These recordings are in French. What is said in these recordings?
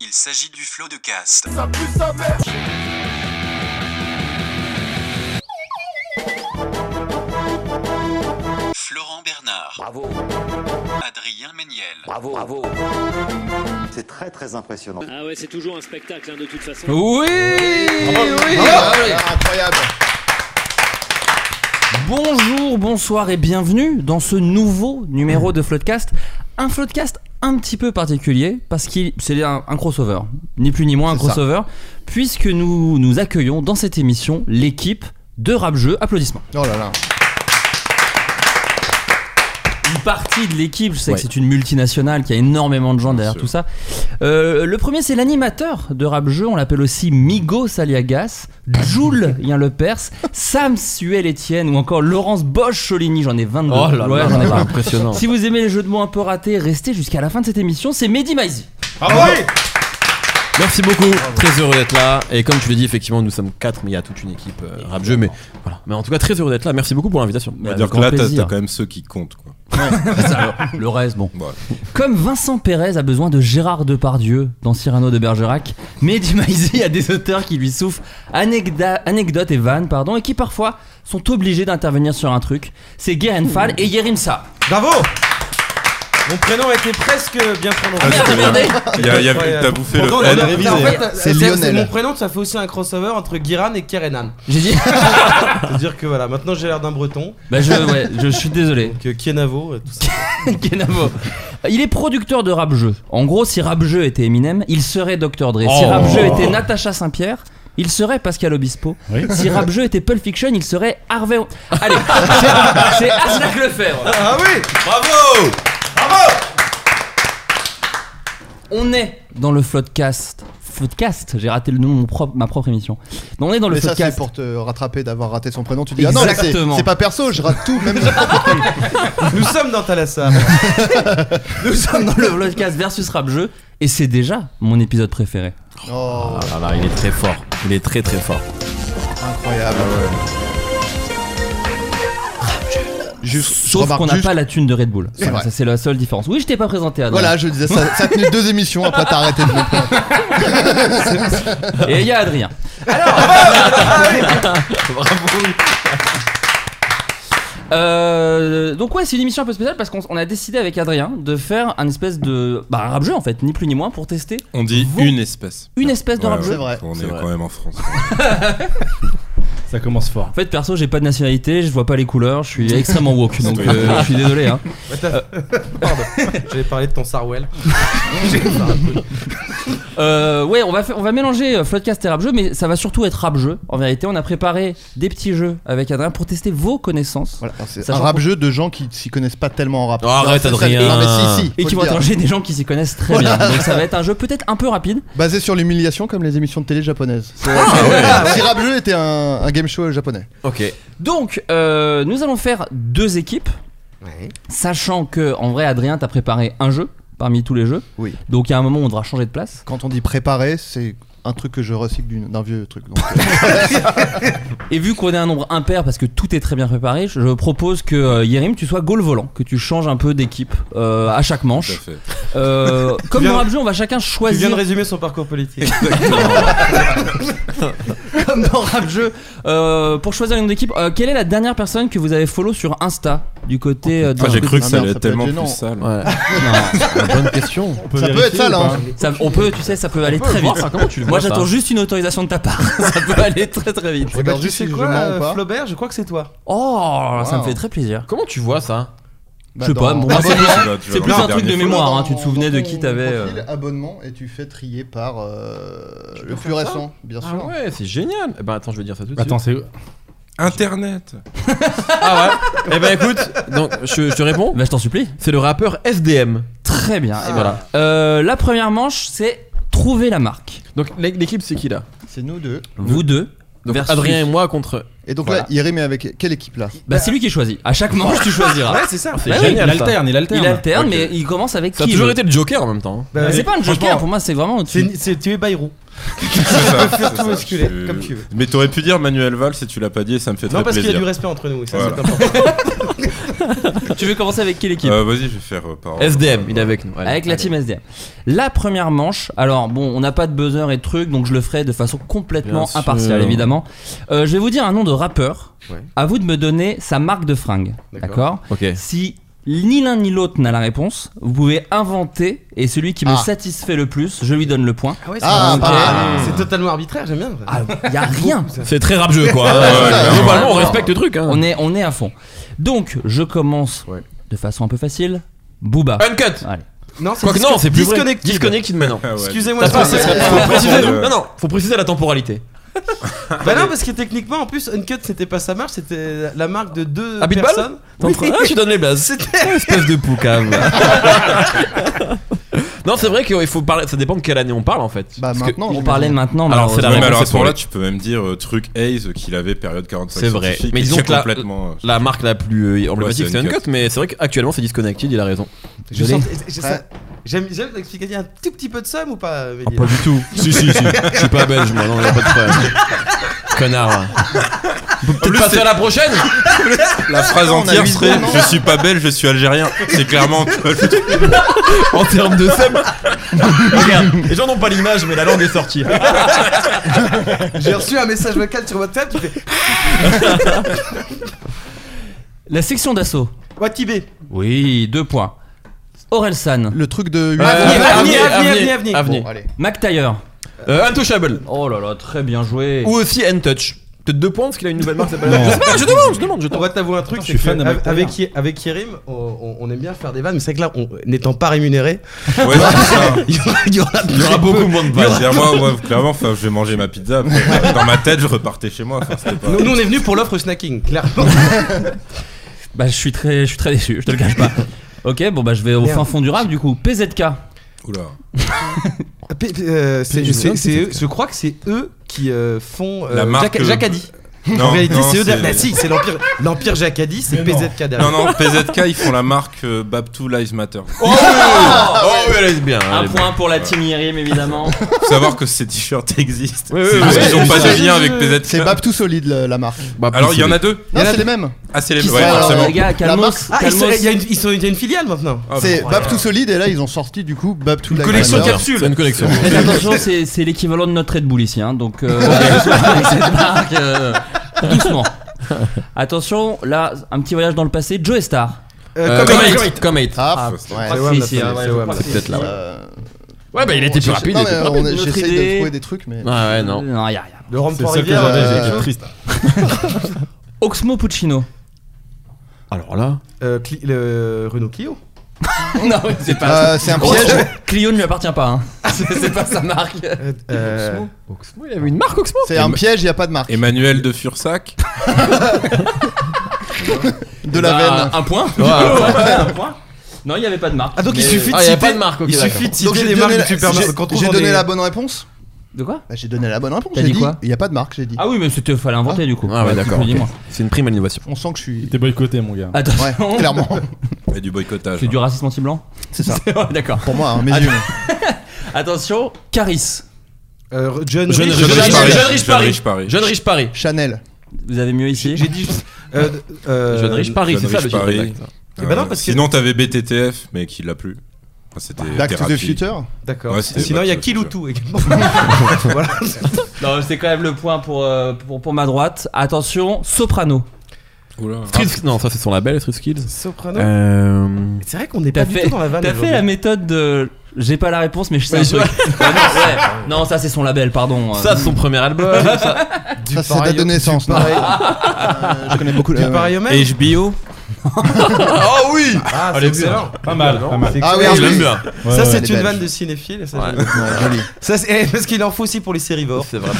Il s'agit du flot de cast. Florent Bernard, Bravo, Adrien Méniel. bravo, bravo. C'est très très impressionnant. Ah ouais, c'est toujours un spectacle hein, de toute façon. Oui, oui. Ah, incroyable. Bonjour, bonsoir et bienvenue dans ce nouveau numéro de Floodcast. Un Floodcast un petit peu particulier parce qu'il c'est un, un crossover, ni plus ni moins un C'est ça. crossover, puisque nous nous accueillons dans cette émission l'équipe de Rap Jeu. Applaudissements. Oh là là. Une partie de l'équipe, je sais Ouais. que c'est une multinationale qui a énormément de gens derrière tout ça. Euh, le premier, c'est l'animateur de Rap Jeu, on l'appelle aussi Migo Saliagas, Jules Yann Lepers, Sam Suel Etienne ou encore Laurence Bosch-Choligny, j'en ai 22. Ouais, j'en ai marre. impressionnant. Si vous aimez les jeux de mots un peu ratés, restez jusqu'à la fin de cette émission, c'est Mehdi Maizi. Merci beaucoup, très heureux d'être là. Et comme tu l'as dit, effectivement, nous sommes quatre, mais il y a toute une équipe euh, rap jeu. Mais voilà, mais en tout cas, très heureux d'être là. Merci beaucoup pour l'invitation. On va Avec dire que grand là, t'as plaisir. t'as quand même ceux qui comptent. Quoi. le reste, bon. Ouais. Comme Vincent Pérez a besoin de Gérard Depardieu dans Cyrano de Bergerac, Mehdi Maizi a des auteurs qui lui souffrent anecda- anecdotes et vannes, pardon, et qui parfois sont obligés d'intervenir sur un truc. C'est Guerin Fall et Yerimsa. Bravo Mon prénom était presque bien prononcé. Ah, c'est bien. Regardez. Il y a- il y a- T'as bouffé le Pourtant, L. non, non, mais en fait, C'est ça, Lionel. Mon prénom, ça fait aussi un crossover entre Guiran et Kerenan. J'ai dit. C'est-à-dire que voilà, maintenant j'ai l'air d'un breton, bah, je, ouais, je suis désolé. que Kienavo, euh, tout ça. Kenavo. Il est producteur de rap jeu. En gros, si rap jeu était Eminem, il serait Dr Dre. Si Oh. rap jeu était Natacha Saint-Pierre, il serait Pascal Obispo. Si rap jeu était Pulp Fiction, il serait Harvey. Allez, c'est- c'est Aslak Lefebvre. Ah oui Bravo On est dans le Floodcast. Floodcast, j'ai raté le nom de mon propre- ma propre émission. Mais on est dans le Mais ça, c'est Floodcast. pour te rattraper d'avoir raté son prénom. Tu dis, ah non, là, c'est Exactement. c'est pas perso, je rate tout, même Nous sommes dans Talassar. Nous sommes dans le Floodcast versus rap jeu. Et c'est déjà mon épisode préféré. Oh, Ah là là, il est très fort. Il est très très fort. incroyable. Ah, Juste, je Sauf remarque qu'on n'a juste- pas la thune de Red Bull. C'est Voilà, vrai. ça, c'est la seule différence. Oui, je t'ai pas présenté, Adrien. Voilà, je disais, ça, ça a tenu deux émissions, après t'as arrêté de me prendre. Et il y a Adrien. oh Ah Alors, Euh, donc ouais, c'est une émission un peu spéciale parce qu'on on a décidé avec Adrien de faire un espèce de bah, un rap jeu en fait, ni plus ni moins pour tester On dit Vous- une espèce. une espèce de Ouais, rap ouais, jeu. C'est vrai. On C'est est vrai. quand même en France. Ça commence fort. En fait, perso, j'ai pas de nationalité, je vois pas les couleurs, je suis extrêmement woke, donc euh, je suis désolé. Hein. Pardon, j'avais parlé de ton Sarwell. Euh, ouais, on va, fa- on va mélanger euh, Floodcast et rap jeu, mais ça va surtout être rap jeu. En vérité, on a préparé des petits jeux avec Adrien pour tester vos connaissances. Voilà, alors c'est un Sachant rap qu'on- jeu de gens qui s'y connaissent pas tellement en rap. Oh, arrête, Ça, ça- Adrien. Non, mais si, si, Et faut qui le dire. vont interroger des gens qui s'y connaissent très bien. Donc ça va être un jeu peut-être un peu rapide. Basé sur l'humiliation comme les émissions de télé japonaises. C'est- Si Rap Jeu était un, un game show japonais. Ok. Donc, euh, nous allons faire deux équipes, sachant que en vrai, Adrien, t'as préparé un jeu parmi tous les jeux. Oui. Donc, il y a un moment où on devra changer de place. Quand on dit préparer, c'est un truc que je recycle d'une- d'un vieux truc. donc, euh, Et vu qu'on est un nombre impair parce que tout est très bien préparé, je je propose que euh, Yérim, tu sois goal volant, que tu changes un peu d'équipe euh, à chaque Tout à manche. fait. Euh, comme viens- dans Rap Jeu, on va chacun Tu viens de choisir. résumer son parcours politique. Comme dans Rap Jeu, euh, pour choisir une équipe, euh, quelle est la dernière personne que vous avez follow sur Insta du côté euh, de- Ah, J'ai cru que non, ça non, allait ça être peut être tellement gênant. plus sale. Bonne question. ça peut être ça là. hein. Ça- on peut, tu sais, ça peut aller très vite. Comment tu le Moi vois, ça j'attends juste une autorisation de ta part. ça peut aller très très vite. Je Bah, regarde tu juste sais si je quoi, mens ou euh, pas. Flaubert Je crois que c'est toi. Oh, ça me Wow. fait très plaisir. Comment tu vois ça Ah Bah, je sais pas, dans- bon, moi, abonnement- c'est- Tu vas- c'est tu vas dans plus le un truc de dernier mémoire. hein, tu te dans- souvenais dans de ton qui t'avais. euh, profil, Abonnement et tu fais trier par euh, le plus récent, bien Ah sûr. ouais, c'est génial. Eh ben attends, je vais dire ça tout de Attends, suite. c'est. Internet Ah ouais. Eh ben écoute, donc je, je te réponds. Bah, je t'en supplie. C'est le rappeur SDM. Très bien. Et et voilà. ben, euh, la première manche, c'est trouver la marque. Donc l'é- l'équipe, c'est qui là C'est nous deux. Vous deux. Donc versus- Adrien et moi contre. Et donc Voilà. là, Yérim est avec quelle équipe là Bah, c'est lui qui choisit. À chaque manche, tu choisiras. Ouais, c'est ça. C'est Bah oui, génial. Il ça. alterne, il alterne. Il alterne, Ok. mais il commence avec Ça a qui toujours le- été le Joker en même temps. hein. Bah, Mais Ah, C'est pas un joker, franchement, pour moi, c'est vraiment. c'est- c'est- tu es Bayrou. ça, faire c'est tout ça. basculer, Je- comme tu veux. Mais t'aurais pu dire Manuel Valls et tu l'as pas dit et ça me fait Non, très parce qu'il y a du plaisir. respect entre nous, et ça Voilà. c'est important. Tu veux commencer avec quelle équipe Euh, Vas-y, je vais faire euh, par. SDM, il est avec nous. allez. Avec la Allez. team SDM. La première manche, alors bon, on n'a pas de buzzer et de trucs, donc je le ferai de façon complètement Bien sûr. impartiale, évidemment. Euh, je vais vous dire un nom de rappeur. Ouais. À vous de me donner sa marque de fringue. D'accord Ok. Si ni l'un ni l'autre n'a la réponse, vous pouvez inventer et celui qui me Ah. satisfait le plus, je lui donne le point. Ah ouais, c'est Ah, vraiment- bah, C'est totalement arbitraire, j'aime bien. Ah, y a rien. C'est très rap jeu quoi. ouais, Globalement, on clairement. respecte le truc. hein. On est, on est à fond. Donc, je commence Ouais. Euh, de façon un peu facile. Booba. Uncut. Allez. Non, Quoi que non, c'est plus vrai. Disconnected. Disconnected maintenant. Ah ouais. Excusez-moi, Parce que c'est ce pas- serait ouais. faut préciser- Ouais. Non, non, faut préciser la temporalité. Bah non, parce que techniquement, en plus, Uncut, c'était pas sa marque, c'était la marque de deux Ah, Big Ball personnes. T'es en train- Ah, je te donne les blazes. C'était- espèce de poucave. non, c'est vrai qu'il faut parler. Ça dépend de quelle année on parle en fait. Bah Parce que- maintenant, On j'imagine. parlait maintenant. Alors, c'est la Ouais, mais réponse alors à est ce pour moment-là, lui. tu peux même dire euh, truc Hayes qu'il avait période 45. C'est vrai. scientifique, Mais et disons c'est que là, complètement. euh, La marque la plus euh, emblématique, Ouais, c'est c'est Uncut, mais c'est vrai qu'actuellement c'est Disconnected, il a raison. Je Désolé. sentais- j'ai- ça- J'aime j'aime t'expliquer un tout petit peu de somme ou Oh, pas, Mehdi Ah, du tout. si, si, si. Je suis pas belge, moi, non, y'a pas de problème. Connard. On peut peut-être plus, passer à la prochaine La phrase on a entière huit serait secondes, non Je suis pas belge, je suis algérien. C'est clairement. En termes de somme. Regarde, les gens n'ont pas l'image, mais la langue est sortie. J'ai reçu un message vocal sur WhatsApp qui fait La section d'assaut. Watibé. Oui, deux points. Orelsan. Le truc de 8 Avenir, avenir, avenir, avenir. avenir. allez. Mac Taylor. Euh, Untouchable. Oh là là, très bien joué. Ou aussi Untouch. Peut-être deux points parce qu'il a une nouvelle marque, c'est pas la Je sais pas, je demande, je demande, je On demande. va t'avouer un truc, c'est suis fan que de Mac avec, Taylor. avec, Ye- avec Yerim, on, on- on aime bien faire des vannes, mais c'est vrai que là, on- n'étant pas rémunéré, euh, Ouais, c'est ça. il y aura, il y aura Il y aura beaucoup moins de Il y Bah, moi, moi, clairement, enfin, je vais manger ma pizza. après, Dans ma tête, je repartais chez moi. enfin, c'était pas- Nous, nous, on est venus pour l'offre snacking, clairement. Bah, je suis très, je suis très déçu. Je te le cache pas. ok, bon bah je vais au Merde. fin fond du rap du coup. PZK. Oula. P- p- euh, c'est- Puis, c'est- je- c'est eux- je crois que c'est eux qui euh, font euh, La marque, Jack- euh, Jacadi. Non, en réalité, non, c'est eux. Bah, si, c'est l'empire, l'empire Jacadi, c'est PZK derrière. Non, non, PZK, ils font la marque euh, Babtou Lives Matter. Oh, oui, elle est bien. Un point pour la team Yerim évidemment. Faut savoir que ces t-shirts existent. Oui, oui, c'est juste oui, qu'ils ont oui, pas oui, de oui, lien oui, avec oui. PZK. C'est Bab tout solide le- la marque. Bah, Alors, il y en a deux. Non, c'est les mêmes. Ah, c'est les Qui mêmes. sont- Ouais, alors, forcément. euh, les gars, calmos. Ah, ils calmos. sont- il y, a une- ils sont- il y a une filiale maintenant. bah, Ah, euh, C'est bon, Bab voilà. tout solide et là ils ont sorti du coup Bab tout la collection Grinder. capsule. C'est une collection. Faites attention, c'est c'est l'équivalent de notre Red Bull ici, hein, donc euh, cette marque, euh, doucement. Attention, là, un petit voyage dans le passé. Joe Star. Euh, comme- Comme 8. Ah, Ah, pff, Je ouais. crois que ouais, si, mais si, ouais, c'est- c'est je ouais, crois mais que c'est si. peut-être là. Euh, Ouais, bah il était plus cherche- rapide. non, il mais euh, était plus on- rapide. Notre J'essaye idée. de trouver des trucs, mais. Ouais, Ah ouais, non. Non, y a rien. Le Rome C'est Trois ça que Rivières, j'avais, euh, j'étais chose. Oxmo Puccino. Alors là. Euh, Cli- le Renault Clio. non, oui, c'est pas. Euh, c'est un piège. Clio ne lui appartient pas. hein. C'est c'est pas sa marque. Euh, euh, Oxmo, il avait une marque Oxmo C'est un piège, il n'y a pas de marque. Emmanuel de Fursac. De la Bah, veine. Un point. Un point. Non, il n'y avait pas de marque. Ah donc il Mais- suffit de Ah, y a citer. pas de marque, ok, il d'accord. suffit de Donc citer j'ai les donné, marques la... du super j'ai- j'ai donné la bonne réponse De quoi Bah, J'ai donné la bonne réponse. T'as J'ai dit dit, quoi il n'y a pas de marque, j'ai dit. Ah oui, mais c'était fallait inventer du coup. Ah ouais, d'accord. dis-moi. ok. C'est une prime à l'innovation. On sent que je suis. T'es boycotté, mon gars. Attention. Ouais, clairement. Et du boycottage. hein. C'est du racisme anti-blanc C'est ça. Ouais, D'accord. Pour moi, hein, mes yeux. Attention, Caris. Euh, John Jeune Rich. riche, Jeune riche, Paris. jeune riche, Paris. Jeune riche Paris. Chanel. Vous avez mieux ici J'ai dit. juste, Euh, euh, Jeune riche Paris, Jeune c'est ça riche le titre Paris. exact. Eh ben non, parce que- Sinon, t'avais BTTF, mais qui l'a plus. Enfin, c'était Back to the thérapie. Future. D'accord. Ouais, c'était Sinon il y a Back to the Kiloutou également. voilà. Non, c'est quand même le point pour, euh, pour, pour ma droite. Attention, Soprano. Oula. Street Skills. Non, ça c'est son label, Street Skills. Soprano. Euh. C'est vrai qu'on n'est T'as pas du fait, tout dans la Ah, vanne. t'as fait la aujourd'hui. méthode de. J'ai pas la réponse, mais je sais un truc. Ouais, non, ouais. non, ça c'est son label, pardon. Euh, Ça, c'est son premier album. ça. Ça, c'est date de naissance. non Euh, Je connais beaucoup Du le. Paris Homem HBO Oh oui Ah, Elle c'est est excellent. Pas mal, pas mal. Ah oui, Je ah l'aime oui. bien. ça, Ouais, ouais. Elle c'est est une belge. vanne de cinéphile. et Ça, j'aime. Ouais, joli. Ça, c'est- eh, parce qu'il en faut aussi pour les sérivores. C'est vrai.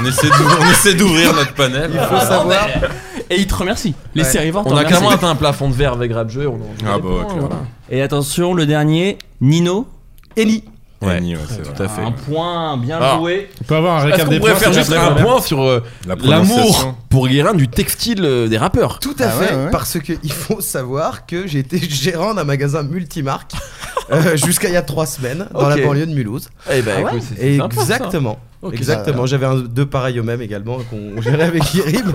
On essaie d'ou- on essaie d'ouvrir notre panel. Il faut savoir. Et il te remercie. Les Ouais. séries On a clairement atteint un plafond de verre avec Rap Jeu. on en- Ah bah ouais, clairement. Et attention, le dernier, Nino. Eni. Ouais. Annie, ouais, c'est vrai. Tout à fait. Un point bien Ah. joué. On peut avoir un Est-ce récap qu'on des pourrait points faire sur juste la un table point sur euh, La l'amour prononciation. pour Guérin du textile euh, des rappeurs Tout à Ah fait, ouais, ouais. parce que il faut savoir que j'ai été gérant d'un magasin multimarque euh, jusqu'à il y a trois semaines dans Ok. la banlieue de Mulhouse. Eh ben, Ah ouais écoute, c'est- c'est sympa, ça. Exactement. Exactement. Ah, J'avais un, deux pareils au même également qu'on gérait avec Irib.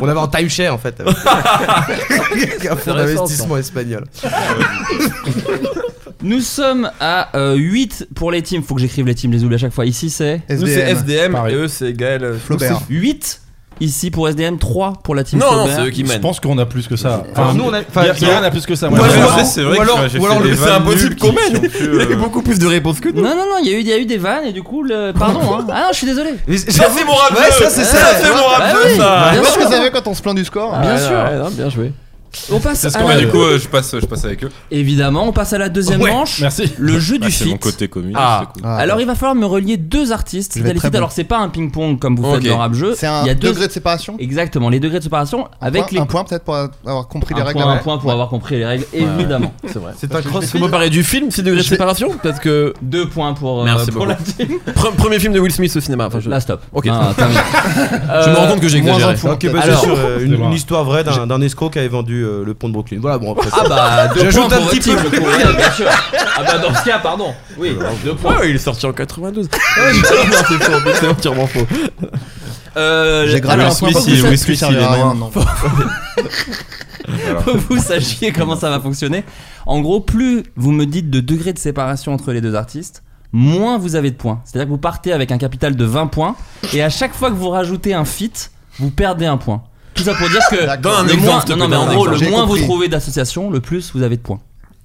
On avait en timeshare en fait. Avec un fonds Intéressant, d'investissement espagnol. Nous sommes à euh, 8 pour les teams. Faut que j'écrive les teams, les oublie à chaque fois. Ici, c'est Nous c'est SDM. FDM Pareil. et eux c'est Gaël euh, Flaubert. 8 ici pour SDM, 3 pour la team. Non, non, Flaubert. c'est eux qui Je mènent. pense qu'on a plus que ça. Alors nous on a. enfin, il y a- Yann a plus que ça. Ou moi, j'ai alors- fait- c'est vrai ou que alors- j'ai ou fait alors des le- vannes C'est impossible nulles qu'on qui mène. sont plus, Il y a eu euh, beaucoup plus de réponses que nous. Non, non, non, il y, a eu- il y a eu des vannes et du coup, le. Pardon, hein. Ah non, je suis désolé. Mais- Ça c'est mon rap Ouais, jeu. ça, c'est ça. c'est mon rap Bah jeu, oui. ça. Bien Voilà ce sûr. que ça fait quand on se plaint du score. Ah, bien sûr. bien joué. On passe C'est ce à qu'on la- bah, du coup, euh, je passe, je passe avec eux. Évidemment, on passe à la deuxième Ouais. manche. Merci. Le jeu Ah, du c'est fit. mon côté communiste. Ah. c'est cool. Ah, Alors, il va falloir me relier deux artistes. Je vais Dans le être fit, très bon. Alors, c'est pas un ping-pong comme vous Ok. faites dans rap jeu. c'est un il y a deux degré de séparation. Exactement, les degrés de séparation Un avec point- les un point peut-être pour avoir compris les un règles. point, un avant. point pour avoir compris les règles, évidemment. C'est vrai. C'est un Est-ce qu'on crossfit. peut parler du film 6 degrés de séparation Peut-être que Deux points pour, euh, Merci pour la beaucoup. team. Pre- premier film de Will Smith au cinéma. Enfin, je... Là, stop. Ok. Non, terminé. Ah. je me Euh, rends compte que j'ai moins exagéré. un point. Ok, bah, c'est Alors- sur euh, une, C'est bon. une histoire vraie d'un d'un escroc qui avait vendu euh, le pont de Brooklyn. Voilà, bon après ça. Ah bah, deux J'ajoute points un pour votre petit team, peu. je trouve. Ouais, bien sûr. Ah bah, dans ce cas, pardon. Oui, deux points. Ah ouais, il est sorti en 92. Ouais, mais- non, c'est faux, c'est entièrement faux. Euh, J'ai gravé alors, un point Smith, pour il- que ça Will ne Smith, puisse il est servir à rien. noir. non. Voilà. pour que vous sachiez comment ça va fonctionner. En gros, plus vous me dites de degrés de séparation entre les deux artistes, moins vous avez de points. C'est-à-dire que vous partez avec un capital de 20 points, et à chaque fois que vous rajoutez un fit, vous perdez un point. Tout ça pour dire que Donne un le exemple, moins, s'il te non, non, plaît, mais en donne un gros, exemple. le J'ai moins vous compris. trouvez d'associations, le plus vous avez de points.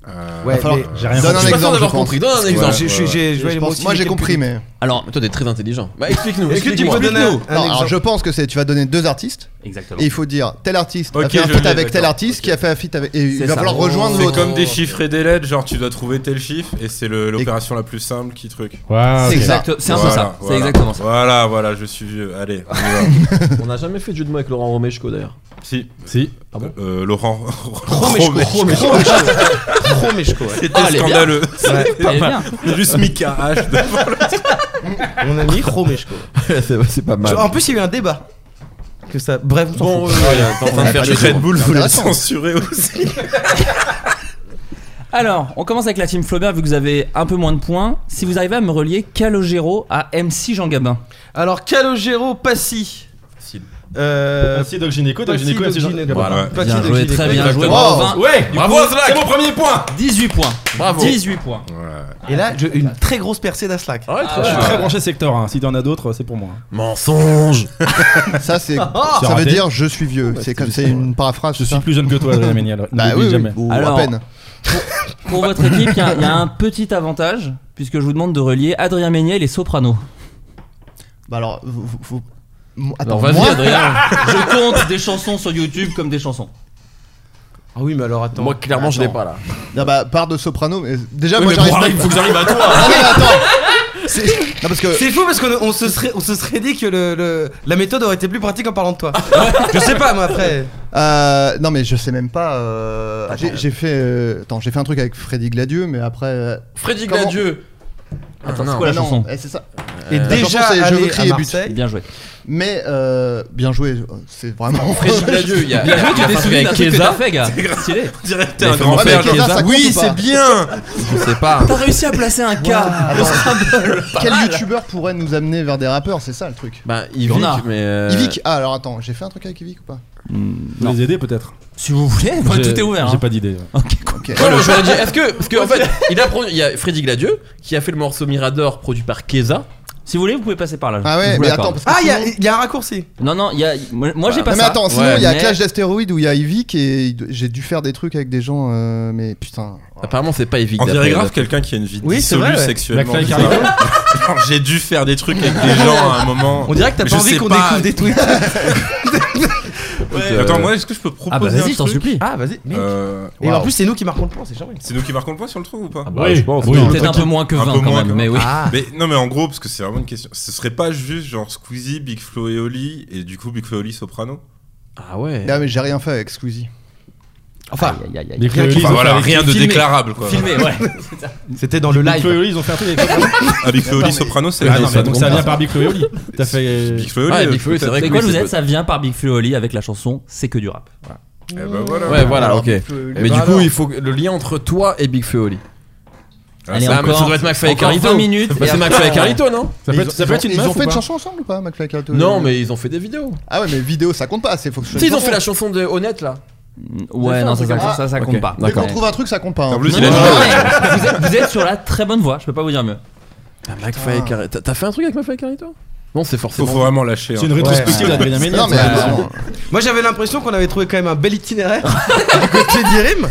Euh, Ouais, falloir- mais- Oh, J'ai Donne rien Je compris. suis pas exemple, sûr d'avoir je pense. compris. Donne un Ouais, exemple. j'ai- j'ai- j'ai- Je j'ai- pense- j'ai Moi j'ai quelques- compris, mais. Alors, Toi, t'es très intelligent. Bah, explique-nous. Est-ce que tu peux donner un- Non, un alors exemple je pense que c'est. Tu vas donner deux artistes exactement. et il faut dire tel artiste Ok, a fait un je feat l'ai, avec tel d'accord, artiste ok. qui a fait un feat avec. Et C'est il ça. va falloir rejoindre C'est l'autre. comme des chiffres et des lettres, genre tu dois trouver tel chiffre et c'est le- l'opération la plus simple qui truc. Ah, Waouh, C'est ok. exact. Exact- C'est un peu Voilà, ça, c'est voilà. exactement ça. Voilà, voilà, je suis vieux. Allez, on y va. On n'a jamais fait de jeu de mots avec Laurent Romeshko d'ailleurs. si. Si. Euh, Laurent. Oh, Romeshko. Romeshko, ouais. C'était Ah, elle est bien. scandaleux. Eh bien, Juste Mika H. Mon ami Romeshko. C'est c'est pas mal. En plus, il y a eu un débat. Que ça... Bref, on s'en Bon, fout. euh, voilà, t'es en train de faire Le Red Bull C'est voulait le intéressant. censurer aussi. Alors, on commence avec la team Flaubert, vu que vous avez un peu moins de points. Si vous arrivez à me relier Calogero à MC Jean Gabin. Alors, Calogero, Passy. Euh, Merci Doc Gynéco. Doc Passy, Gynéco, Doc merci Jean- Gynéco. Voilà. Passy, Bien Doc joué, Gynéco. très bien joué. Exactement. Oh. Bravo, Vin. Ouais, Bravo, Aslak. C'est mon premier point. 18 points. Bravo. 18 points. Et là, je- une très grosse percée d'Aslak. Ouais, Je suis bien. très branché secteur. hein. Si t'en as d'autres, c'est pour moi. Mensonge. Ça c'est. C'est Ça raté. veut dire je suis vieux. C'est comme c'est une paraphrase. Je suis plus jeune que toi, Adrien Méniel. Bah N'oublie oui, oui, jamais. ou Alors- à peine. Pour votre équipe, il y, a il y a un petit avantage, puisque je vous demande de relier Adrien Méniel et Soprano. Bah alors, vous- vous- vous- Mo- Alors Attends, vas-y, moi, Adrien. Je compte des chansons sur YouTube comme des chansons. Ah oui, mais alors attends. Moi, clairement, je l'ai Attends. pas là. non, bah, part de soprano, mais déjà, Oui, moi mais pour j'arrive. arriver, faut que j'arrive à toi. Ah, non, mais attends C'est- Non, parce que. C'est fou parce qu'on on se, serait, on se serait dit que le, le- la méthode aurait été plus pratique en parlant de toi. je sais pas, moi après. euh, non, mais je sais même pas. euh, j'ai j'ai fait. euh, Attends, j'ai fait un truc avec Freddy Gladieux, mais après. euh, Freddy Comment Gladieux. Attends, c'est quoi la non, chanson eh, c'est ça. Et la chanson, déjà, c'est Je aller veux à crier but. Marseille. Bien joué. Mais euh, bien joué, c'est vraiment. Freddy Gladieux, il y a. Bien joué, tu as des souvenirs avec Keza. Fait, gars. Stylé. Direct, t'es un Mais grand fait mais père. avec Keza, ça compte Oui, ou pas c'est bien. Je sais pas. T'as réussi à placer un K. Attends, Quel youtubeur pourrait nous amener vers des rappeurs C'est ça le truc. Bah, Yvick, Bernard. mais. euh, Yvick Ah, alors attends, j'ai fait un truc avec Yvick ou pas Vous les aider peut-être. Si vous voulez, moi, J'ai- tout est ouvert. J'ai hein. pas d'idée. Ok. Ouais, le- j'aurais dit- Est-ce que. Parce qu'en fait, il a produit- Il y a Freddy Gladieux qui a fait le morceau Mirador produit par Keza. Si vous voulez, vous pouvez passer par là. je- Ah je ouais, vous mais l'accorde. attends, parce que. Ah, il y, sinon- a- il y a un raccourci. Non, non, il y a... moi moi, j'ai pas Non, mais ça. attends, sinon il Ouais, y a mais- Clash d'astéroïdes où il y a Yvick et il doit- j'ai dû faire des trucs avec des gens, euh, mais putain. Apparemment, c'est pas Yvick. On dirait d'après- grave quelqu'un qui a une vie Oui, c'est vrai, dissolue ouais. sexuellement. Black Lives tu vois. Genre, J'ai dû faire des trucs avec des gens à un moment. On dirait que t'as Mais pas je envie sais qu'on pas. découvre des tweets. euh, Ouais, Attends, moi, est-ce que je peux proposer Ah bah un vas-y, je t'en truc supplie. Ah, vas-y. mec. Euh, Et en waouh. plus, c'est nous qui marquons le point, c'est charmé. c'est nous qui marquons le point sur le truc ou pas bah, je pense. Oui. Peut-être un peu moins que Un 20 peu quand moins même, que mais oui. Ah, Mais non, mais en gros, parce que c'est vraiment une question. Ce serait pas juste genre Squeezie, Big Flo et Oli, et du coup Big Flo et Oli Soprano Ah ouais. Non, mais j'ai rien fait avec Squeezie. Enfin, Aïe, aïe, aïe. Des Rien Cloélis, qui- ils ont Enfin, voilà, fait avec- rien de filmé. déclarable quoi. Filmé, ouais. c'était dans le Big live. Cloéoli, ils ont fait un truc avec. Avec Cloélie Soprano, c'est Ah la non, mais donc ça vient vient par Big Cloéoli. T'as fait. Big Flo et Ah, Oli, euh, Big Flo, peut-être. c'est vrai que C'est quoi, oui, vous c'est êtes pas- Ça vient par Big Flo et Oli avec la chanson C'est que du rap. Voilà. Eh ben voilà. Ouais, voilà, Alors, ok. Mais euh, bah du coup, alors. il faut que- le lien entre toi et Big Feo Oli. Ah, Allez, ça, mais encore, ça doit être McFly et encore Carlito. 20 minutes. Bah, et c'est après, McFly et on- Carlito, non Ça peut être- ça peut être une Ils meuf ont ou fait une pas chanson ensemble ou pas, McFly et Carlito Non, mais ils ont fait des vidéos. Ah ouais, mais vidéo ça compte pas, c'est faut que je Tu sais, ils ont fait la chanson de Honnête là. Ouais, non, ça, ça, ça, ça Ok, compte pas. Dès D'accord. qu'on trouve un truc, ça compte pas. hein. En plus, Non, il a non, dit- non, mais vous, êtes, vous êtes sur la très bonne voie, je peux pas vous dire mieux. Ah, McFly et Carlito. T'as- T'as fait un truc avec McFly et Carlito Non, c'est Faut forcément. faut vraiment lâcher. C'est hein. une rétrospective Ouais. d'Adrien Méniel. Non, mais ça. vraiment. Moi j'avais l'impression qu'on avait trouvé quand même un bel itinéraire du côté d'Irim.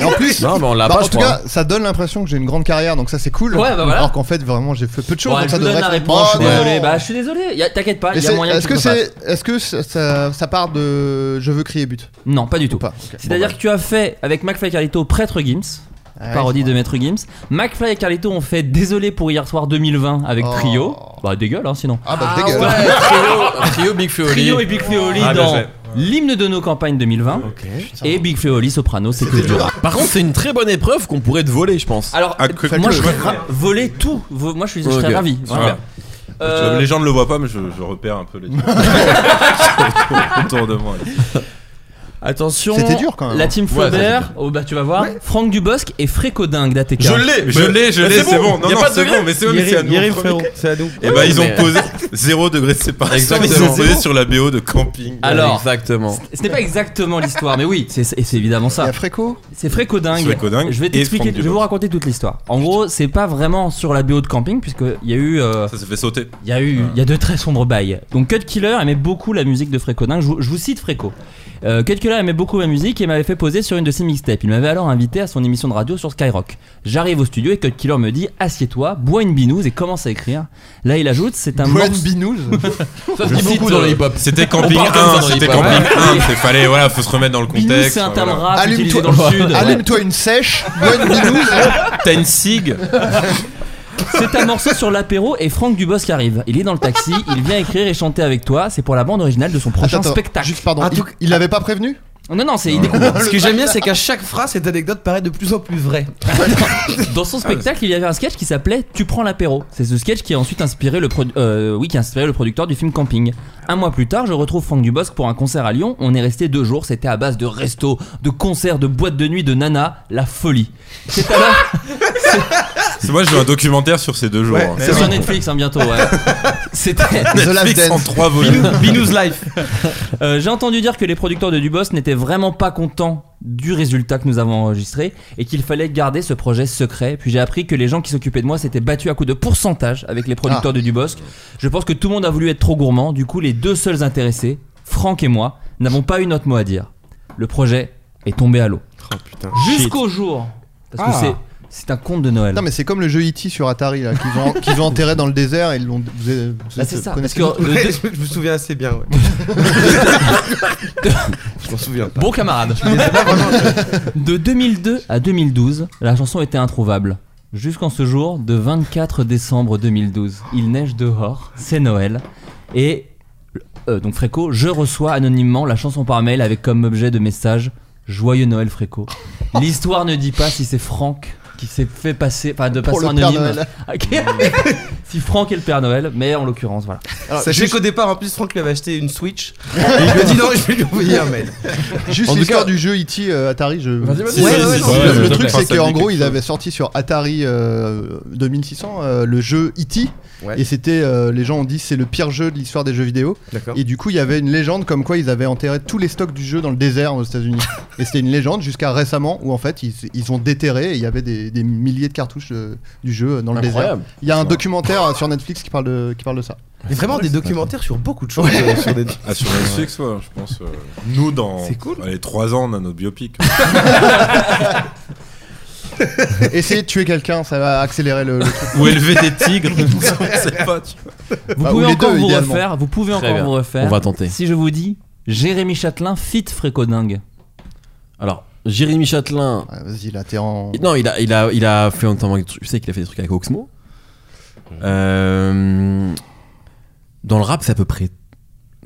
Et en plus, Non, mais on l'a bah, Ah, pas, en je tout crois. hein. cas, ça donne l'impression que j'ai une grande carrière, donc ça c'est cool. Ouais, bah voilà. Alors qu'en fait, vraiment, j'ai fait peu de choses. Bon, donc je ça vous donne devrait la être- réponse, je Oh, suis non. désolé. Bah, je suis désolé, y a- t'inquiète pas, Mais il y a c'est- moyen Est-ce que que tu te fasses. c'est, est-ce que ça, ça- ça part de je veux crier but Non, pas du tout. ou pas C'est-à-dire que tu as fait avec McFly et Carlito Prêtre Gims, Ah ouais. parodie de Maître Gims. McFly et Carlito ont fait Désolé pour hier soir 2020 avec Oh. Trio. Bah, dégueule, hein, sinon. Ah bah Ah dégueule. ouais, trio, trio Big Feo Oli. Trio et Big Flo et Oli Ah, bien dans joué. l'hymne de nos campagnes 2020 et Big Flo et Oli Soprano, c'est que du rap. Par contre, c'est une très bonne épreuve qu'on pourrait te voler, je pense. Alors, Ah, que- moi que- je serais ra- voler tout. Vo- Moi je suis je serais Ok. ravi. Super. Voilà. Euh, Les gens ne le voient pas, mais je, je repère un peu les gens autour de moi. Attention. C'était dur, quand même. hein. La team Flaubert, oh, bah tu vas voir, Franck Dubosc et Fréco Dingue d'ATK. l'ai, Je l'ai, je l'ai, c'est bon. Non, Y a non, pas de c'est degré. bon, mais c'est mais c'est à nous. Yerim, en premier. frérot, c'est à nous. Et bah, ils ont mais- posé 0 degré de séparation. Ils Exactement. ont posé sur la BO de camping. Alors, Exactement. ce n'est pas exactement l'histoire, mais oui, c'est c'est- c'est évidemment Il y ça. a Fréco C'est Fréco Dingue. C'est Fréco Dingue Je vais et t'expliquer, Franck je vais vous Dubosc. raconter toute l'histoire. En gros, c'est pas vraiment sur la BO de camping, puisqu'il y a eu. euh, Ça s'est fait sauter. Il y a eu, il y a de très sombres bails. Donc Cut Killer aimait beaucoup la musique de Fréco Dingue. Je, vous- je vous cite Fréco. Euh, Cut Killer aimait beaucoup ma musique et m'avait fait poser sur une de ses mixtapes. Il m'avait alors invité à son émission de radio sur Skyrock. J'arrive au studio et Cut Killer me dit assieds-toi, bois une binouse et commence à écrire. Là il ajoute c'est un Brad morceau. Binous Ça se Je dit cite, beaucoup dans euh, le hip-hop. C'était camping parle comme ça, 1, c'était c'est pas camping vrai. 1. c'est- Fallait, voilà, faut se remettre dans le Binouse contexte. Ah, c'est un voilà. terme rap utilisé Allume-toi dans le sud. Ouais. allume-toi une sèche, bois une binouze. T'as une SIG. C'est un morceau sur l'apéro et Franck Dubosc arrive. Il est dans le taxi, il vient écrire et chanter avec toi. C'est pour la bande originale de son prochain Attends, spectacle. Juste pardon, Un il, truc- il l'avait pas prévenu Non non c'est il découvre. Ce que j'aime bien, c'est qu'à chaque phrase, cette anecdote paraît de plus en plus vraie. Dans son spectacle, il y avait un sketch qui s'appelait Tu prends l'apéro. C'est ce sketch qui a ensuite inspiré le, produ- euh, oui, qui a inspiré le producteur du film Camping. Un mois plus tard, je retrouve Franck Dubosc pour un concert à Lyon. On est resté deux jours. C'était à base de restos, de concerts, de boîtes de nuit, de nana. La folie. C'est à la- C'est moi, j'ai eu un documentaire sur ces deux jours. Ouais, hein. C'est sur Netflix hein, bientôt. ouais. C'était. The Last Netflix en Dance. 3 volumes. Binous Life. Euh, J'ai entendu dire que les producteurs de Dubos n'étaient vraiment pas contents du résultat que nous avons enregistré et qu'il fallait garder ce projet secret. Puis j'ai appris que les gens qui s'occupaient de moi s'étaient battus à coups de pourcentage avec les producteurs de Dubosc. Je pense que tout le monde a voulu être trop gourmand. Du coup, les deux seuls intéressés, Franck et moi, n'avons pas eu notre mot à dire. Le projet est tombé à l'eau. Jusqu'au jour. Parce que Ah. c'est. C'est un conte de Noël. Non mais c'est comme le jeu E.T. sur Atari là, qu'ils ont, qu'ils ont enterré dans le désert et ils l'ont. vous- vous- Là, Bah, c'est vous ça. connaissez Parce que- tous Le deux- Je me souviens assez bien, ouais. Je m'en souviens pas. Bon camarade. de 2002 à 2012, la chanson était introuvable. Jusqu'en ce jour, de 24 décembre 2012, il neige dehors, c'est Noël, et euh, donc Fréco, je reçois anonymement la chanson par mail avec comme objet de message Joyeux Noël Fréco. L'histoire ne dit pas si c'est Franck qui s'est fait passer, enfin de Pour passer le Père anonyme. Noël. si Franck est le Père Noël, mais en l'occurrence voilà. Alors, Sachez Ah, juste- qu'au départ, en plus, Franck lui avait acheté une Switch. Et il lui a dit non, je vais lui envoyer un mail. Juste En tout l'histoire cas- du jeu E.T. euh, Atari, je. Si, Ouais, si, ouais, si, non, si, Le- s'il le te truc plaît. c'est Ça me qu'en dit gros quelque ils chose. avaient sorti sur Atari euh, 2600 euh, le jeu E.T. Ouais. et c'était euh, les gens ont dit c'est le pire jeu de l'histoire des jeux vidéo D'accord. et du coup il y avait une légende comme quoi ils avaient enterré tous les stocks du jeu dans le désert aux États-Unis et c'était une légende jusqu'à récemment où en fait ils, ils ont déterré et il y avait des, des milliers de cartouches euh, du jeu euh, dans le Incroyable. désert. Il y a un documentaire euh, sur Netflix qui parle de, qui parle de ça. Il y a vraiment des documentaires sur beaucoup de choses. euh, sur des- Ah, sur Netflix, ouais, je pense. euh, nous, dans C'est cool. les 3 ans, on a notre biopic. Essayer de tuer quelqu'un ça va accélérer le, le truc. Ou élever des tigres. On sait pas, tu vois. Vous Bah, pouvez ou les encore deux, vous idéalement. refaire, vous pouvez Très encore bien. vous refaire. On va tenter. Si je vous dis Jérémy Châtelain fit Fréco Dingue. Alors, Jérémy Châtelain. Ah, Vas-y là t'es en Non, il a, il a, il a fait notamment. des trucs- Je sais qu'il a fait des trucs avec Oxmo. Euh, dans le rap, c'est à peu près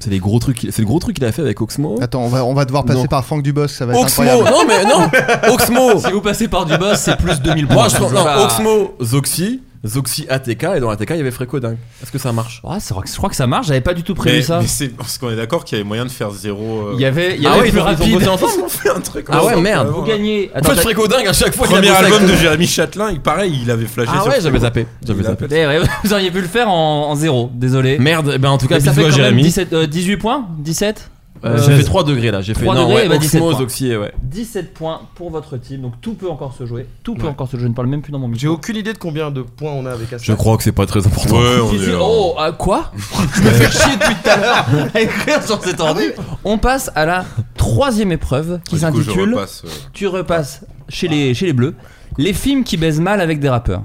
C'est des gros trucs. qu'il- C'est le gros truc qu'il a fait avec Oxmo. Attends, on va, on va devoir passer Oh. Non. par Franck Dubosc, ça va être Oxmo. incroyable. Non mais non. Oxmo. Si vous passez par du boss, c'est plus 2000 points. Moi je pense. Je non, vois- Oxmo, Zoxy, Zoxy ATK et dans ATK il y avait Fréco dingue. Est-ce que ça marche Ouais, Ah, c'est vrai que- je crois que ça marche, j'avais pas du tout prévu mais, ça. mais c'est parce qu'on est d'accord qu'il y avait moyen de faire zéro. euh, Il y avait, il y Ah avait ouais, ils plus ont- ils ont rapide. bossé ensemble On fait un truc. Ah ouais, ensemble, merde. vraiment. Vous gagnez. En fait t'as- Fréco dingue à chaque fois. il a Premier bossé avec album tout de le monde. Jérémy Châtelain, il pareil, il avait flashé Ah sur ouais Fréco. j'avais zappé. J'avais Il a zappé. Eh ouais, vous auriez pu le faire en, en zéro, désolé. Merde. eh Ben en tout cas Mais ça bisous fait à quand même Jérémy. 17, euh, 18 points 17 Euh, Euh, j'ai fait 3 degrés là, j'ai fait 3 non, degrés, ouais, et bah, 17 Oxmo, points. Zoxy, ouais. 17 points pour votre team, donc tout peut encore se jouer. Tout peut encore se jouer, je ne parle même plus dans mon J'ai micro. aucune idée de combien de points on a avec Aslan. Je crois que c'est pas très important. Ouais, on Si, si, est. oh, euh, quoi Je me fais chier depuis tout à l'heure à écrire sur cet ordi. On passe à la troisième épreuve qui bah, Du coup, je s'intitule repasse, euh, Tu repasses chez les, chez les bleus les films qui baisent mal avec des rappeurs.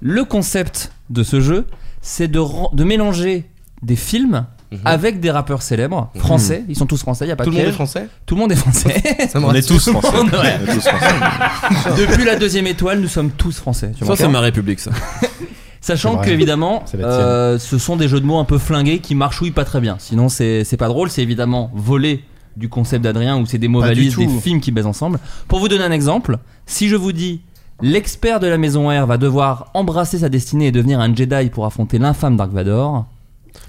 Le concept de ce jeu, c'est de, ren- de mélanger des films avec des rappeurs célèbres français. Ils sont tous français, il a pas Mhm. Tout de le monde est piège. français Tout le monde est français. Ça me On est rassure. tous français. monde, ouais. On est tous français. Depuis la deuxième étoile, nous sommes tous français. tu Ça vois. c'est ma république ça. Sachant C'est que vrai. évidemment, C'est la tienne. euh, ce sont des jeux de mots un peu flingués qui marchouillent pas très bien. Sinon, c'est c'est pas drôle. C'est évidemment volé du concept d'Adrien où c'est des mots Pas du valises, tout. des films qui baisent ensemble. Pour vous donner un exemple, si je vous dis l'expert de la maison R va devoir embrasser sa destinée et devenir un Jedi pour affronter l'infâme Dark Vador,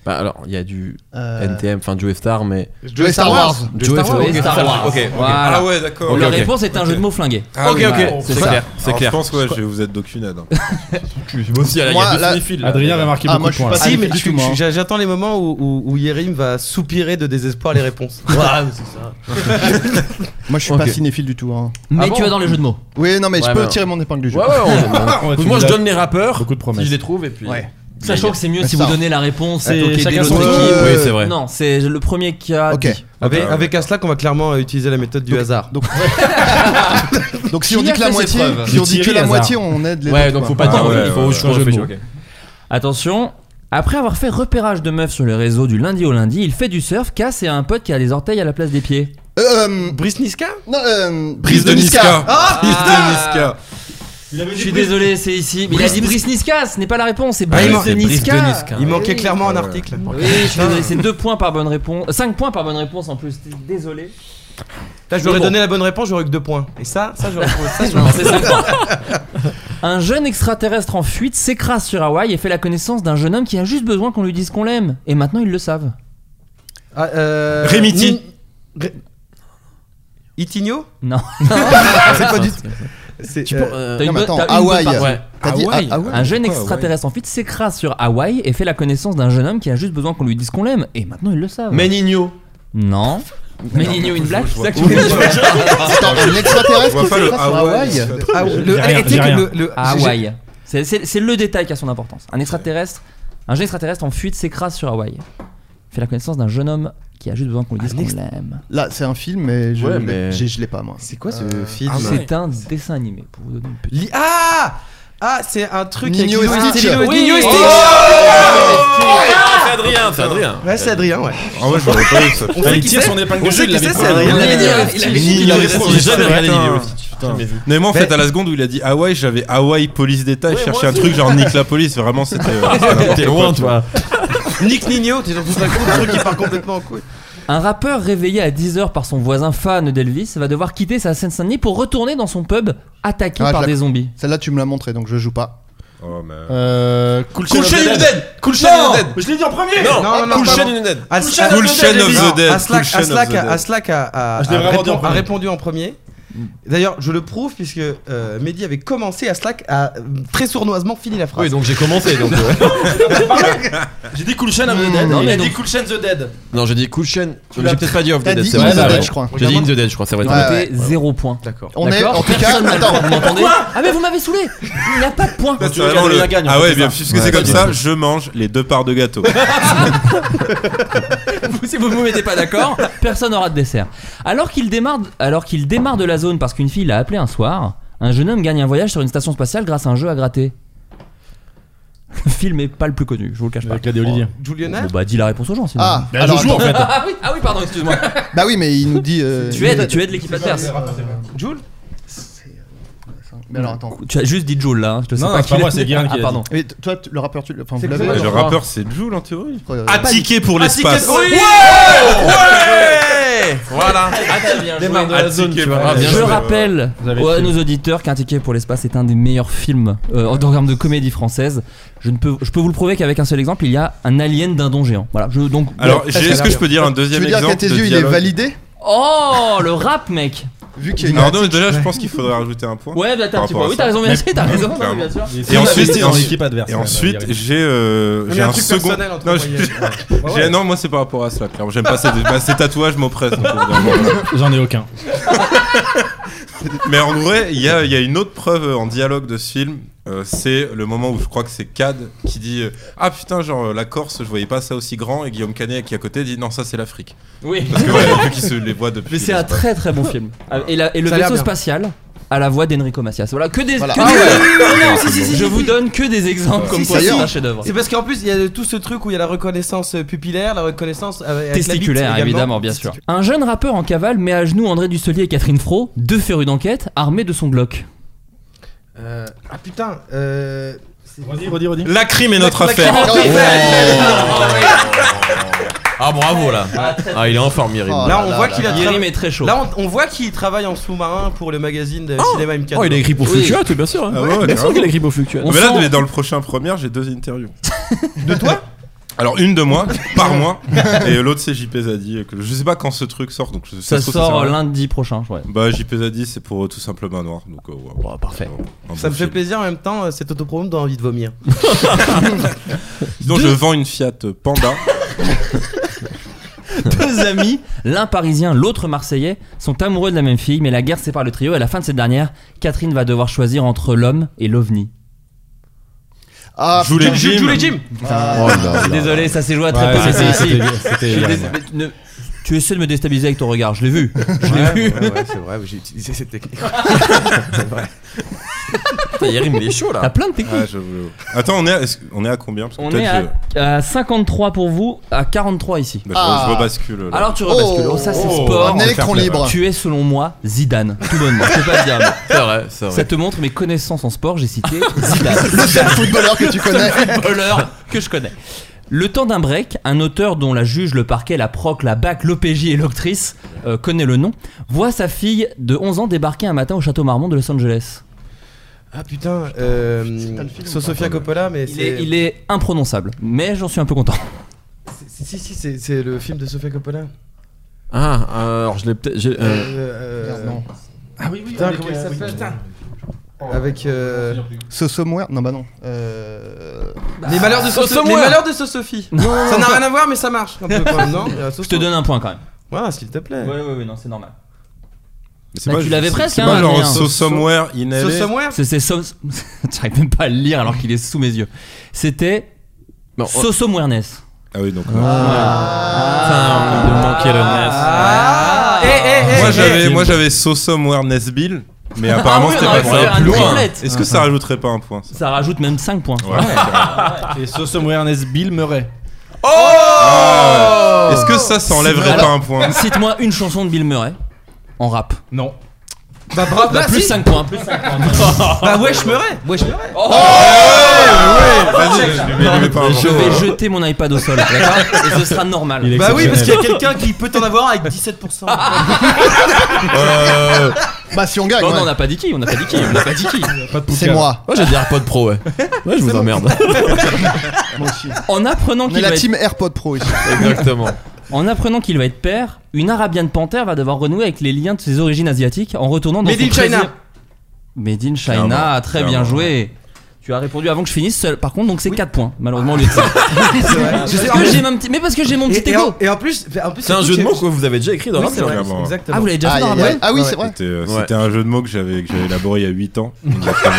Bah alors, il y a du Euh, NTM, enfin Joe Star mais Joey Star Wars. Joe Star et Star Wars. Ok, ok. Voilà. Ah ouais, d'accord. La ok, ok. réponse est un jeu de mots flingué. Ah oui, voilà. C'est ça. C'est Alors, clair. Je pense que ouais, je vais vous être d'ocunade. hein. Aussi, il y Moi, a deux là- cinéphiles, là. Adrien avait marqué Ah, beaucoup moi, de je suis points. pas là. Si, Ah, mais du je- tout, hein. moi. je- j'attends les moments où, où, où Yerim va soupirer de désespoir les réponses. Moi, je suis Ok. pas cinéphile du tout. hein. Mais bon tu vas dans les jeux de mots. Oui, non, mais Ouais, je peux mais- tirer mon épingle du jeu. Ouais, ouais, on- Ah, on a on- tout Moi, mis je là. donne les rappeurs beaucoup si je de promesses. les trouve et puis. euh. Ouais. Sachant que c'est mieux si Ça. vous donnez la réponse Et et toquez chacun des son l'autre équipe. équipe. Oui, c'est vrai. Non, c'est le premier qui a. Ok. dit. Avec, ouais. avec Aslak, on va clairement euh, utiliser la méthode du hasard. Donc, donc si on Qui dit a que fait la cette moitié, preuve si on Du dit que Thierry la Hazard. moitié, on aide les Ouais, autres, donc faut quoi. pas Ah dire. ouais, Il faut ouais, juste un jeu de mots. Attention, après avoir fait repérage de meufs sur les réseaux du lundi au lundi, il fait du surf, casse et a un pote qui a les orteils à la place des pieds. Euh, euh, Brice Niska non, euh, Prise de Niska. Ah Prise de Niska. Je suis désolé, c'est ici. Mais il a dit Brice Niska, ce n'est pas la réponse, c'est Ah, il Brice manque- de Niska. Il manquait oui. clairement un article. Oui, je suis désolé, c'est 2 points par bonne réponse. 5 points par bonne réponse en plus, désolé. Là, je lui aurais donné la bonne réponse, j'aurais eu que deux points. Et ça, ça, j'aurais trouvé ça. Non, c'est cinq points. Un jeune extraterrestre en fuite s'écrase sur Hawaï et fait la connaissance d'un jeune homme qui a juste besoin qu'on lui dise qu'on l'aime. Et maintenant ils le savent. Ah, euh, Rémiti. Nin- Ré- Itigno Non. C'est pas du tout. C'est, Tu euh, peux, euh, T'as Non, mais bonne- attends, t'as bonne Hawaï. part- Ouais. T'as dit Hawaï. ah, Hawaï Un jeune Pourquoi, ouais. extraterrestre en fuite s'écrase sur Hawaï et fait la connaissance d'un jeune homme qui a juste besoin qu'on lui dise qu'on l'aime. Et maintenant, ils le savent. Menigno. Non. Menino in Black. vois c'est ça que tu voulais dire. Attends, un Je vois extraterrestre pas qui le se passe sur Hawaï Hawaï. ah, J'ai le- rien, eh, tu sais j'ai que rien. le- le- À j'ai- Hawaï. C'est- C'est c'est le détail qui a son importance. Un extraterrestre, un jeune extraterrestre en fuite s'écrase sur Hawaï. Fait la connaissance d'un jeune homme qui a juste besoin qu'on lui dise qu'on l'aime. Là, c'est un film, mais je Ouais, l'ai- mais- j'ai- je l'ai pas moi. C'est quoi ce film Ah, C'est un dessin animé pour vous donner une petite. Li- Ah Ah, c'est un truc avec Nino Lilo et et Stitch. Stitch. Oui, Nino et Oh Stitch. Oh, C'est Adrien, c'est Adrien. Ouais, c'est Adrien, ouais. Ah ouais, je l'aurais pas eu ça. On sait qui tire c'est. son épingle On du sait jeu, il qui c'est, l'avait c'est pas. Adrien. Il l'avait dit, Ah, il il l'avait l'avait dit. dit. Il a répondu, j'ai jamais regardé Putain. Lilo et Stitch, putain. Mais moi en fait Mais- à la seconde où il a dit Hawaï j'avais Hawaï police d'état je cherchais un truc genre Nick la police vraiment c'était euh, c'était n'importe T'es quoi, loin, tu toi. Nick Nino, t'es sur tout d'un coup, le truc qui part complètement en couille. Un rappeur réveillé à 10h par son voisin fan d'Elvis va devoir quitter sa Seine-Saint-Denis pour retourner dans son pub attaqué Ah, je par la- des zombies. Celle-là, tu me l'as montré, donc je joue pas. vois. Oh, mais- Euh, Cool Cool Shade Shade of of the Dead. Cool Non. Shade of the Je l'ai dit en premier. Dead Non, non, non, pardon. Cool Shade of the Dead Aslak- Cool Shane of Non, the Dead. Aslak- Cool Shane of Aslak the a- Dead. Aslak a- a- Je l'ai a vraiment dit répond- en a premier. répondu en premier. D'ailleurs, je le prouve puisque euh, Mehdi avait commencé, Aslak a euh, très sournoisement fini la phrase. Oui, donc j'ai commencé. donc, euh, J'ai dit Cool Shade of the Mm, Dead. non, Il mais a dit donc- Cool Shade the Dead. Non, j'ai dit Cool Chain. J'ai peut-être pas dit Off the T'as Dead, dit c'est In vrai. the c'est ah Dead, vrai. je crois. J'ai dit In the Dead, je crois, c'est vrai. t'as Ouais, raison. Notez zéro point. D'accord. On est, D'accord en tout cas, Personne n'a le droit, attends, vous m'entendez Ah mais vous m'avez saoulé Il n'y a pas de point Ça, c'est veux vraiment gagner le- la gagne, en Ah fait, ouais c'est bien ça. puisque c'est comme c'est ça je mange les deux parts de gâteau Vous, Si vous ne vous mettez pas d'accord, personne n'aura de dessert. Alors qu'il démarre, alors qu'il démarre de la zone parce qu'une fille l'a appelé un soir, un jeune homme gagne un voyage sur une station spatiale grâce à un jeu à gratter. Le film est pas le plus connu, je vous le cache pas. Avec la d'Olivier. Juliana Bon bah dis la réponse aux gens sinon. Ah, Bah, alors, je joue en attends. fait. Ah oui, ah oui pardon, excuse-moi. Bah oui, mais il nous dit. euh, tu aides, tu aides l'équipe adverse. Jules Mais alors attends. Tu as juste dit Joule là, hein, je te sais Non, pas non, qui c'est pas l'a moi, dit. c'est Guérin qui Ah, l'a pardon. Mais t- toi, t- le rappeur, tu le. Enfin, vous C'est l'avez que Le c'est- euh, rappeur, c'est Jules en théorie. euh, Attiqué pour Ah, l'espace. Voilà. Ah, Démarre de la zone, Attiqué tu pour vois. l'espace. Je rappelle Ah, Vous avez aux- à su. nos auditeurs qu'un ticket pour l'espace est un des meilleurs films euh, en termes de comédie française. Je, ne peux, je peux vous le prouver qu'avec un seul exemple, il y a un alien d'un don géant. Voilà, je, donc. Alors, Ouais. j'ai- est-ce que je peux dire un Tu deuxième veux dire exemple qu'à tes de yeux, il est dialogue validé Oh, le rap, mec Vu qu'il y a une. Alors non, déjà, je pense qu'il faudrait rajouter un point. Ouais, bah t'as un Par petit rapport peu. à Oui, ça. t'as raison, merci, t'as raison. clairement. bien sûr. Et ensuite, dans ensuite- l'équipe adverse. Et ouais, bah, ensuite, Guérin. j'ai euh, Mais j'ai un un truc second. personnel entre Non, moi, j'ai- Yann. Ouais, j'ai- ouais. non, moi c'est par rapport à cela. Clairement, j'aime pas ces, bah, ces tatouages m'oppressent. donc, évidemment. j'en ai aucun. Mais en vrai, il y a, il y a une autre preuve en dialogue de ce film. euh, c'est le moment où je crois que c'est Cad qui dit euh, Ah putain, genre euh, la Corse, je voyais pas ça aussi grand. Et Guillaume Canet qui est à côté dit Non, ça c'est l'Afrique. Oui. Parce que ouais, vu qu'il se les voit depuis. Mais c'est un l'espace. très très bon film. Ah, Et, la- et le Ça a l'air vaisseau bien. spatial à la voix d'Enrico Macias. Voilà, que des. Voilà. que Ah des- ouais. Non, Si, si, si, je si, vous si. donne que des exemples comme Si, quoi si, c'est si. un chef-d'œuvre. C'est parce qu'en plus, il y a tout ce truc où il y a la reconnaissance euh, pupillaire, la reconnaissance euh, avec avec la bite Testiculaire, également. évidemment, bien sûr. Un jeune rappeur en cavale met à genoux André Dusselier et Catherine Fro, deux férus d'enquête, armés de son Glock. Euh, ah putain, euh. c'est- redis, redis. La crime est notre La crime affaire. est notre Oh. Ah bravo là. Ah il est en forme Yerim. Oh Là, on voit là qu'il a Yerim tra- est très chaud. Là, on, on voit qu'il travaille en sous-marin pour le magazine de Cinéma M4. Oh il a écrit pour Oui. Fluctuate bien sûr. hein. Ah ouais, bien sûr carrément. qu'il a écrit pour Fluctuate. On mais là, sent- mais dans le prochain première, j'ai deux interviews. De toi alors une de moi par mois et l'autre c'est JP Zadi euh, que je sais pas quand ce truc sort donc je- Ça se trouve, sert sort euh, à rien. lundi prochain, ouais. Bah JP Zadi c'est pour euh, tout simplement noir donc euh, ouais. Euh, Oh, parfait. Un Ça bon me fait film. plaisir en même temps, euh, cet autopromo donne envie de vomir. Sinon je vends une Fiat Panda. Deux amis, l'un parisien, l'autre marseillais, sont amoureux de la même fille, mais la guerre sépare le trio et à la fin de cette dernière, Catherine va devoir choisir entre l'homme et l'ovni. Ah, Joue les Jim. putain. Oh Désolé, ça s'est joué à très Ouais, peu. c'était- c'est ici. c'était- c'était- Je suis ouais. dés- mais ne- Tu essaies de me déstabiliser avec ton regard, je l'ai vu. Je l'ai vu. Ouais, ouais, c'est vrai, j'ai utilisé cette technique. Putain, Yerim il est chaud T'as là. plein de techniques. Ah, j'avoue. Attends on est à, est-ce- on est à combien Parce que On peut-être est je, à, à 53 pour vous, à 43 ici. bah, je- Ah. je rebascule. là. Alors tu rebascules. Oh, Oh, ça c'est oh, sport. Un électron libre. Tu es selon moi Zidane, tout bonnement. C'est pas Zidane. C'est hein. vrai, c'est Ça vrai. te montre mes connaissances en sport. J'ai cité Zidane, Le seul footballeur que tu connais. voleur que je connais. Le temps d'un break, un auteur dont la juge, le parquet, la proc, la bac, l'OPJ et l'octrice euh, connaît le nom, voit sa fille de 11 ans débarquer un matin au château Marmont de Los Angeles. Ah putain, euh. so- Sofia Coppola, mais Il est, c'est. il est imprononçable, mais j'en suis un peu content. c'est- Si, si, c'est- c'est le film de Sofia Euh. Coppola. Ah euh, alors je l'ai peut-être. j'ai- euh, Euh, Non. Ah oui, oui, putain, comment il s'appelle Avec. euh, Ce somewhere. Non, bah non. Euh. Ah, les malheurs de So- les malheurs de So Sophie. Ça n'a rien à voir, mais ça marche. Un peu quand même, non Je te donne un point quand même. Voilà, s'il te plaît. oui, oui, non, c'est normal. Mais c'est Bah, pas- tu l'avais c'est- presque, c'est hein, pas genre Adrien. So Somewhere in So LA. Somewhere C'est c'est Sos- J'arrive même pas à le lire alors qu'il est sous mes yeux. C'était bon, on- Sosomwerness. Ah oui donc. Ah. Putain, il me manquait le nez. Ah Eh, eh, eh Moi eh. j'avais moi j'avais So Somewhere Nesbill mais apparemment oui, c'était on pas aurait pu faire ça. un Plus loin. triplette. Est-ce que ça rajouterait pas un point ça Ça rajoute même 5 points. Ouais, c'est vrai. Et So Somewhere Ernest Bill Murray. Ah, Est-ce que ça s'enlèverait Alors- pas un point Cite-moi une chanson de Bill Murray en rap. Non. Bah, bravo, Bah, bah, plus si. 5 points. Bah, wesh, Murray Wesh, Murray Vas-y, je lui mets- lui mets pas un Je point. vais jeter mon iPad au sol, d'accord Et ce sera normal. Il est- Bah oui, parce qu'il y Exceptionnel. a quelqu'un qui peut t'en avoir avec 17%. Euh, Bah, si on gagne. Oh non, on ouais. n'a pas dit qui, on n'a pas dit qui, on n'a pas dit qui. Pas de poucave. C'est moi. Moi oh, j'ai des AirPods Pro ouais. Ouais je vous emmerde. Moi aussi. En apprenant On est qu'il va, la être- team AirPod Pro ici. Exactement. en apprenant qu'il va être père, une Arabian Panther va devoir renouer avec les liens de ses origines asiatiques en retournant dans Made son in China. 13e Made in China, Clairement, très bien clairement, joué. Tu as répondu avant que je finisse, seul. par contre, donc c'est 4 points, malheureusement, au lieu de cinq. Je sais- Parce que j'ai mon petit- Mais parce que j'ai mon petit bah, Et, et, en, ego et en plus, en plus C'est un surtout jeu de que- mots que vous avez déjà écrit dans Oui, la c'est vrai, Clairement, ouais. exactement. Ah, vous l'avez déjà fait Aïe, dans aïe, Ramen aïe. Ah oui, c'est vrai. C'était euh, Ouais. c'était un jeu de mots que j'avais que j'avais élaboré il y a 8 ans. exactement.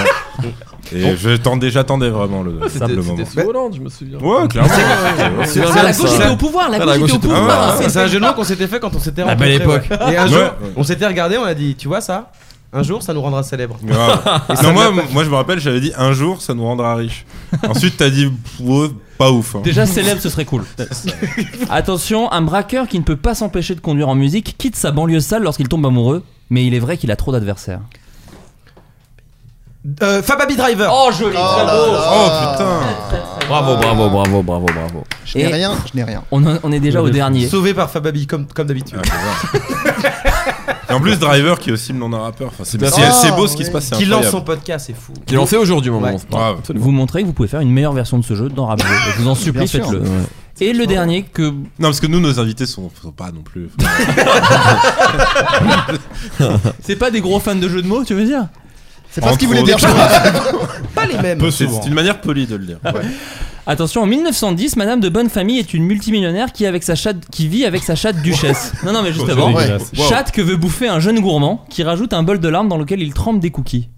Et je tendais- j'attendais vraiment le, le moment. sous Hollande je me souviens. Ouais, clairement. ouais, ouais. C'est Ah, la gauche était au pouvoir, la gauche était au pouvoir. pouvoir. Ah, Ah, C'est un jeu de mots qu'on s'était fait quand on s'était La rencontrés. belle époque. ouais. Et un Ouais. jour, Ouais. on s'était regardé, on a dit, tu vois ça Un jour, ça nous rendra célèbres. Grave. Non, moi, moi, je me rappelle, j'avais dit un jour, ça nous rendra riche. Ensuite, t'as dit ouais, pas ouf. hein. Déjà célèbre, ce serait cool. Attention, un braqueur qui ne peut pas s'empêcher de conduire en musique quitte sa banlieue sale lorsqu'il tombe amoureux, mais il est vrai qu'il a trop d'adversaires. Euh, Fababy Driver. Oh, joli, là bravo. là. Oh Ah. putain Bravo, bravo, bravo, bravo, bravo. Je n'ai Et- rien, je n'ai rien. On, en- on est déjà au dernier. Sauvé par Fababy comme, comme d'habitude. Ah, Et en plus, Driver qui est aussi le nom d'un rappeur. Enfin, c'est Merci. c'est- c'est beau ce Ah, qui se passe. c'est Qui lance son incroyable. podcast, c'est fou. Qui est lancé aujourd'hui, au moment Ouais. où on se parle. Bravo. Vous montrer que vous pouvez faire une meilleure version de ce jeu dans Rabjeu. Je vous en supplie, Bien sûr. faites-le. Ouais. Et le dernier que Non, parce que nous, nos invités sont, sont pas non plus. C'est pas des gros fans de jeux de mots, tu veux dire C'est pas ce qu'il Entre voulait dire. je autres. euh, crois. Pas les mêmes. C'est c'est une manière polie de le dire. Attention, en 1910, Madame de Bonne Famille est une multimillionnaire qui, avec sa chatte, qui vit avec sa chatte duchesse. Non, non, mais juste avant. Ouais. Wow. Chatte que veut bouffer un jeune gourmand qui rajoute un bol de larmes dans lequel il trempe des cookies.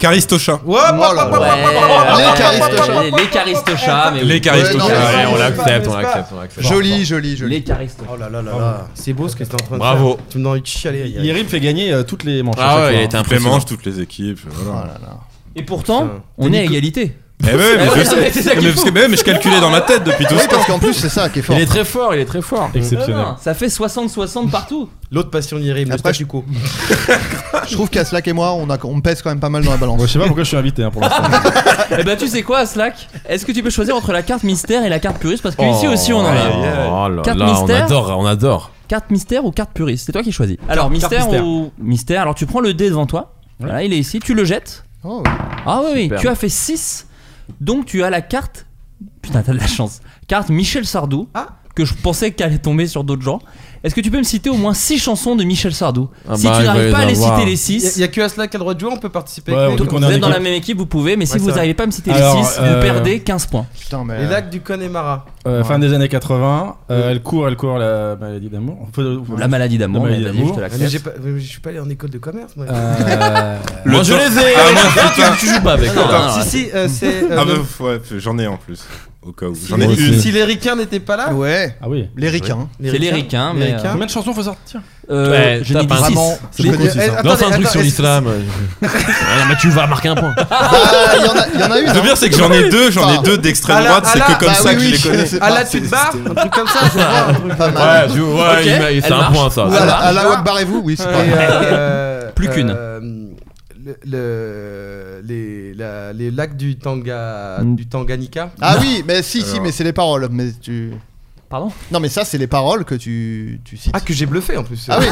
Caristocha. Oh, Wow, wow, wow, wow, wow, Les Caristochats. Les, les Caristochats, mais oui. Les Caristocha. Ouais, non, mais ça, Allez, on je l'a- sais pas, Accepte, Ah, n'est-ce on pas l'accepte, on l'accepte. Joli, joli, joli. Les Caristochats. Oh là là là là. C'est beau ce que t'es en train de Bravo. faire. Tu me donnes envie de chialer. Yann. Yerim fait gagner euh, toutes les manches. Ah à chaque ouais, il était fois, hein. Les impressionnant. manches, toutes les équipes. euh, Oh Voilà. là là. Et pourtant, Putain. on est à égalité. Eh ouais, mais Ah ouais, je sais- mais c'est ça qu'il mais parce faut. que- mais je calculais dans ma tête depuis tout Oui, ce temps. parce qu'en plus, c'est ça qui est fort. Il est très fort, il est très fort. Exceptionnel. Non, ça fait 60-60 partout. L'autre passion d'Yerim, le Après, statu quo. Je trouve qu'à Slack et moi, on, a, on pèse quand même pas mal dans la balance. Bon, je sais pas pourquoi je suis invité hein, pour l'instant. Eh ben, tu sais quoi, Slack Est-ce que tu peux choisir entre la carte mystère et la carte puriste Parce que ici aussi, on en a. euh, Oh là Carte là, on mystère. adore, on adore. Carte mystère ou carte puriste C'est toi qui choisis. Alors, Carte mystère, mystère. ou mystère Alors, tu prends le dé devant toi. Voilà, il est ici. Tu le jettes. Oh, oui. Ah oui, oui, Superbe. tu as fait 6. Donc, tu as la carte. Putain, t'as de la chance. Carte Michel Sardou. Ah. Que je pensais qu'elle allait tomber sur d'autres gens. Est-ce que tu peux me citer au moins 6 chansons de Michel Sardou Ah Si bah, tu il va n'arrives les pas à les avoir. citer les Il y a- 6. il y a que Aslak qui a le droit de jouer, on peut participer. Ouais, avec on nous. peut qu'on Vous en êtes dans équipe. la même équipe, vous pouvez, mais si Ouais, vous c'est vrai. n'arrivez pas à me citer les Alors, 6, euh, vous perdez 15 points. putain, mais. Les lacs du Connemara. Euh, Fin des années 80, euh, elle court, elle court la maladie d'amour. On peut- on- La maladie d'amour, La mais maladie vas-y, d'amour. je te la Ah, mais j'ai pas- mais Je suis pas allé en école de commerce, moi. Euh, Le Moi, je temps- les ai. Ah, moi, putain. Tu joues pas avec. Ah, non, non, non, non, si, si, euh, c'est. euh, Ah le- bah, ouais, j'en ai un en plus. Au cas où. si J'en ai les- une. Si les ricains n'étaient pas là. Ouais, Ah oui. les ricains. C'est les ricains, mais, euh, Combien de chansons faut sortir Euh, Ouais, je t'as n'ai dit pas six. vraiment- Je les- connais- euh, c'est ça. attendez, Non, c'est un truc attendez, sur l'islam. Ah, mais tu vas marquer un point. Ah, Il y en a- il y en a eu. Le pire, c'est que j'en ai deux. J'en ai Ah. deux d'extrême Ah là, droite. ah C'est là, que comme bah ça oui, que je oui, les connais. c'est À la c'est- tu te barres Un truc comme ça, je vois. un truc. Pas mal. Ouais, tu- ouais, Ah, Ok, il m'a- elle c'est un marche. point ça. Ou Ouais. à la, Voilà. à la Wag barrez-vous, oui, c'est Et, pas mal. euh, Plus qu'une. euh, le- le- les, la- les lacs du, Tanga, Mm. du Tanganyika. Ah oui, mais si, si, Alors. mais c'est les paroles. Mais tu... Pardon Non, mais ça, c'est les paroles que tu, tu cites. Ah, que j'ai bluffé en plus. Ah oui,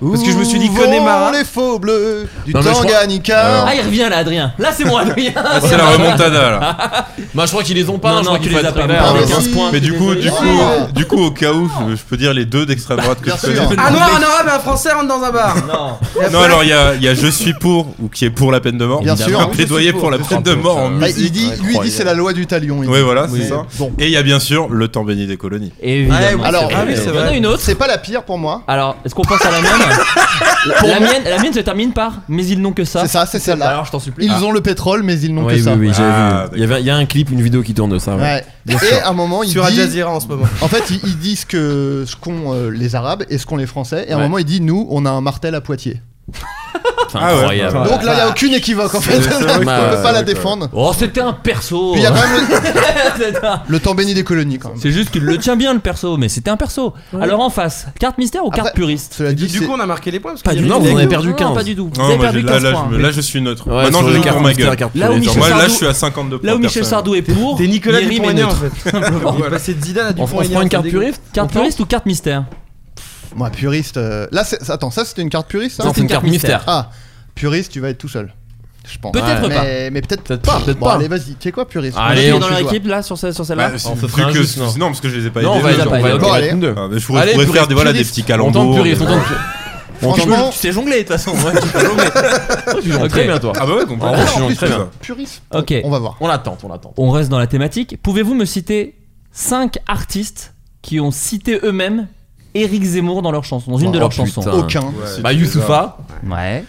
Parce que je me suis dit Où Connemara. vont les faux bleus du Non, mais je crois- Tanganyika. Ah, il revient là, Adrien. Là, c'est moi, Adrien. Ah, C'est la remontada là. Bah, je crois qu'ils les ont Non, pas. non, Je crois tu qu'il les faut as être pas, clair. pardon. Ah, Ouais. mais si, points. Mais du coup, du coup, Ouais. du coup, au cas où, je, je peux dire les deux d'extrême droite que Bien je connais. sûr. Un noir, un arabe et un français rentre dans un bar. Non. Non, alors il y a, il y a Je suis pour ou qui est pour la peine de mort. Bien Évidemment. sûr. Un plaidoyer pour la peine de mort en Bah, musique. il dit, lui, il dit, c'est la loi du talion. il Oui, dit. voilà, Oui. c'est ça. Bon. Et il y a bien sûr le temps béni des colonies. Évidemment. Ouais, alors, c'est ah oui, Euh, c'est Il y en a vrai. une autre. C'est pas la pire pour moi. Alors, est-ce qu'on passe à la mienne la, la mienne la mienne se termine par Mais ils n'ont que ça. C'est ça, c'est celle-là. Alors, je t'en supplie. Ils ont le pétrole, mais ils n'ont Oui, que ça. oui, oui, Ah, j'avais vu. Il y d'accord. avait- Il y a un clip, une vidéo qui tourne de ça. ouais. Ouais. Et à un moment, il Sur Al dit, Jazeera en ce moment. en fait, ils, ils disent que ce qu'ont euh, les Arabes et ce qu'ont les Français. Et à un Ouais. moment, il dit, nous, on a un martel à Poitiers. C'est Ah ouais. incroyable. Donc là, il y a aucune équivoque en fait. C'est- c'est On vrai peut que- Bah, pas la ouais, quoi. défendre. Oh, c'était un perso. Puis il y a quand même le, C'était un- le temps béni des colonies quand même. c'est juste qu'il le tient bien, le perso. Mais c'était un perso. Alors, en face, carte mystère ou carte Après- puriste Cela dit, Du c'est- coup, on a marqué les points. Parce Pas qu'il du y tout, avait vous des en avez lacs. perdu Non, 15. pas du tout. Vous Non, avez moi, j'ai- perdu là, 15 là, points. je, me- là, je suis neutre. Ouais, Maintenant, sur je les joue cartes pour ma mystères, gueule. cartes Là où purées, Michel moi, là, Sardou- je suis à 52 Là où pour Michel personne. Sardou est pour, T'es Nicolas Yerim est Dupont-Aignan en neutre. fait. Il est passé de Zidane à On, on Dupont-Aignan. prend une c'est carte dégueu. puriste Carte puriste ou carte mystère moi puriste. euh, Là, c'est- attends, ça c'était une carte puriste. ça Non, c'est une carte mystère. Ah, puriste, tu vas être tout seul. Je pense. Peut-être mais, pas. mais peut-être Peut-être pas. pas, peut-être Bon, pas. allez, vas-y. Tu Ah, sais quoi, puriste Allez, Qui est on dans fait leur jouer. équipe là sur ce- sur celle-là Bah, On se vu fera un que- juste, non. non, parce que je Bah, les ai pas Non, on aidés, va les les gens. appeler. Bon, allez. nous deux. Ah, mais je pourrais, je pourrais puriste, faire des, voilà, des puriste. petits On calembours. tente puriste, on des- tente. on tente- Franchement, Tu sais jongler de toute façon. ouais, tu peux jongler. Tu joues très bien, toi. Ah bah ouais, complètement. Ah, je suis en plus, très ouais. bien. puriste. Ok. On va voir. On l'attend, on l'attend. On reste dans la thématique. Pouvez-vous me citer 5 artistes qui ont cité eux-mêmes Eric Zemmour dans leur chanson, dans une Oh, de leurs putain. chansons Aucun. Bah, Youssoufa. Ouais.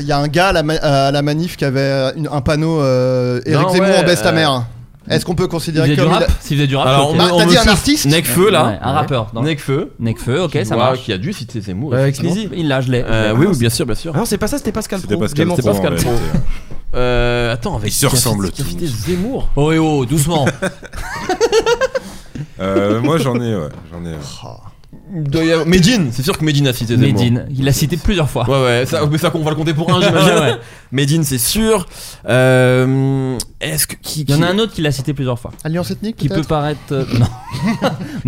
Il y a un gars à la, ma- à la manif qui avait une- un panneau euh, Eric Non, Zemmour ouais, en baisse ta euh, mère. Est-ce qu'on peut S'il faisait considérer du comme. rap il a- S'il faisait du rap, Alors, ok. on Bah, me- t'as on dit me un cite artiste Necfeu, Ouais, là. un rappeur, dans le- Necfeu. Necfeu, ok, Qui ça doit- marche. Euh, Qui a dû citer Zemmour. Ouais, avec effectivement. Sneezy. Il l'a, je l'ai. Euh, Oui, oui, bien sûr, bien sûr. Ah non, c'est pas ça, c'était Pascal C'était Pro. Pascal J'ai Pro. C'est menti. Pascal en Pro. réalité. Euh, attends, avec Ils se qui a ressemblent cité- qui a tous. cité Zemmour. Oh, eh oh, doucement. Euh, Moi, j'en ai, ouais. J'en ai. ouais. Oh. doit y avoir- Medine, c'est sûr que Medine a cité Zemmour. Medine, il l'a cité plusieurs fois. Ouais, ouais, ça, mais ça, on va le compter pour un, j'imagine. Ouais. Medine, c'est sûr. Euh, Est-ce que. Qui, Il y en a qui- un autre qui l'a cité plusieurs fois. Alliance ethnique Qui peut peut-être paraître. euh, non.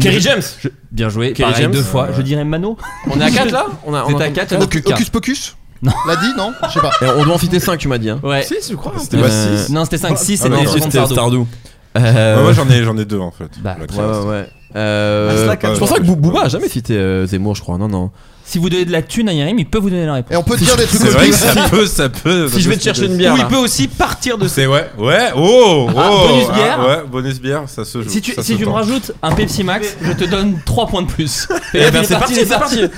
Kerry James Je- Bien joué, Kerry pareil, James. deux fois. Ouais. Je dirais Mano. On est à 4 là On a- on T'es a- à quatre, Donc, donc- quatre. Hocus Pocus Non. L'a dit, non Je sais pas. Et on doit en citer 5, tu m'as dit. Hein. Ouais. Si, je crois. C'était Euh, pas 6. Non, c'était 5, 6, Ah, non, c'était c'était Jérôme Sardou. Euh, Moi, j'en ai, j'en ai deux en fait. Bah, La ouais, classe. ouais, ouais. Euh, Slack, c'est pour ça que Bou- Booba a jamais cité euh, Zemmour, je crois. Non, non. Si vous donnez de la thune à Yarim, il peut vous donner la réponse. Et on peut dire des trucs C'est vrai que obscurs. ça peut, ça peut. Si je vais te chercher une bière. Ou il là. peut aussi partir de. Ah, C'est ouais, ouais, oh, oh, Ah, bonus bière. ah, ouais, bonus bière, ça se joue. Si tu, ça si se tu me tente. rajoutes un Pepsi Max, je te donne 3 points de plus. Et Eh il ben, est c'est parti, il est c'est parti.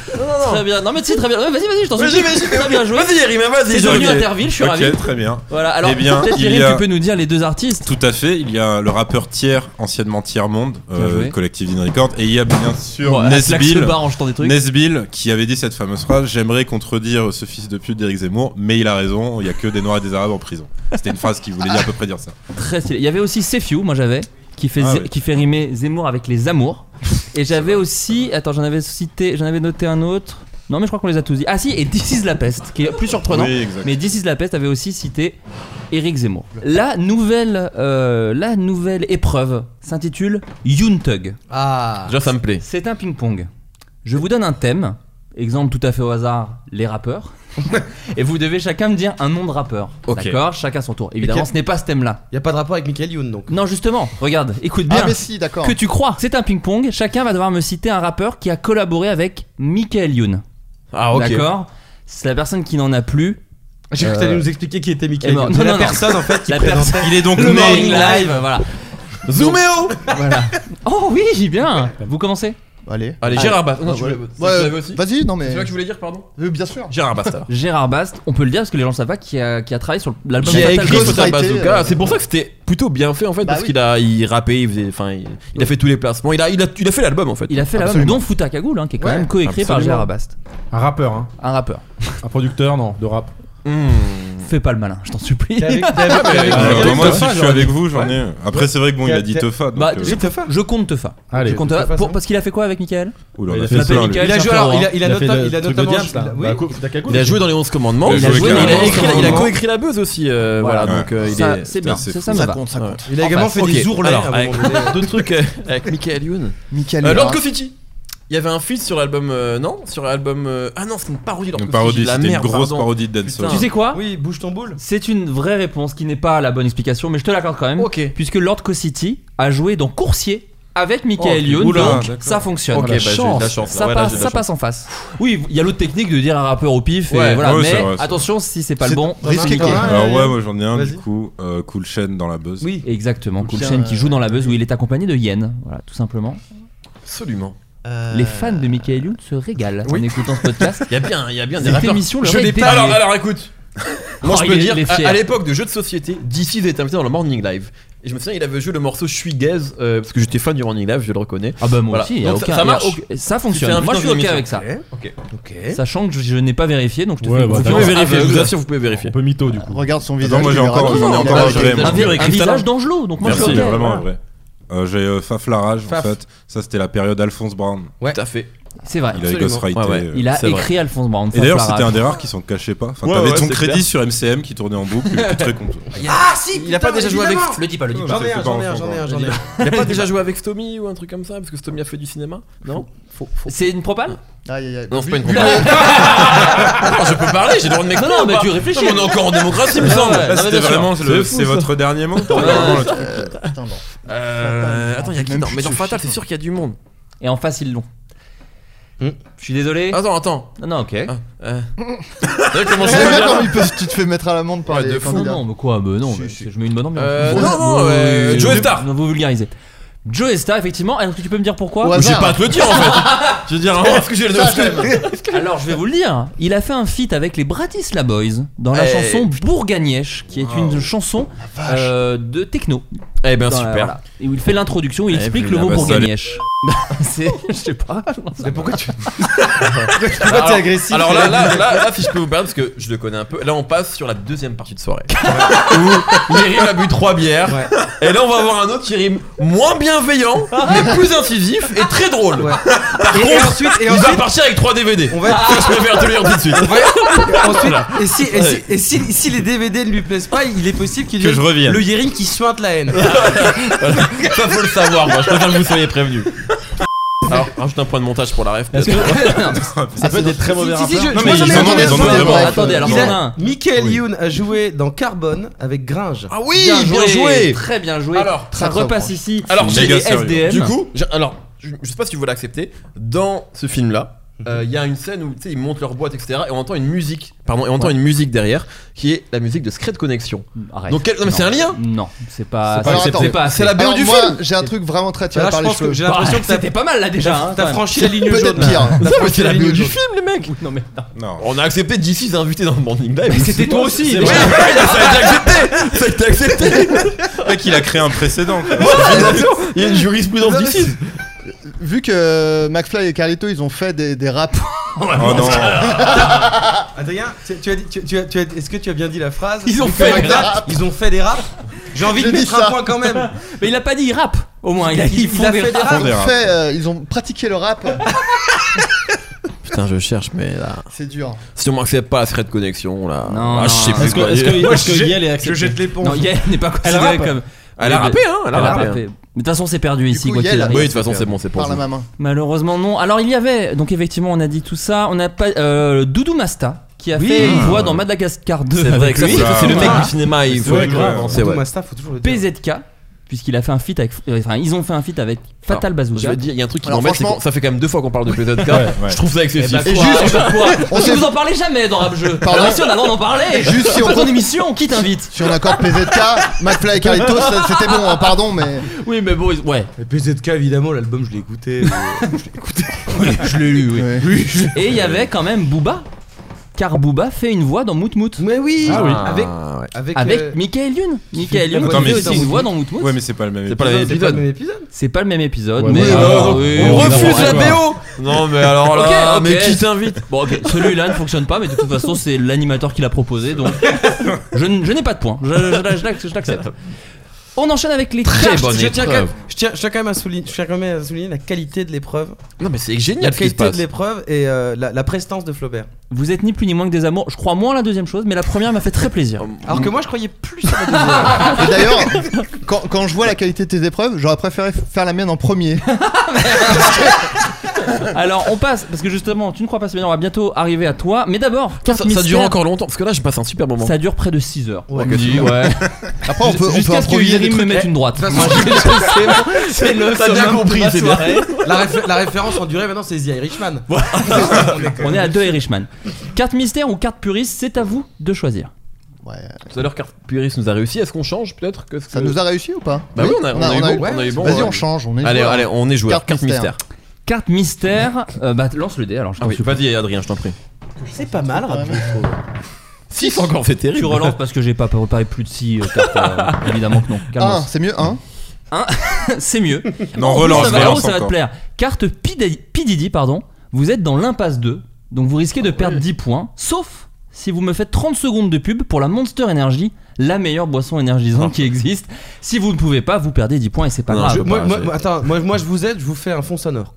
Très bien. Non mais si, très bien. Ouais, Vas-y, vas-y, je t'en Vas-y, supplie. vas-y. Très bien joué. Vas-y, Rima, vas-y. C'est Johnny. Johnny Interville, je suis ravi. Ok, très bien. Voilà, alors Eh bien, peut-être il Yarim, y a- tu peux nous dire les deux artistes. Tout à fait, il y a le rappeur Tiers, anciennement Tiers Monde, Bien euh, joué. collectif In Record, et il y a bien sûr Bon, la Slack se Nesbill. barre en jetant des trucs. Nesbill qui avait dit cette fameuse phrase J'aimerais contredire ce fils de pute d'Éric Zemmour, mais il a raison, il y a que des Noirs et des Arabes en prison. C'était une phrase qui voulait dire à peu près dire ça. Très stylé. Il y avait aussi Sefiu, moi j'avais, qui fait, Ah Zé- oui. qui fait rimer Zemmour avec les amours. Et j'avais aussi, attends, j'en avais cité, j'en avais noté un autre. Non mais je crois qu'on les a tous dit. Ah si, et This is la peste, qui est plus surprenant. Oui, exact. Mais This is la peste avait aussi cité Eric Zemmour. La nouvelle, euh, la nouvelle épreuve s'intitule Yuntug. Ah. Déjà, ça me plaît. C'est un ping-pong. Je vous donne un thème, exemple tout à fait au hasard, les rappeurs. et vous devez chacun me dire un nom de rappeur. Ok. D'accord Chacun son tour. Évidemment, quel- ce n'est pas ce thème-là. Y a pas de rapport avec Michael Youn donc. Non, justement, regarde, écoute bien. Ah, mais si, d'accord. que tu crois, c'est un ping-pong. Chacun va devoir me citer un rappeur qui a collaboré avec Michael Youn. Ah, ok. D'accord C'est la personne qui n'en a plus. J'ai cru que t'allais nous expliquer qui était Michael Eh ben, Youn. non, C'est non, non. la personne en fait. qui La présentait- personne. Il est donc Le né. morning live, voilà. Zooméo Oh oui, j'ai bien. Vous commencez Allez. Allez, Gérard Bast. Non, tu Ouais, voulais- tu ouais, l'avais aussi Vas-y, non mais. C'est ça que je voulais dire, pardon Euh, Bien sûr. Gérard Bastard. Gérard Bast, on peut le dire parce que les gens ne savent pas qui a, qui a travaillé sur l'album Qui a Fatal écrit Grief. ce Christophe Society, Bazooka. euh, Ah, C'est pour ça que c'était plutôt bien fait en fait Bah parce oui. qu'il a il rappait, il faisait, enfin il, il a fait tous les placements, il a il a, il a fait l'album en fait. Il a fait l'album Absolument. dont Fouta Cagoule, hein, qui est quand Ouais, même coécrit par absolument. Gérard Bast. Un rappeur, hein. Un rappeur. Un producteur, non, de rap. Hmm. Fais pas le malin, je t'en supplie. T'es avec- t'es avec- t'es avec- Euh, t'es avec- moi, t'es si je suis avec- avec vous, j'en ai. un. Après, c'est vrai que bon, il a dit Bah, Teufa. Bah, donc, euh, je, je compte Tefa. Allez. Je compte Tefa, Tefa. Pour- ça. Parce qu'il a fait quoi avec Michael oula, Il on a a fait fait ça, plein, Michael lui. Il a joué alors il a, il a, fait notam- le il a truc notamment. de Diams, là. oui. Bah, coup- Futacagoule. Il a joué dans les 11 commandements, Il a joué il dans les a 11 écrit, la- il a commandements. coécrit la buzz aussi euh, voilà, Voilà. donc euh, il Ça, est C'est bien, c'est c'est fou. ça me Ça va. compte, ça Ouais. compte. Il a également fait Ok, des ourlets. alors, à un avec- moment donné. D'autres trucs euh, avec Michael Youn. Michael. Euh, Lord Hurst. Coffiti. Il y avait un feat sur l'album euh, non, sur l'album euh, ah non, c'est une parodie Lord Une Coffiti, parodie, de la c'était une merde, grosse pardon. parodie de Dance Putain. Tu sais quoi Oui, bouge ton boule. C'est une vraie réponse qui n'est pas la bonne explication, mais je te l'accorde quand même. Ok. Puisque Lord City a joué dans Coursier avec Michael Oh, Youn, oula, donc d'accord. ça fonctionne. Ok, bah, j'ai eu de la chance. Ça, Ouais, là, passe, j'ai de la ça chance. passe en face. Oui, il y a l'autre technique de dire un rappeur au pif, et Ouais, voilà. ouais, mais c'est vrai, c'est attention, si c'est pas le C'est bon. Risqué Romain quand même. Alors, ouais, moi, j'en ai un, Vas-y. du coup. euh, Cool Chain dans la buzz. Oui. Exactement, Cool Tiens, Chain euh, qui joue dans la buzz où il est accompagné de Yen, voilà, tout simplement. Absolument. Les fans de Michael Youn se régalent en écoutant ce podcast. Il y a bien il y a bien des Cette rappeurs. émission, le Je l'ai répète. pas- Alors alors écoute. Moi, Oh, je peux il est- dire, ah, il est à- fier. à, l'époque de jeux de société, DC était invité dans le Morning Live. Et je me souviens, il avait joué le morceau Je suis gaze, euh, parce que j'étais fan du Morning Live, je le reconnais. Ah bah moi Voilà. aussi, il y a Donc ça- aucun- ça marche. il y a aucun- ça Tu fais fonctionne. un Moi je suis putain ok d'émission. avec ça. Ok. Ok. Sachant que je, je n'ai pas vérifié, donc je te Ouais, fais bah, Vous Attends, pouvez confiance vérifier, je aveugle. vous assure, vous pouvez vérifier. Un peu mytho, du coup. Regarde son visage. Attends, moi, j'ai il est encore, vraiment- j'en ai il est encore un, vraiment- je l'ai. Un, Merci, vi- un Christophe. visage d'Angelot, donc moi je Merci, suis ok. vraiment, en vrai. Euh, J'ai euh, Faf Larage, en Faf. fait. Ça, c'était la période Alphonse Brown. Tout à fait. C'est vrai. Il avait Absolument. ghostwrité. Ouais, ouais. euh, Il a C'est vrai. écrit Alphonse Brown. Et d'ailleurs, Faf c'était un Lara. des rares qui s'en cachait pas. Enfin, Ouais, t'avais ouais, ton c'est crédit sur MCM qui tournait en boucle, et t'es très content. Ah si Il a pas déjà joué avec. Le dis pas, le dis J'en ai Je un, sais j'en ai un, pas, je j'en ai sais un, j'en ai un. Il a pas déjà joué avec Stomy ou un truc comme ça Parce que Stomy a fait du cinéma Non C'est une propale Aïe, aïe, aïe. Non, c'est pas une propagande. Non, je peux parler, Bah j'ai le droit de m'exprimer. Non, non, ou mais pas tu réfléchis. Non, mais on est encore en démocratie, il me Ouais, semble. ouais. Là, Non, mais c'était bien sûr. vraiment le. C'est fou, C'est ça. votre dernier mot t'as vraiment le truc. Euh, Attends, non. Euh, Attends, il y a qui Même Non, plus mais dans ce Fatal, chiffre. c'est sûr qu'il y a du monde. Et en face, ils l'ont. Hmm. Je suis désolé. Attends, attends. Non, non, ok. Ah, euh. T'as vu comment Eh, je me mais gère non, il peut- tu te fais mettre à l'amende par Ouais, de les fou. non, candidats. non, mais quoi bah, Non, Si, mais si. je mets une bonne ambiance. Euh, Vous- non, vous- non, vous- euh, vous- Joe vous- Star. Non, vous vulgarisez. Joe Star, effectivement. Est-ce que tu peux me dire pourquoi Au J'ai hasard. pas à te le dire en fait. Je veux dire, est-ce que j'ai le Ça, j'aime. Alors, je vais vous le dire. Il a fait un feat avec les Bratislava Boys dans la Eh. chanson Bourgagnèche, qui est une chanson euh, de techno. Eh ben Dans la- super. voilà. Et où il fait l'introduction, où il Eh, explique plus le mot là-bas, ça allait. Bourgagnèche. C'est. Je sais pas. Mais pourquoi tu. pourquoi t'es Alors- agressif Alors là, là, là, là, si je peux vous parler, parce que je le connais un peu, là on passe sur la deuxième partie de soirée. où Yerim a bu trois bières. Ouais. Et là on va avoir un autre qui rime moins bienveillant, mais plus incisif et très drôle. Ouais. Par Et, contre, et ensuite, et il va ensuite, partir avec trois DVD. on va être- Je préfère te le dire tout de suite. ensuite, et si, et si, Ouais. et si, si les DVD ne lui plaisent pas, il est possible qu'il Que je devienne revienne. le Yérim qui sointe la haine. Ça faut le savoir, moi. Je préfère que vous soyez prévenus. Alors, rajoute un point de montage pour la ref. Parce que- Ça peut être des très mauvais si, si, rappeurs. je- Non, je mais pense ils à en ont mes- des- ils en ont mes- des- mes- Attendez, alors Il j'en ai a, un. Michael Youn a joué dans Carbone avec Gringe. Ah oui, bien joué. Très bien joué. Alors, ça très, très repasse bon. ici. Alors, j'ai méga les sérieux. SDM. Du coup, j'ai- alors, je, je sais pas si vous l'acceptez. Dans ce film-là, euh, il y a une scène où tu sais, ils montent leur boîte, etc. Et on entend une musique. Pardon, et on entend une musique derrière, qui est la musique de Secret Connection. Arrête. Donc, quel- non, mais c'est Non. un lien. Non, c'est pas. C'est pas- Bah, c'est- attends, C'est pas. C'est la BO Alors du moi, film. j'ai un truc vraiment très tiré Là, par je les pense que cheveux. j'ai Bah, l'impression que t'as- C'était pas mal là déjà. hein, t'as t'as quand même. franchi la ligne jaune. Peut-être là. pire. Non, mais C'est la ligne BO du jaune. film, les mecs. Non mais. non. Non. On a accepté DC's invités dans le Morning Live. Mais c'était toi aussi, C'est déjà. vrai, ça a été accepté. Ça a été accepté. Le mec, il a créé un précédent. quoi. Il y a une jurisprudence Non, mais DC's. Vu que McFly et Carlito, ils ont fait des, des raps. Oh non. Adrien, tu, tu as dit- tu- tu as- tu as- est-ce que tu as bien dit la phrase Ils ont Du coup, fait des Mac- Ils ont fait des raps. J'ai envie de J'ai dit mettre un ça. point quand même. Mais il a pas dit il rappe. Au moins, il a, Il- il il font a des fait des raps. Font Ils des ont, raps. fait, euh, ils ont pratiqué le rap. Putain, je cherche, mais là. C'est dur. Si on m'accepte pas la frais de connexion, là. Non, ah, je sais non. plus Est-ce que, quoi. est-ce que, Moi, est-ce que je- Yael est Je accepté jette l'éponge. Non, Yael n'est pas considéré rappe. comme. Elle a rappé, hein. Elle a Elle a rappé. hein. rappé. Mais de toute façon, c'est perdu ici, coup, quoi Yael qu'il a- arrive. Oui, de toute façon, c'est bon, c'est pour Par la vous. maman. Malheureusement, non. Alors, il y avait, donc effectivement, on a dit tout ça. On a pas. euh, Doudou Masta, qui a Oui. fait une Ah. voix dans Madagascar 2. C'est vrai avec que ça, lui. c'est- ça, c'est le mec Ah. du cinéma. Il faut vrai, que- grave. C'est vrai. Masta, faut toujours le dire. PZK, puisqu'il a fait un feat avec. euh, Enfin, ils ont fait un feat avec Fatal Bazooka. Je veux dire, il y a un truc qui Alors, m'embête, c'est franchement- que ça fait quand même deux fois qu'on parle de PZK. ouais. Je trouve ça Eh ben, excessif. quoi, Et juste- eh ben, quoi Parce que s'est- vous en parlez jamais dans Rap Jeu. Pardon Alors, si on a d'en parler. Juste si on Fais ton compte- émission, qui t'invite Si on accorde PZK, McFly et Carlito, ça- c'était bon, hein, pardon, mais. Oui, mais bon, ils- ouais. Mais PZK, évidemment, l'album, je l'ai écouté. Je l'ai lu, Ouais. Et il y avait quand même Booba, car Booba fait une voix dans Mout Mout. Mais oui, Ah oui. Avec, Ah, ouais. avec, Avec euh, Michael Youn. Michael Youn Attends, qui fait mais aussi c'est- une voix dans Mout Mout. Ouais, mais c'est pas le même. C'est pas la même c'est pas le épisode. même épisode. C'est pas le même épisode, Ouais, mais. euh, mais euh, alors, oui, on oui, refuse oui, la oui. BO. Non, mais alors Ok, Oh là, ok. mais qui t'invite Bon, ok, celui-là ne fonctionne pas, mais de toute façon, c'est l'animateur qui l'a proposé, donc je, n- je n'ai pas de point. Je, je- je- je l'ac- je l'accepte. On enchaîne avec les Très crèches. bonne je, tiens quand même, épreuve. je, tiens, je tiens quand même à souligner, je tiens quand même à souligner la qualité de l'épreuve. Non, mais c'est La génial ce qui se qualité de passe. l'épreuve et euh, la, la prestance de Flaubert. Vous êtes ni plus ni moins que des amours. Je crois moins à la deuxième chose, mais la première m'a fait très Oh plaisir. Alors que moi, je croyais plus à la deuxième. Et d'ailleurs, quand, quand je vois la qualité de tes épreuves, j'aurais préféré faire la mienne en premier. Alors, on passe, parce que justement, tu ne crois pas, bien on va bientôt arriver à toi. Mais d'abord, carte Ça, ça dure mystère. encore longtemps parce que là, je passe un super moment. Ça dure près de 6 heures. Ouais, que tu- ouais. Après, on peut, on peut Jusqu'à ce que improviser des Yérim me trucs. mette une droite. façon, Moi, j'ai- c'est bon, c'est le T'as bien summum de compris, ma c'est bien. soirée. La, réfé- la référence en durée maintenant c'est The Irishman. On est à deux Irishman. Carte mystère ou carte puriste, c'est à vous de choisir. Ouais. Tout à l'heure, Car Puris nous a réussi. Est-ce qu'on change peut-être que Ça nous a réussi ou pas Bah oui, on a, on a eu bon. on a eu bon, Vas-y, ouais. on change. On est Allez, joueur. allez, on est joueur. Carte Carte mystère. mystère. Carte mystère, euh, bah lance le dé alors Ah je t'en oui, supplie. vas-y, Adrien, je t'en prie. C'est pas mal, Rap Jeu, Si, c'est encore fait terrible. Tu relances parce que j'ai pas préparé plus de 6 cartes, euh, évidemment que non. Un, Ah. Calme. c'est mieux, un. C'est mieux. Non, En plus, relance, ben, ça va, relance ça va te encore. plaire. Carte Pidi- Pididi, pardon. Vous êtes dans l'impasse 2, donc vous risquez de perdre 10 points, sauf si vous me faites 30 secondes de pub pour la Monster Energy, la meilleure boisson énergisante Ah. qui existe. Si vous ne pouvez pas, vous perdez 10 points et c'est pas Non, grave. je- moi, bah, moi- c'est- moi- attends, moi, moi je vous aide, je vous fais un fond sonore.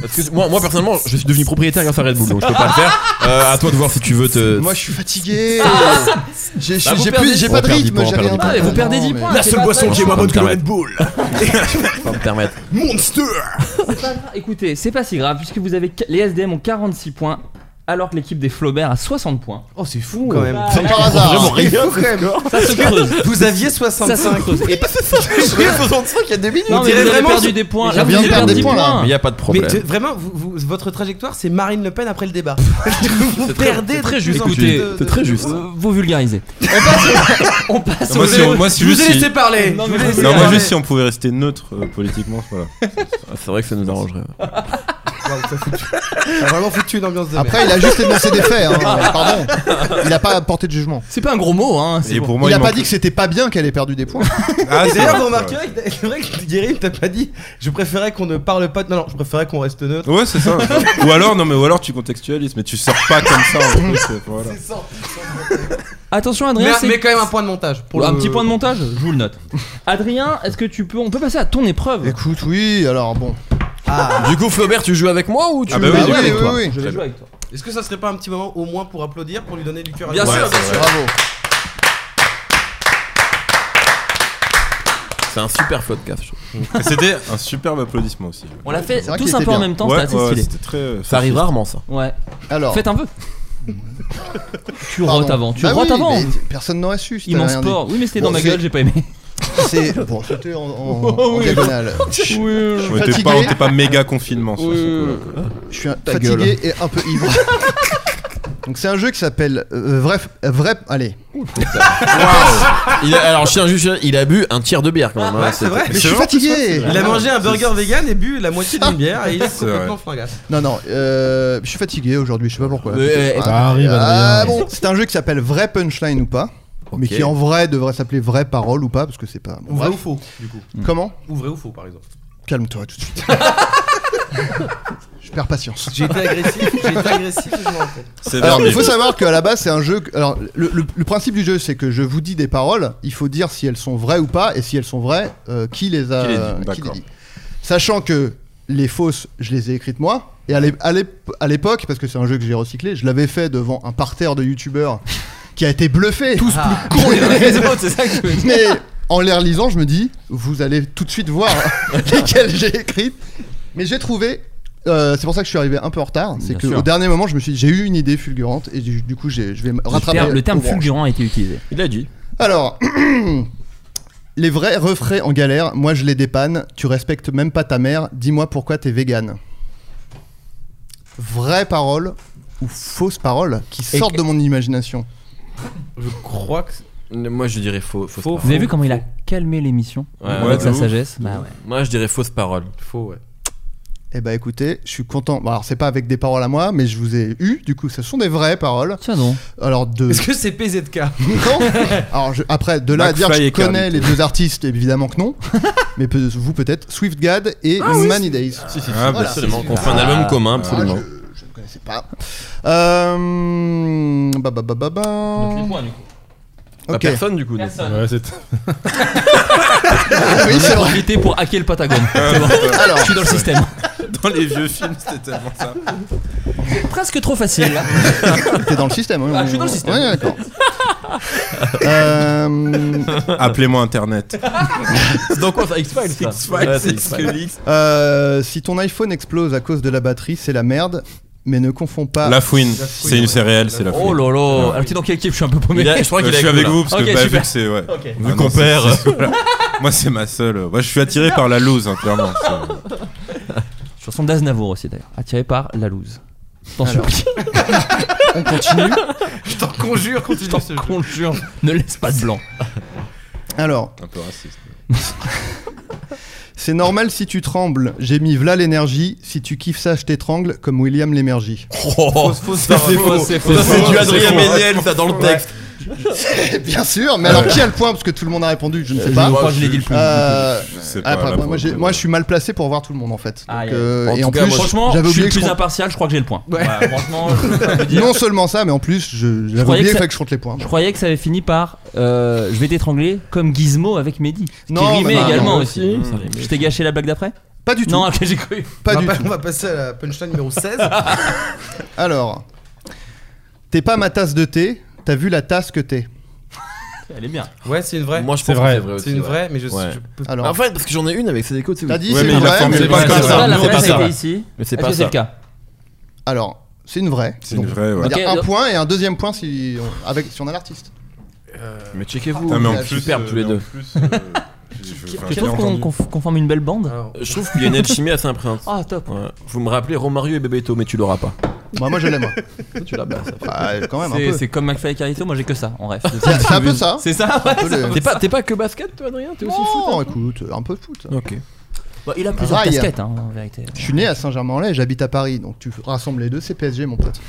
Parce que moi, moi, personnellement, je suis devenu propriétaire grâce à Red Bull, donc je peux pas le faire. Euh, à toi de voir si tu veux te. Moi, je suis fatigué. J'ai Ah, Euh, vous j'ai perdez- plus, j'ai on pas de perd dix rythme, points, on j'ai perd rien. dix points. Ah, mais vous perdez 10 points. c'est pas très qui est moins bonne que Red Bull. Je peux pas me permettre. Monster. grave. Écoutez, c'est pas si grave puisque vous avez ca- les SDM ont 46 points alors que l'équipe des Flaubert a 60 points. Oh c'est fou quand même. Comme par hasard. Ça se creuse. Vous Ça aviez se 65. creuse. Et pas- il y a deux minutes. non, mais dirait vous avez vraiment perdu ce- des points. Je Là, vous viens de avez perdre perdu des points, là. points. Mais y a pas de Mais problème. tu- vraiment, vous- vous- votre trajectoire c'est Marine Le Pen après le débat. vous C'est très- perdez c'est très de juste. plus en plus Écoutez, de- c'est très juste. Euh, Vous vulgarisez. On passe, on Moi, passe si au- on- moi, si Je vous ai juste, si- laissé parler. Non, je mais vous ai laissé Non, moi, parler. juste si on pouvait rester neutre euh, politiquement, voilà. Ah, C'est vrai que ça nous arrangerait. Waouh, ça fout- ça a vraiment foutu une ambiance de merde. Après, il a juste énoncé des faits, hein, pardon. Il a pas apporté de jugement. C'est pas un gros mot, hein. c'est Et bon. pour moi, il a pas manque- dit que c'était pas bien qu'elle ait perdu des points. Ah, c'est D'ailleurs, vrai. vous remarquerez que c'est vrai que Guérim, t'as pas dit je préférais qu'on ne parle pas. de- Non, non, je préférais qu'on reste neutre. Ouais, c'est ça. ou alors, non, mais ou alors tu contextualises, mais tu sors pas comme ça. En plus, euh, voilà. Attention, Mais, Adrien, c'est mais quand même un point de montage. Pour un le- petit point de montage. Je vous le note. Adrien, est-ce que tu peux On peut passer à ton épreuve. Écoute, oui, alors bon. Ah. Du coup, Flaubert, tu joues avec moi ou tu Ah bah oui, Ah il est oui, avec oui, toi. oui, Je vais jouer avec toi. Est-ce que ça serait pas un petit moment au moins pour applaudir, pour lui donner du cœur à Bien lui sûr, Ouais, bien c'est sûr. Bravo. C'est un super podcast. je trouve. Et C'était un superbe applaudissement aussi. On l'a fait C'est vrai tous qu'il un peu était en bien. même temps. ouais, C'était assez ouais, stylé. c'était très. euh, Ça arrive rarement, ça. Ouais. Alors. Faites un peu. tu pardon. rotes avant. Tu Bah rotes oui, avant. mais Personne n'aurait su. si t'avais Immense rien dit. sport. Oui, mais c'était dans Bon, ma c'est- gueule. J'ai pas aimé. C'est bon, c'était en, en, Oh, en oui. diagonale. Oui, oui, oui. On était fatigué. pas, on était pas méga confinement. sur ce coup-là. Je suis un- Ta fatigué gueule. et un peu ivre. Donc c'est un jeu qui s'appelle euh, vrai f- euh, vrai allez. Il a- alors, je tiens juste, il a bu un tiers de bière quand même. hein, Ah, Ouais, c'est vrai. Mais je suis vrai, fatigué. Il a mangé un burger vegan et bu la moitié d'une bière et il est C'est complètement vrai. fringasse. Non non, euh, je suis fatigué aujourd'hui, je sais pas pourquoi. Euh, Ah, Ça arrive, ah, Eh ben, Adrien. bon, c'est un jeu qui s'appelle vrai punchline ou pas, mais Ok. qui en vrai devrait s'appeler vraie parole ou pas parce que c'est pas. bon, Ou vrai ou bref. faux, du coup. Comment Ou vrai Hmm. ou faux, par exemple. Calme-toi tout de suite. je perds patience. J'ai été agressif, j'ai été agressif, je m'en rappelle. C'est Alors, il dernier. Ah, faut savoir qu'à la base, c'est un jeu. que- Alors, le, le- le principe du jeu, c'est que je vous dis des paroles, il faut dire si elles sont vraies ou pas, et si elles sont vraies, euh, qui les a Qui les dit, qui d'accord. dit. Sachant que les fausses, je les ai écrites moi, et à l'ép- à l'ép- à l'époque, parce que c'est un jeu que j'ai recyclé, je l'avais fait devant un parterre de youtubeurs qui a été bluffé. Ah. Tous plus cons Les autres, c'est ça que tu veux dire. mais en les relisant, je me dis, vous allez tout de suite voir lesquelles j'ai écrites. Mais j'ai trouvé. euh, c'est pour ça que je suis arrivé un peu en retard. C'est Bien que sûr. au dernier moment, je me suis, dit, j'ai eu une idée fulgurante et du du coup, j'ai- je vais me Le rattraper. terme, le terme au branche. fulgurant a été utilisé. Il a dit. Alors, les vrais refrains en galère. Moi, je les dépanne. Tu respectes même pas ta mère. Dis-moi pourquoi t'es vegan. Vraie parole ou fausse parole qui Et- sortent de mon imagination. Je crois que. Moi, je dirais faux. fausse Faux. parole. Vous avez vu comment il a calmé l'émission Ouais, avec de sa ouf. sagesse Bah ouais. Moi, je dirais fausse parole. Faux, ouais. Eh bah écoutez, je suis content. Bon, alors c'est pas avec des paroles à moi, mais je vous ai eu. Du coup, ce sont des vraies paroles. Tiens donc. Alors de Est-ce que c'est PZK non. Alors je- après de là à dire que McFly je et Carlito. connais les deux artistes, évidemment que non. mais peut- vous peut-être Swiftgad et Many Days. Ah, bah, Voilà. Absolument. Qu'on fait un album commun, Ah, absolument. je, je ne connaissais pas. Euh, bah, bah, bah, bah, bah. Pas Ok. Personne du coup. donc. Ouais, c'est- Ah oui, On c'est vrai. a profité pour hacker le Patagone. Ah, C'est bon. Alors, Je suis dans le système. Dans les vieux films, c'était tellement ça. Presque trop facile. t'es dans le système. hein. Ah, je suis dans le système. Ouais, d'accord. Euh, Appelez-moi Internet. C'est dans quoi ça X-Files ça Ouais, c'est X-Files. euh, si ton iPhone explose à cause de la batterie, c'est la merde. Mais ne confonds pas. La fouine, c'est une céréale, c'est la Oh fouine. là là. Alors, t'es dans quelle équipe Je suis un peu paumé. Il a- je crois Euh, qu'il je est suis avec vous parce Ok, que bah, vu super. que c'est ouais. Vu Ah, qu'on non, c'est- perd. c'est- voilà. Moi c'est ma seule. euh, Moi je suis attiré par la loose hein, clairement. c'est- Chanson d'Aznavour aussi d'ailleurs. Attiré par la loose. T'en supplie. On continue. Je t'en conjure, continue ce jeu. Conjure. Ne laisse pas de blanc. Alors, Un peu raciste. c'est normal si tu trembles. J'ai mis v'là l'énergie. Si tu kiffes ça, je t'étrangle comme William l'énergie. Oh, Ça c'est faux, c'est faux. Ça c'est du Adrien Méniel ça dans le texte. Eh, Bien sûr. Mais alors qui a le point parce que tout le monde a répondu. Je ne sais Je pas. crois que je l'ai dit le plus. Euh, Je sais Ah, pas, pas- la moi, moi, faute. j'ai- moi, je suis mal placé pour voir tout le monde en fait. Donc, Aïe, aïe. euh, En et tout en cas, plus, moi, Franchement, j'avais je suis oublié le que je plus compte- impartial, je crois que j'ai le point. Ouais. Voilà, franchement, je peux pas te dire. non seulement ça, mais en plus, je- j'avais croyais oublié que fait ça- que je compte les points. Je croyais que ça avait fini par euh, je vais t'étrangler comme Gizmo avec Mehdi. Non, qui rimait mais non, également non, aussi. Je t'ai gâché la blague d'après Pas du tout. bah, Non, ok, j'ai cru. pas on, du va, tout. on va passer à la punchline numéro 16. Alors, t'es pas ma tasse de thé. T'as vu la tasse que t'es. Elle est bien. Ouais, c'est une vraie. Moi je C'est pense vrai. que c'est vrai aussi. c'est une ouais. vraie, mais je, Ouais. je peux Ah, Alors, En fait, parce que j'en ai une avec Sedeco, tu sais. t'as dit Ouais, c'est mais il a vrai, formulé mais pas c'est comme pas ça. ça. la non, c'est vraie, pas c'était ça. ici. Mais c'est Est-ce pas que c'est le ça. cas Alors, c'est une vraie. C'est une Donc, vraie. on Ouais. va dire Ok, un donc- point et un deuxième point si on, avec, si on a l'artiste. Mais checkez-vous. Ah, mais en Ouais, plus, superbe, euh, tous les mais en deux. plus, euh, j'ai- j'ai- enfin, Tu j'ai trouves qu'on entendu. qu'on f- qu'on forme une belle bande Alors, Je trouve qu'il y a une alchimie assez impressionnante. Ah, top. Ouais. Vous me rappelez Romario et Bebeto, mais tu l'auras pas. Bah, moi, je l'aime. Tu l'as pas. ça. Bah, quand même, un C'est- peu. C'est comme McFly et Carito, moi j'ai que ça en rêve. C'est un peu ça. C'est ça, ouais. Un peu le- hein. T'es pas, t'es pas que basket, toi, Adrien T'es aussi foot Non, écoute, un peu foot. hein Ok. Bon, Bah, il a plusieurs Rail. casquettes, hein, en vérité. Je suis né à Saint-Germain-en-Laye, j'habite à Paris, donc tu rassembles les deux, c'est PSG, mon pote.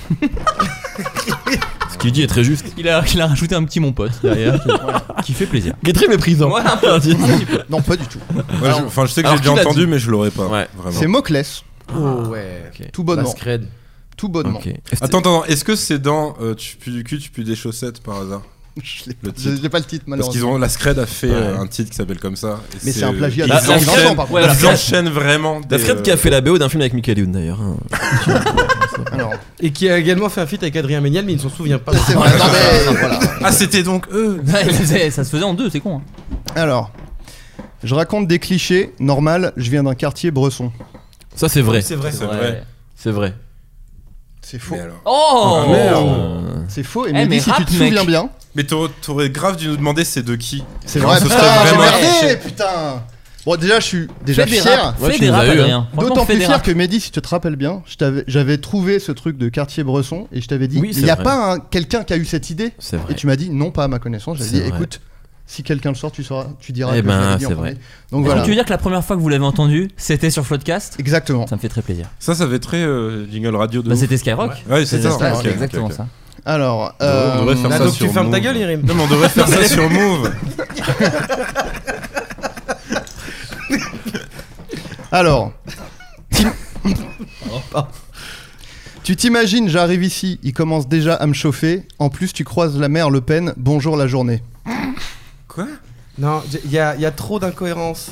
Ce qu'il dit est très juste. Il a, il a rajouté un petit mon pote derrière, qui fait plaisir. Il est très méprisant. Voilà, un peu, un petit peu. Non, pas du tout. Moi, je- Enfin, je sais que j'ai alors, déjà qui l'a entendu, dit mais je l'aurais pas. Ouais. Vraiment. C'est Moclès, Ah, Oh ouais. tout bonnement. Masquerade. Tout bonnement. Ok. Attends, attends, est-ce que c'est dans euh, Tu pues du cul, tu pues des chaussettes par hasard Je l'ai pas- Le J'ai titre. j'ai pas le titre, Parce qu'ils malheureusement. ont la Scred a fait euh, un titre qui s'appelle comme ça. et Mais c'est un plagiat. Ils La- la enchaînent- Scred- par ouais, la ils Scred- enchaînent vraiment. La des, Fred qui euh, a fait la BO d'un film avec Michael Youn d'ailleurs. hein. Alors, Et qui a également fait un feat avec Adrien Méniel, mais il ne s'en souvient pas. c'est vrai, non, mais- voilà. Ah, c'était donc eux. Ouais, il faisait- ça se faisait en deux, c'est con. hein. Alors, je raconte des clichés. Normal, je viens d'un quartier bresson. Ça c'est vrai. C'est vrai. C'est vrai. C'est vrai. C'est faux. Mais alors. Oh, Ah, merde. Euh, C'est faux. Et Eh, Mehdi, mais si rap, tu te mec. souviens bien, Mais t'aurais- t'aurais grave dû nous demander c'est de qui. c'est Non, vrai. ce Putain, serait j'ai vraiment- merdé, putain. Bon, déjà, je suis déjà Fais des fier. raps, Ouais, fais tu des nous as raps, eu, hein. Adrien. Franchement, D'autant fais plus des fier raps. que Mehdi, si tu te rappelles bien, je t'avais- j'avais trouvé ce truc de quartier bresson et je t'avais dit, Oui, il c'est n'y a vrai. pas un- quelqu'un qui a eu cette idée C'est vrai. Et tu m'as dit, non, pas à ma connaissance. J'avais C'est dit, vrai. écoute, si quelqu'un le sort, tu, sauras, tu diras. Eh que je ben, l'avais dit en c'est premier. vrai. Donc Est-ce voilà. que tu veux dire que la première fois que vous l'avez entendu, c'était sur Floodcast Exactement. Ça me fait très plaisir. Ça, ça fait très euh, jingle radio de. Bah, ouf. c'était Skyrock. Ouais, c'est ça. Ouais, ok, c'est ok, exactement ok. ça. Alors, euh, devrait- on devrait faire Ah, ça donc sur tu fermes ta Move. gueule, Irim. Non, mais on devrait faire ça sur Move. Alors. t'im- Tu t'imagines, j'arrive ici, il commence déjà à me chauffer. En plus, tu croises la mère Le Pen, bonjour la journée. Quoi Non, il y, a il y a trop d'incohérences.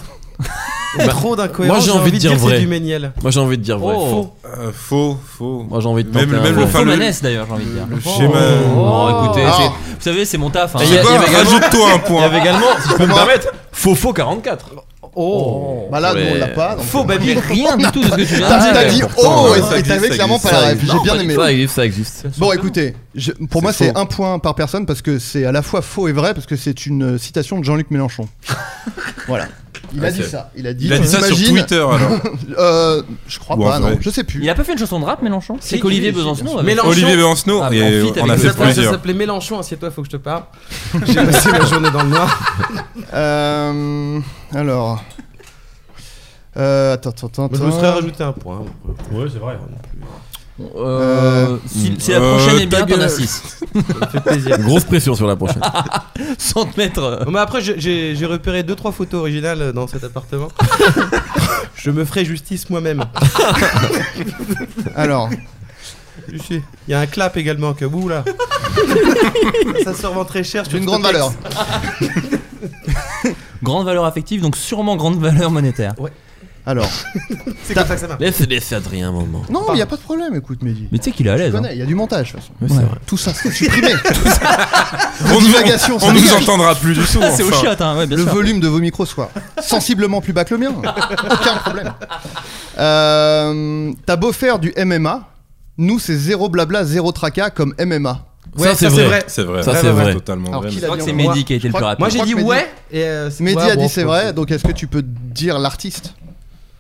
Il y a Bah, trop moi, d'incohérences. j'ai envie de dire que c'est vrai. du Méniel. Moi j'ai envie de dire vrai. Oh. Euh, Faux, faux. Moi j'ai envie de Même- tenter un même le vrai. Enfin, Enfin, le- Manès d'ailleurs, j'ai envie de dire. Le schéma. Oh, écoutez, Ah. c'est- vous savez, c'est mon taf. hein. Et il y C'est a- quoi il y avait également- Rajoute-toi un Il y point. avait également, si je peux me Moi. permettre, Faux Faux 44. Oh. Bah là, nous, on Ouais. l'a pas. donc- Faux, bah, mais rien du tout de ce que tu viens T'as de t'as dire. dit pourtant, oh ouais, et- ça et existe, t'avais ça clairement pas existe, la ça rêve. J'ai Non, bien pas- aimé. Ça existe, ça existe. Bon, écoutez, je- pour moi, C'est c'est faux. un point par personne parce que c'est à la fois faux et vrai parce que c'est une citation de Jean-Luc Mélenchon. voilà. Il a Ouais, dit c'est- ça. Il a dit, Il a dit ça sur J'imagine- Twitter alors. Euh, je crois Ou en pas, vrai. non. Je sais plus. Il a pas fait une chanson de rap, Mélenchon C'est Si, qu'Olivier si, si, Besancenot bien avait- sûr. Mélenchon. Olivier Besancenot Ah, bah, et en feat on a avec fait le- Ça plaisir. s'appelait Mélenchon, assieds-toi, faut que je te parle. J'ai passé ma journée dans le noir. Euh, alors. Euh, attends, attends, attends. Je me serais rajouté un point. Ouais, c'est vrai. hein. Euh, Si si la Euh, prochaine est ta bien, t'en as gueule. 6. Grosse pression sur la prochaine. Ah, Sans te mettre. euh, Non, mais après, j'ai- j'ai j'ai repéré 2-3 photos originales dans cet appartement. je me ferai justice moi-même. Alors, Je suis- Il y a un clap également que ouh là. ça se revend très cher. d'une grande valeur. Grande valeur affective, donc sûrement grande valeur monétaire. Alors. C'est comme ça que ça marche. Laisse, laisse Adrien un moment. Non, il n'y a pas de problème, écoute, Mehdi. Mais tu sais qu'il est à Je l'aise. hein. connais, il y a du montage, de toute façon. Oui, c'est Ouais. vrai. Tout ça, c'est supprimé. Tout ça. On Vos nous, divagations, on ça nous dégage. entendra plus du tout. Ah, c'est au enfin. chiotte, hein, ouais, bien Le sûr. volume de vos micros soit sensiblement plus bas que le mien. Aucun problème. Euh, T'as beau faire du MMA, nous, c'est zéro blabla, zéro tracas comme MMA. Ouais, Ça, c'est vrai. C'est vrai. Ça, c'est vrai. Totalement Alors, vrai. qui Je l'a crois dit que en c'est premier Mehdi qui a été le Je plus crois- rapide. Moi Je j'ai crois dit que Mehdi- ouais. Et euh, c'est- Mehdi ouais, a bon, dit c'est faut- vrai, donc est-ce que tu peux dire l'artiste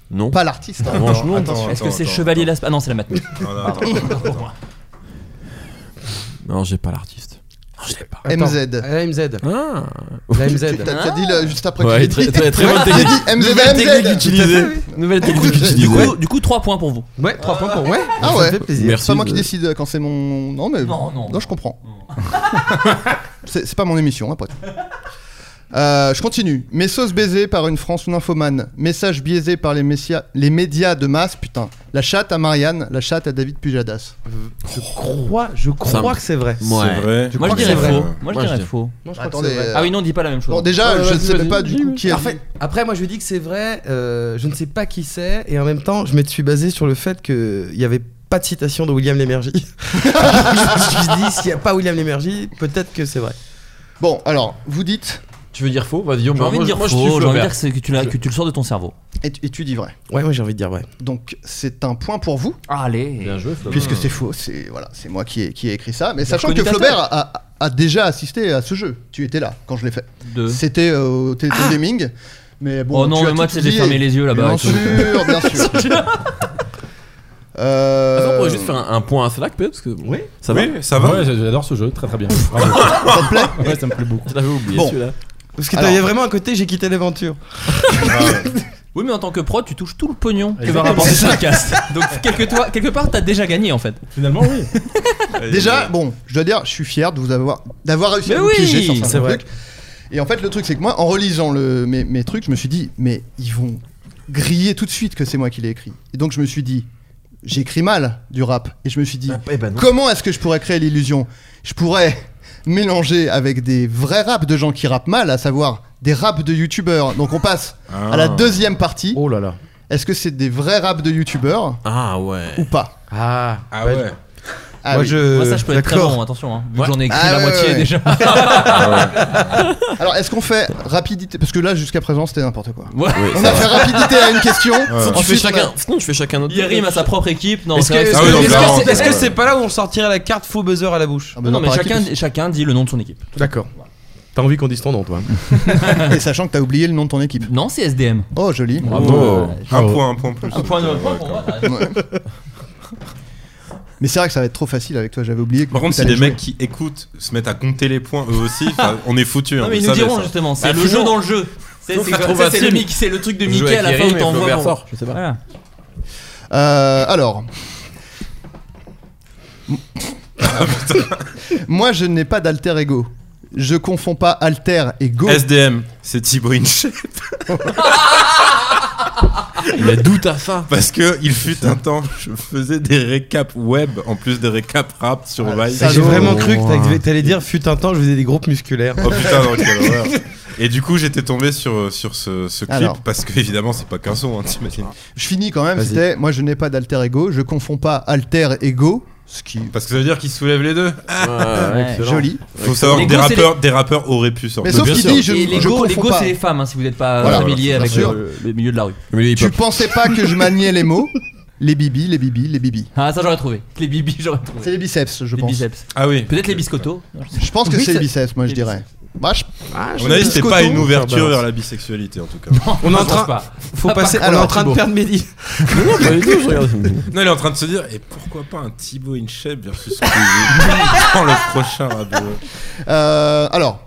Non. Pas l'artiste. hein. Revanche, non. Attends, Est-ce que attends, c'est attends, Chevalier Las Ah non, c'est la matinée. attends. Non, non, attends, attends, attends, attends. Non, j'ai pas l'artiste. Non, je l'ai pas. Attends. MZ. La MZ. Ah. La Tu- MZ. T'as t'as dit le- juste après Ouais, que j'ai très, dit. très, très bonne J'ai technique. dit MZ, Nouvelle technique MZ. utilisée. Nouvelle technique Du utilisée. coup, du coup, 3 points pour vous. Ouais, 3 points pour ouais. Ah Ça ouais. me fait plaisir. Merci C'est pas moi de- qui décide quand c'est mon. Non, mais. Non, non. je comprends. c'est c'est pas mon émission, après tout. Euh, je continue. Mes sauces baisées par une France nymphomane. Message biaisé par les, messia- les médias de masse. Putain. La chatte à Marianne, la chatte à David Pujadas. Je crois, je Ça me- crois que c'est vrai. C'est vrai. Moi je crois que dirais c'est vrai. faux. Moi je dirais faux. Moi, je crois que Attendez. c'est vrai. euh, Ah oui, non, on dit pas la même chose. Bon, déjà, Ouais, je ne vas-y, sais vas-y. pas du coup qui est. Après, après, moi je lui dis que c'est vrai, euh, je ne sais pas qui c'est, et en même temps, je me suis basé sur le fait qu'il n'y avait pas de citation de William Lémergie. je me dis, s'il n'y a pas William Lémergie, peut-être que c'est vrai. Bon, alors, vous dites. Tu veux dire faux Vas-y, Guillaume. J'ai envie de Moi, dire moi, je suis faux, j'ai envie de Flaubert. dire que, c'est- que tu l'as- que tu le sors de ton cerveau. Et tu, et tu dis vrai. Ouais, moi j'ai envie de dire vrai. Donc, c'est un point pour vous. Allez. joué, Flaubert. Puisque c'est faux, c'est voilà, c'est moi qui ai, qui ai écrit ça. Mais sachant que reconnu ta Flaubert a, a- a déjà assisté à ce jeu. Tu étais là quand je l'ai fait. Deux. C'était euh, au Téléthon Ah. Gaming. Mais bon, Oh non, tu as mais moi, tout tu sais, j'ai dit fermé et- les yeux là-bas. Bien avec le- sûr, bien sûr. Euh, Attends, on pourrait juste faire un, un point à Slack peut-être parce que Oui. ça va. Oui, ça va. bah. Ouais, j'adore ce jeu, très très bien. Bravo. ça te plaît Ouais, ça me plaît beaucoup. Je l'avais oublié Bon. celui-là. Parce que Alors- t'avais vraiment un côté, j'ai quitté l'aventure. Oui, mais en tant que pro, tu touches tout le pognon que va Exactement. rapporter ce podcast. Donc, quelque, toi- quelque part, t'as déjà gagné en fait. Finalement, oui. Déjà, bon, je dois dire, je suis fier de vous avoir d'avoir réussi Mais à vous oui, piéger sur certains c'est vrai. trucs. Et en fait, le truc, c'est que moi, en relisant le, mes, mes trucs, je me suis dit, mais ils vont griller tout de suite que c'est moi qui l'ai écrit. Et donc, je me suis dit, j'écris mal du rap. Et je me suis dit, comment est-ce que je pourrais créer l'illusion Je pourrais mélanger avec des vrais raps de gens qui rappent mal, à savoir des raps de youtubeurs. Donc, on passe Ah. à la deuxième partie. Oh là là. Est-ce que c'est des vrais raps de youtubeurs Ah ouais. ou pas Ah, Ah ouais. Ah moi oui. je. Moi, ça, je peux être très d'accord. bon, attention, hein, vu que Ouais. j'en ai écrit Ah, la ouais, moitié ouais. déjà. Ah Alors, est-ce qu'on fait rapidité Parce que là, jusqu'à présent, c'était n'importe quoi. Ouais. On a fait rapidité à une question. Faut Tu fais Ensuite, on a- chacun. Sinon, tu fais chacun notre. Yerim à sa propre équipe. Non, Est-ce c'est que vrai que est-ce Ah oui, que- donc est-ce que clairement. c'est- est-ce que c'est pas là où on sortirait la carte faux buzzer à la bouche Ah, bah, Non, mais par chacun, équipe. chacun dit le nom de son équipe. D'accord. T'as envie qu'on dise ton nom, toi Et sachant que t'as oublié le nom de ton équipe. Non, c'est SDM. Oh, joli. Bravo. Un point, un point plus. Un point de Ouais. point pour moi. Ouais. Mais c'est vrai que ça va être trop facile avec toi, j'avais oublié. que Par contre, si t'allais des jouer. mecs qui écoutent se mettent à compter les points eux aussi, enfin, on est foutus. hein, Non, mais ils vous nous savez, diront ça. justement, c'est Bah, le sinon- jeu dans le jeu. C'est sinon, c'est- faut trouver ça, c'est un le film. mic- c'est le truc de Jouer Mickey à la avec fin où Yerim et Flaubert t'envoies. sort, je sais pas. Voilà. Euh, alors. Moi, je n'ai pas d'alter ego. Je confonds pas alter et go. SDM, c'est Thibaut Inchep Mais d'où t'as ça parce que il fut un temps, je faisais des récaps web en plus des récaps rap sur Ah, Vice. ça, J'ai Salaud. vraiment cru que Oh. t'allais- t'allais dire, fut un temps, je faisais des groupes musculaires. Oh putain, non, quelle horreur. Et du coup, j'étais tombé sur, sur ce, ce clip Alors. parce que, évidemment, c'est pas qu'un son, hein, t'imagines. Je finis quand même. Vas-y. C'était moi, je n'ai pas d'alter ego. Je confonds pas alter et go. Ce qui Parce que ça veut dire qu'ils soulèvent les deux. Ah est joli. Faut savoir que Les des gros, c'est rappeurs, des rappeurs auraient pu sortir. Mais sauf Bien qu'il sûr. dit, je, Et les je go, les confonds go, pas. c'est les femmes, hein, si vous n'êtes pas Voilà, familier voilà, avec bien sûr. le, le milieu de la rue. Tu pensais pas que je maniais les mots Les bibis, les bibis, les bibis. Ah, ça j'aurais trouvé. Les bibis, j'aurais C'est trouvé. les biceps, je Les pense. biceps. Ah oui. Peut-être les biscottos. Je pense que Oui, c'est les c'est- biceps, moi je les dirais. Bah, je- À mon avis, c'était pas Biscotto. une ouverture Balance. vers la bisexualité en tout cas. On est en Je pense train- pas. Faut passer. on est alors, en train de Thibaut. perdre Mehdi. non, il est en train de se dire et pourquoi pas un Thibaut Inchep versus Squeezie Quand le prochain rabot Euh, alors,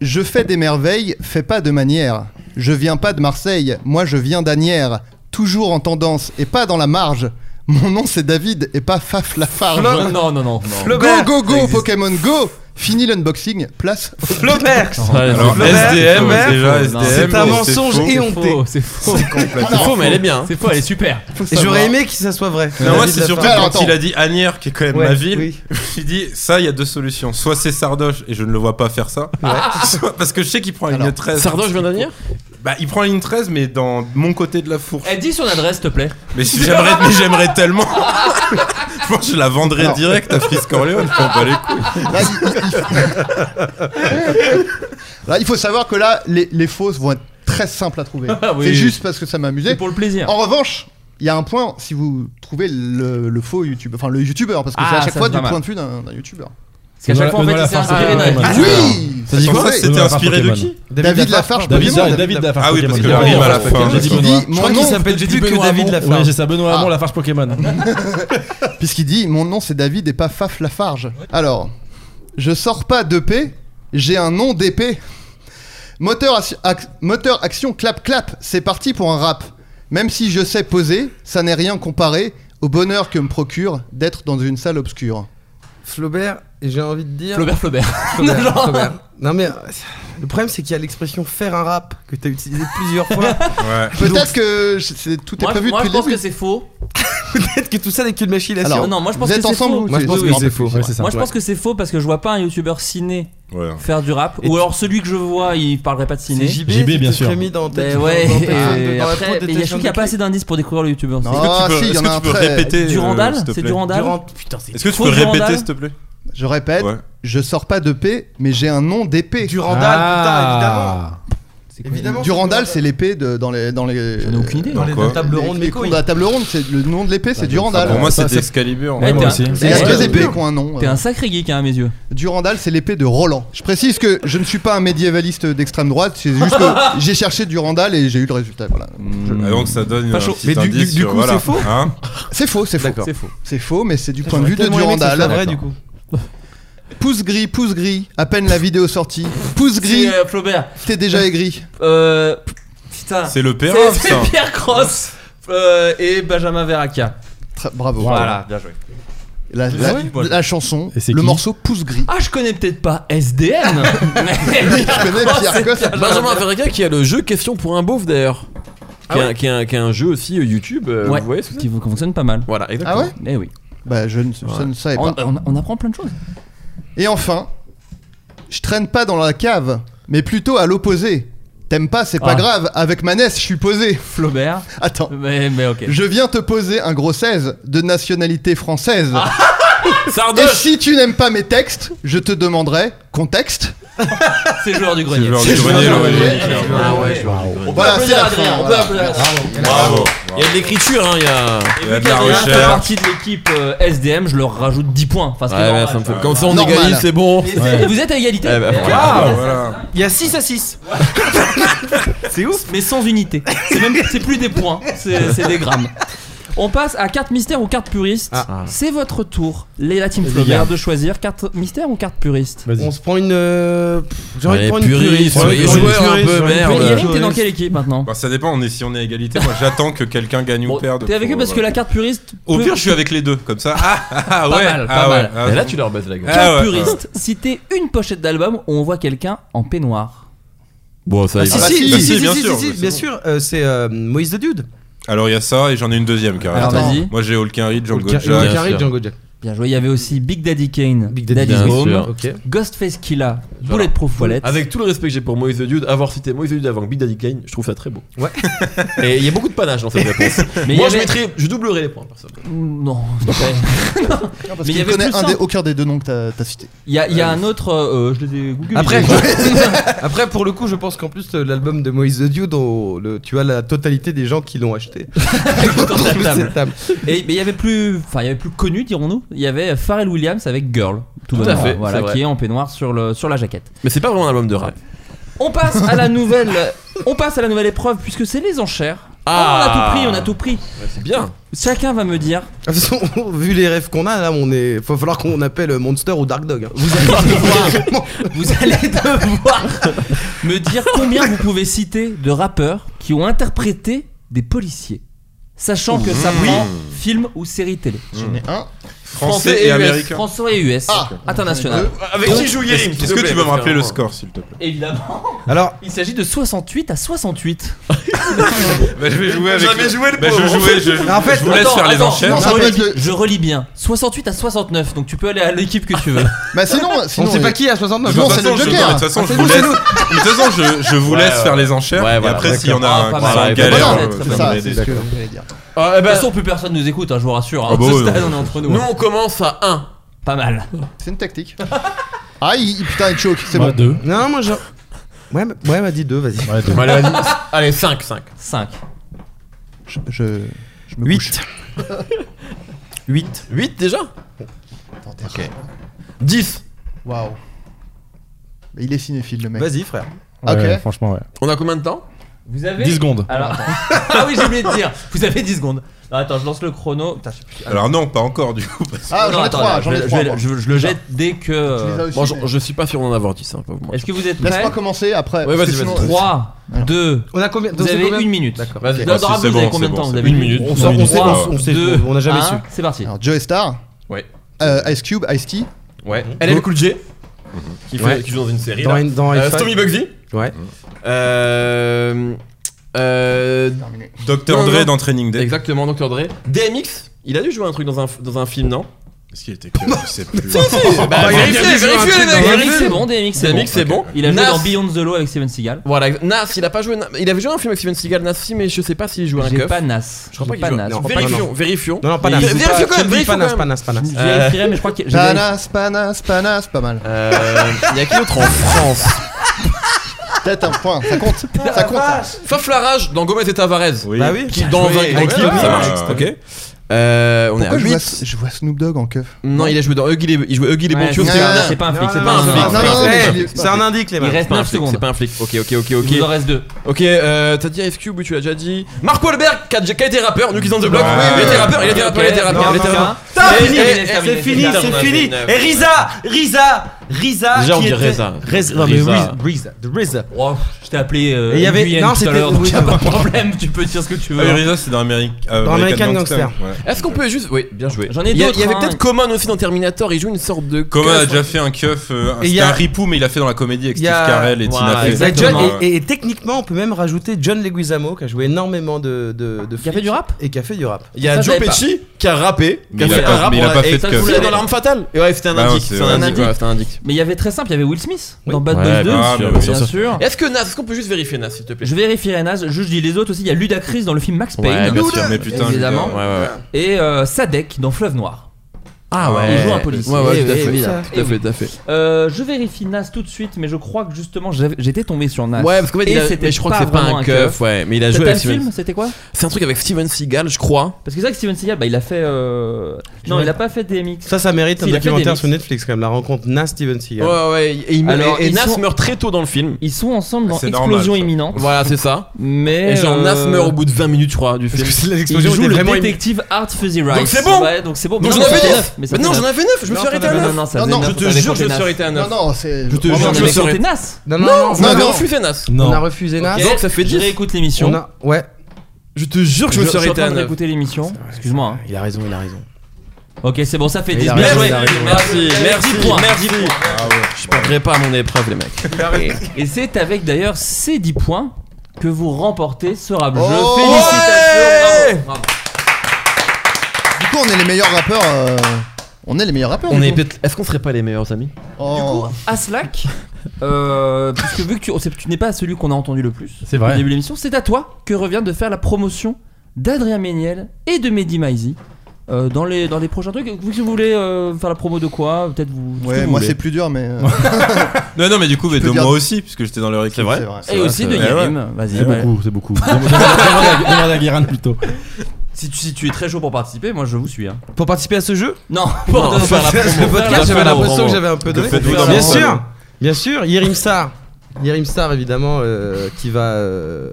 je fais des merveilles, fais pas de manière. Je viens pas de Marseille, moi je viens d'Anières. Toujours en tendance et pas dans la marge. Mon nom c'est David et pas Faf Lafarge. Non, non, non, non. Go go go Pokémon Go Fini l'unboxing, place. au- Flaubert Alors Flaubert, SDM Flaubert, déjà faut- SDM c'est un bon, mensonge faux. et C'est on- honté. faux, C'est faux. C'est complètement C'est faux, mais elle est bien. hein. C'est faux, elle est super. J'aurais aimé que ça soit vrai. Non, moi c'est surtout Alors, quand attends. il a dit Agnières qui est quand même Ouais, ma ville oui. il dit ça il y a deux solutions soit c'est Sardoche et je ne le vois pas faire ça soit- parce que je sais qu'il prend la ligne Alors, 13 Sardoche vient d'Anières bah il prend la ligne 13 mais dans mon côté de la Eh. fourche Elle dit son adresse, s'il te plaît. mais si j'aimerais mais j'aimerais tellement je pense que je la vendrais Alors. direct à Fritz Corleone je m'en bats les couilles Là, il- il- Là, il faut savoir que là, les, les fausses vont être très simples à trouver. Ah oui. C'est juste parce que ça m'amusait. C'est pour le plaisir. En revanche, il y a un point si vous trouvez le, le faux youtubeur, enfin le youtubeur, parce que Ah, c'est à chaque ça, fois c'est du pas mal. point de vue d'un d'un youtubeur. Parce qu'à chaque Benoît- fois, en fait, Benoît il s'est inspiré Lafarge, c'est d'un. pas Ah mal. oui Ça dit Attends, quoi ça c'était Benoît inspiré de Pokémon. qui David Lafarge, David, euh, Pokémon, David, David Lafarge ah oui parce que Pokémon. le Pokémon. rime à la Oh, fin J'ai J'ai dit Qui dit Benoît. dit Je mon crois qu'il nom, s'appelle plus que Benoît David Hamon. Ouais, Lafarge. j'ai ça Benoît Hamon, la farce Pokémon. puisqu'il dit mon nom c'est David et pas Faf Lafarge. Alors, je sors pas d'EP, j'ai un nom d'épée. Moteur, ac- ac- moteur action clap clap, c'est parti pour un rap. Même si je sais poser, ça n'est rien comparé au bonheur que me procure d'être dans une salle obscure. Flaubert, et j'ai envie de dire. Flaubert, Flaubert. Flaubert, Genre. Flaubert. Non mais euh, le problème c'est qu'il y a l'expression faire un rap que t'as utilisé plusieurs fois. ouais Peut-être que je- c'est- tout est Moi, prévu moi, je depuis le pense début. que c'est faux. Peut-être que tout ça n'est qu'une machination. Alors, non, moi, je pense vous que êtes c'est ensemble faux. ou Moi, je c'est- pense non, que un peu c'est faux. plus. Ouais, c'est ça. Moi, je pense que c'est faux parce que je vois pas un youtubeur ciné ouais faire du rap. Et Ou alors celui que je vois, il parlerait pas de C'est ciné. JB, JB, qui bien te sûr. serait mis dans Mais dans- Ben ouais, dans- et dans la après, prod de mais il y a- je trouve Station qu'il n'y a pas Click. assez d'indices pour découvrir le youtubeur. Non. Est-ce que Ah, tu peux, si, est-ce y en que a tu un peux après. répéter C'est euh, Durandal s'il te C'est plaît Durandal Durant- Putain, c'est Est-ce que tu Trop peux Durandal. répéter s'il te plaît Je répète, Ouais. je sors pas de paix, mais j'ai un nom d'épée. Durandal, Ah. putain, évidemment. évidemment. Durandal, c'est l'épée de- dans les dans les. J'en ai aucune idée. Dans les quoi tables rondes, les mais cours couilles. de la table ronde, c'est le nom de l'épée, c'est Durandal. Pour moi, Ah, ça, c'était c'est- Excalibur. Ouais, moi t'es aussi. un- Et il y a Ouais. deux épées qui ont un nom. T'es euh. un sacré geek hein, à mes yeux. Durandal, c'est l'épée de Roland. Je précise que je ne suis pas un médiévaliste d'extrême droite, c'est juste que j'ai cherché Durandal et j'ai eu le résultat. Voilà. Ah, donc ça donne un Pas chaud. petit Mais du- indice du- du sur, coup, voilà. c'est faux Hein C'est faux, c'est faux. C'est faux. C'est faux, mais c'est du point de vue de Tellement aimé que ce soit Durandal. vrai du coup. Pouce gris, pouce gris, à peine la vidéo sortie. Pouce gris, C'est, euh, Flaubert. t'es déjà aigri. Euh, putain. C'est le père, C'est- ça. C'est Pierre Cross euh, et Benjamin Veracca. Très- bravo. Voilà, bien joué. La, la- la chanson, Et c'est le qui morceau pouce gris. Ah, je connais peut-être pas SDN. Je mais- connais Oh, Pierre c'est Cosse. Pierre- Benjamin Verga qui a le jeu Question pour un beauf d'ailleurs. Qui, est un, qui est un- qui est un jeu aussi euh, YouTube. euh, Ouais. Vous voyez ce que c'est Qui fonctionne pas mal. Voilà, Ah exactement. ouais Eh oui. Bah, je ne, ça Ouais. ne savais On, pas. ben. on- on apprend plein de choses. Et enfin, je traîne pas dans la cave, mais plutôt à l'opposé. T'aimes pas, c'est pas Ah. grave. Avec Manès, je suis posé. Flaubert. Attends. Mais, mais ok. Je viens te poser un gros 16 de nationalité française. Ah. Et Sardoche si tu n'aimes pas mes textes, je te demanderai contexte. C'est le joueur du C'est grenier. le joueur C'est du le grenier, joueur là, du ouais. grenier. Ah ouais. On On peut Voilà, c'est applaudir la Adrien, fin, on peut voilà. applaudir. Bravo. Il y a de l'écriture, hein, il y a. Il y a de Vu la qu'Adrien fait recherche. partie de l'équipe euh, SDM, je leur rajoute 10 points. Enfin, ce qui est Ouais, ouais, normal. ça me fait- Comme ça, on Normal. égalise, c'est bon. Et Vous êtes à égalité. Eh ben, Eh, voilà. Ah, voilà. Il y a 6 à 6. C'est ouf, mais sans unité. C'est même- c'est plus des points, c'est c'est des grammes. On passe à carte mystère ou carte puriste. Ah. C'est votre tour, Léla Team Flaubert, de choisir carte mystère ou carte puriste. Vas-y. On se prend une. euh, pff, J'ai envie de Ouais, prendre une puriste, puriste. soyez Ouais, une joueurs un puriste, peu, ouais, une merde. puriste. Yannick, t'es dans quelle équipe maintenant Bah, ça dépend, on est, si on est à égalité. Moi, j'attends que quelqu'un gagne Bon, ou perde. T'es avec Faut- eux parce que voilà. la carte puriste. Au peut- pire, je suis avec les deux, comme ça. Ah, ah, ah, Pas ouais. mal, pas ah, mal. ouais. Ah, Et là, c'est- tu leur baises la gueule. Ah, Carte ouais. puriste, citez une pochette d'album où on voit quelqu'un en peignoir. Bon, ça Ah, y si, bah, si, si, si, si, si, bien si, sûr, si, c'est bien bon. sûr. Euh, C'est euh, Moïse the Dude. Alors, il y a ça, et j'en ai une deuxième, Alors carrément. vas-y, Moi, j'ai Holkin Reed, Django Jack- Jack. Jack Harry, sûr. Django Jack. bien joué. Il y avait aussi Big Daddy Kane, Big Daddy Bien Home, sûr. Ok. Ghostface Killa, Bulletproof Wallet. Avec tout le respect que j'ai pour Moïse the Dude, avoir cité Moïse the Dude avant Big Daddy Kane, je trouve ça très beau. Ouais. Et il y a beaucoup de panache dans cette réponse. Mais il y Moi, je avait- mettrais, je doublerais les points. perso. Non, s'il te plaît. Parce Mais il y qu'il avait connaît plus un simple. des, aucun des deux noms que t'as- t'as cité. Il y a, il y a un autre, euh, je les ai googlisés. Après, après, pour le coup, je pense qu'en plus, euh, l'album de Moïse the Dude, on- le- tu as la totalité des gens qui l'ont acheté. Autour de la Plus table. cette table. Et mais il y avait plus, enfin il y avait plus connu dirons-nous. Il y avait Pharrell Williams avec Girl, tout, à bonnement, fait, voilà, c'est vrai. qui est en peignoir sur le sur la jaquette. Mais c'est pas vraiment un album de rap. On passe à la nouvelle, on passe à la nouvelle épreuve puisque c'est les enchères. Ah. Oh, on a tout pris, on a tout pris. C'est bien. Chacun va me dire. De toute façon, vu les rêves qu'on a, là, on est. Faut falloir qu'on appelle Monster ou Dark Dog. hein. Vous allez devoir, vous allez devoir me dire combien vous pouvez citer de rappeurs qui ont interprété des policiers, sachant que ça prend film ou série télé. J'en ai un. Français et américain. Français et US, Ah. international. Euh. Avec qui joue Yerim Est-ce que euh, tu peux me rappeler le score, s'il te plaît Évidemment, Alors, il s'agit de 68 à 68. bah, Je vais jouer avec. Jamais joué le bah, je, pauvre. jouais, je, En fait, je vous laisse Attends, faire les attends, enchères. non, Ça je, peut relis, être le- je relis bien. 68 à 69, donc tu peux aller à l'équipe que tu veux. Bah sinon, sinon on sait euh, pas qui à 69. Non, de toute c'est le façon, je- Joker. non, mais de toute façon, Ah, je c'est vous nous, c'est laisse. De toute façon, je, je vous Ouais, laisse ouais. faire les enchères. Ouais, et voilà, après, s'il y en a d'accord. un Ah, pas qui est mal. en Pas galère, mal, euh, très C'est bien. on ça, est c'est ce que d'accord. je voulais dire. Ah, eh De toute ben, façon, plus personne nous écoute, hein, je vous rassure. hein. Bah. Ah bah Ce oui, stade, non. on est entre nous. nous, hein. on commence à 1. Pas mal. C'est une tactique. Ah, il, il- putain, il choke, c'est Moi, bon. deux. Non, moi, je. Ouais, mais- ouais, m'a dit deux, vas-y. Ouais, deux. Allez, vas-y. Allez, 5, 5. 5. Je, je, je me couche. 8. 8. 8 déjà Attends, t'es- 10. Waouh. Mais Il est cinéphile, le mec. Vas-y, frère. Ouais, Ok. Franchement, ouais. On a combien de temps Vous avez. 10 secondes. Alors... ah oui, j'ai oublié de dire. Vous avez 10 secondes. Non, attends, je lance le chrono. Putain, je sais plus. Alors, non, pas encore, du coup. parce que- Ah, Non, j'en ai attends, trois, je j'en ai vais- trois. je, vais- moi. je- je le jette dès Tu les as que. aussi, Moi, je, mais- je suis pas sûr d'en avoir 10, hein, pas moi. Est-ce que vous êtes Laisse-moi prêts commencer après. Ouais, parce que vas-y, sinon- vas-y. 3, 2. On a combien Vous c'est avez combien une minute. D'accord. Vas-y. Dans Ah, le si, rap, c'est vous avez bon, combien de c'est temps bon, Vous c'est avez bon. Une minute. On sort- on sait, Trois, on sait, deux, on a jamais un, su. Ah. C'est parti. Alors, Joe Star, Ouais. euh, Ice Cube, Ice T. Ouais. Elle est le Cool J. Qui, fait- Ouais. qui joue dans une série. Dans, là. une- dans Euh, Hi-Fi. Stormy Bugsy. Ouais. Euh. Euh. Dr. Non, non. Dre dans Training Day. Exactement, Dr. Dre. DMX, il a dû jouer un truc dans un, dans un film, non Est-ce qu'il était que Je sais plus. Bah, vérifiez, vérifiez, les mecs DMX c'est bon, DMX c'est bon. DMX, c'est bon. Il a joué Nas. dans Beyond the Law avec Steven Seagal. Voilà, ex- Nas, il a pas joué. Il avait joué un film avec Steven Seagal, Nas, si, mais je sais pas s'il joue un J'ai keuf. pas Nas. Je crois J'ai pas qu'il joue. Nas. Non, Je crois pas Vérifions, vérifions. Non, non, pas Mais Nas. il- vérifiez Pas- quand même, je dis vérifiez Pas Nas, quand pas même. Nas, pas Nas. Je vérifierai, mais je crois Bah, que j'ai- Panas, Panas, Panas, pas mal. Euh, Il y a qui d'autre en France Peut-être un point, ça compte. ça compte. ça. Faf Larage dans Gomez et Tavares. Oui. Bah oui. Qui dans Oui, un avec Ouais, Cube. ça marche. Ah, Ok. Euh, on Pourquoi est à je 8. vois, je vois Snoop Dogg en keuf Non, il a joué dans Huggy les, il jouait Huggy les Ouais, Bons Tuyaux, c'est c'est un- un- c'est pas un flic, c'est Ah, non, pas un non, flic. non, c'est non, pas un non, flic. non, Hey, c'est un indice, les Il mecs. reste C'est pas un 9 flic, secondes. c'est pas un flic. Ok, ok, ok, Il nous en ok. reste 2. Ok, euh, t'as dit FQ, oui, tu l'as déjà dit. Marco Albert, qui a, qui a été rappeur, Nuke is on the Block. il était rappeur, il était rappeur, il était rappeur, il était rappeur. C'est fini, C'est fini, c'est fini. Et Riza, Riza, Riza. Déjà, on qui dit était- Reza. Reza. Non, mais Reza. Riz- Riza. de Riza. Oh, je t'ai appelé euh, Et il y avait- Nguyen non, tout à c'était- l'heure, donc oui, y a pas non. de problème, tu peux dire ce que tu Ah, veux. hein. Uriza, c'est dans American, Dans American ouais. Est-ce qu'on peut juste. Oui, bien joué. J'en ai Il y a- d'autres, Il y avait hein. peut-être Common aussi dans Terminator, il joue une sorte de. Common keuf. a déjà fait un keuf, euh, Et y c'était a- un ripou, mais il a fait dans la comédie avec Y Steve a- Carell et Tina Voilà, Fey. Et John- Exactement. et, et- et techniquement, on peut même rajouter John Leguizamo qui a joué énormément de. de, de Qui a flics fait du rap Et qui a fait du rap. Il y a Ça, je Joe l'avais Pesci qui a rappé, qui Mais a il a fait pas- un rap mais il on a l'a- pas et fait de ça, keuf. vous l'avez dans l'arme fatale. Et ouais, c'était un Bah non, indice. c'est- C'est un ouais, indice. c'est- ouais, c'était un indice. Mais il y avait très simple, il y avait Will Smith Oui. dans Bad Ouais, Boys 2, bah, bien, bien sûr. sûr. Est-ce que Nas, est-ce qu'on peut juste vérifier Nas, s'il te plaît Je vérifie Naz, je dis les autres aussi, il y a Ludacris dans le film Max Payne. Ouais, bien sûr. Mais putain, Évidemment. je- Ouais, ouais, ouais. Et euh, Sadek dans Fleuve Noir. Ah ouais. Il joue un policier. Ouais, Eh ouais, tout à oui, fait. évidemment. Tout à fait, tout à fait. Euh, je vérifie Nas tout de suite, mais je crois que justement j'avais- j'étais tombé sur Nas. Ouais, parce qu'en fait, Et il a- c'était mais je crois que c'est pas vraiment un keuf, ouais. Mais il a C'était joué un avec Steven. film, c'était quoi C'est un truc avec Steven Seagal, je crois. Parce que c'est vrai que Steven Seagal, bah, il a fait. euh, Non, Ouais. il a pas fait DMX. Ça, ça mérite un Il a fait des documentaire mix. sur Netflix quand même, la rencontre Nas Steven Seagal. Ouais, ouais. Et, il me- Alors, et- et ils Nas sont- meurt très tôt dans le film. Ils sont ensemble dans C'est Explosion normal, ça. imminente. Voilà, c'est ça. Mais. Et genre, Nas euh, meurt au bout de 20 minutes, je crois, du Parce film. que c'est Il l'explosion joue était le vraiment immense. détective Art Fuzzy Rice. Donc c'est bon Ouais, donc c'est bon. Donc Mais j'en non, avais mais ça fait 9 neuf, Mais ça Mais fait non, neuf. j'en avais 9 Je me Non, suis arrêté à t'en as- Non, 9 non, ça Non, faisait non, neuf, Je ça te faisait jure, je me compter suis Nas. arrêté à 9 Non, non, c'est. Oh, Je te Vraiment, jure, J'en je me avais serais- compté Nas. Non, non, Non, non, on a non. refusé Nas. on a refusé Nas. Donc ça fait Je 10. réécoute On l'émission. a- Ouais. Je te jure que je me suis en arrêté train à de 9. réécouter l'émission. Excuse-moi. hein. Il a raison, il a raison. Ok, c'est bon, ça fait Il 10 a Bien raison, joué. il a raison. Merci, merci, Dix points. merci. Ah ouais. Je perdrai pas à mon épreuve, les mecs. Et c'est avec d'ailleurs ces 10 points que vous remportez ce rap jeu. Oh Félicitations. ouais bravo, bravo. Du coup, on est les meilleurs rappeurs. euh, On est les meilleurs rappeurs. On du est coup. peut-être. Est-ce qu'on serait pas les meilleurs amis Oh. Aslak, euh, puisque vu que tu, on sait que tu n'es pas celui qu'on a entendu le plus C'est au vrai. début de l'émission, c'est à toi que revient de faire la promotion d'Adrien Méniel et de Mehdi Maizi. euh, dans, les, dans les prochains trucs, vous, si vous voulez euh, faire la promo de quoi Peut-être vous. ce que Ouais, vous moi voulez. c'est plus dur, mais. euh, Non, non, mais du coup, mais peux de dire- moi aussi, puisque j'étais dans leur équipe. c'est vrai. Et aussi de vrai. Yerim, vas-y. C'est ouais. beaucoup, c'est beaucoup. Demande à- demande à Guérin plutôt. Si, tu, si tu es très chaud pour participer, moi je vous suis. hein. Pour participer à ce jeu Non, pour Non, te faire la Ce promo. Faire la podcast, j'avais promo. l'impression que j'avais un peu Que donné. faites-vous dans Bien mon sûr, bien sûr, Yerim Sar. Yerim Sar, évidemment, euh, qui va euh,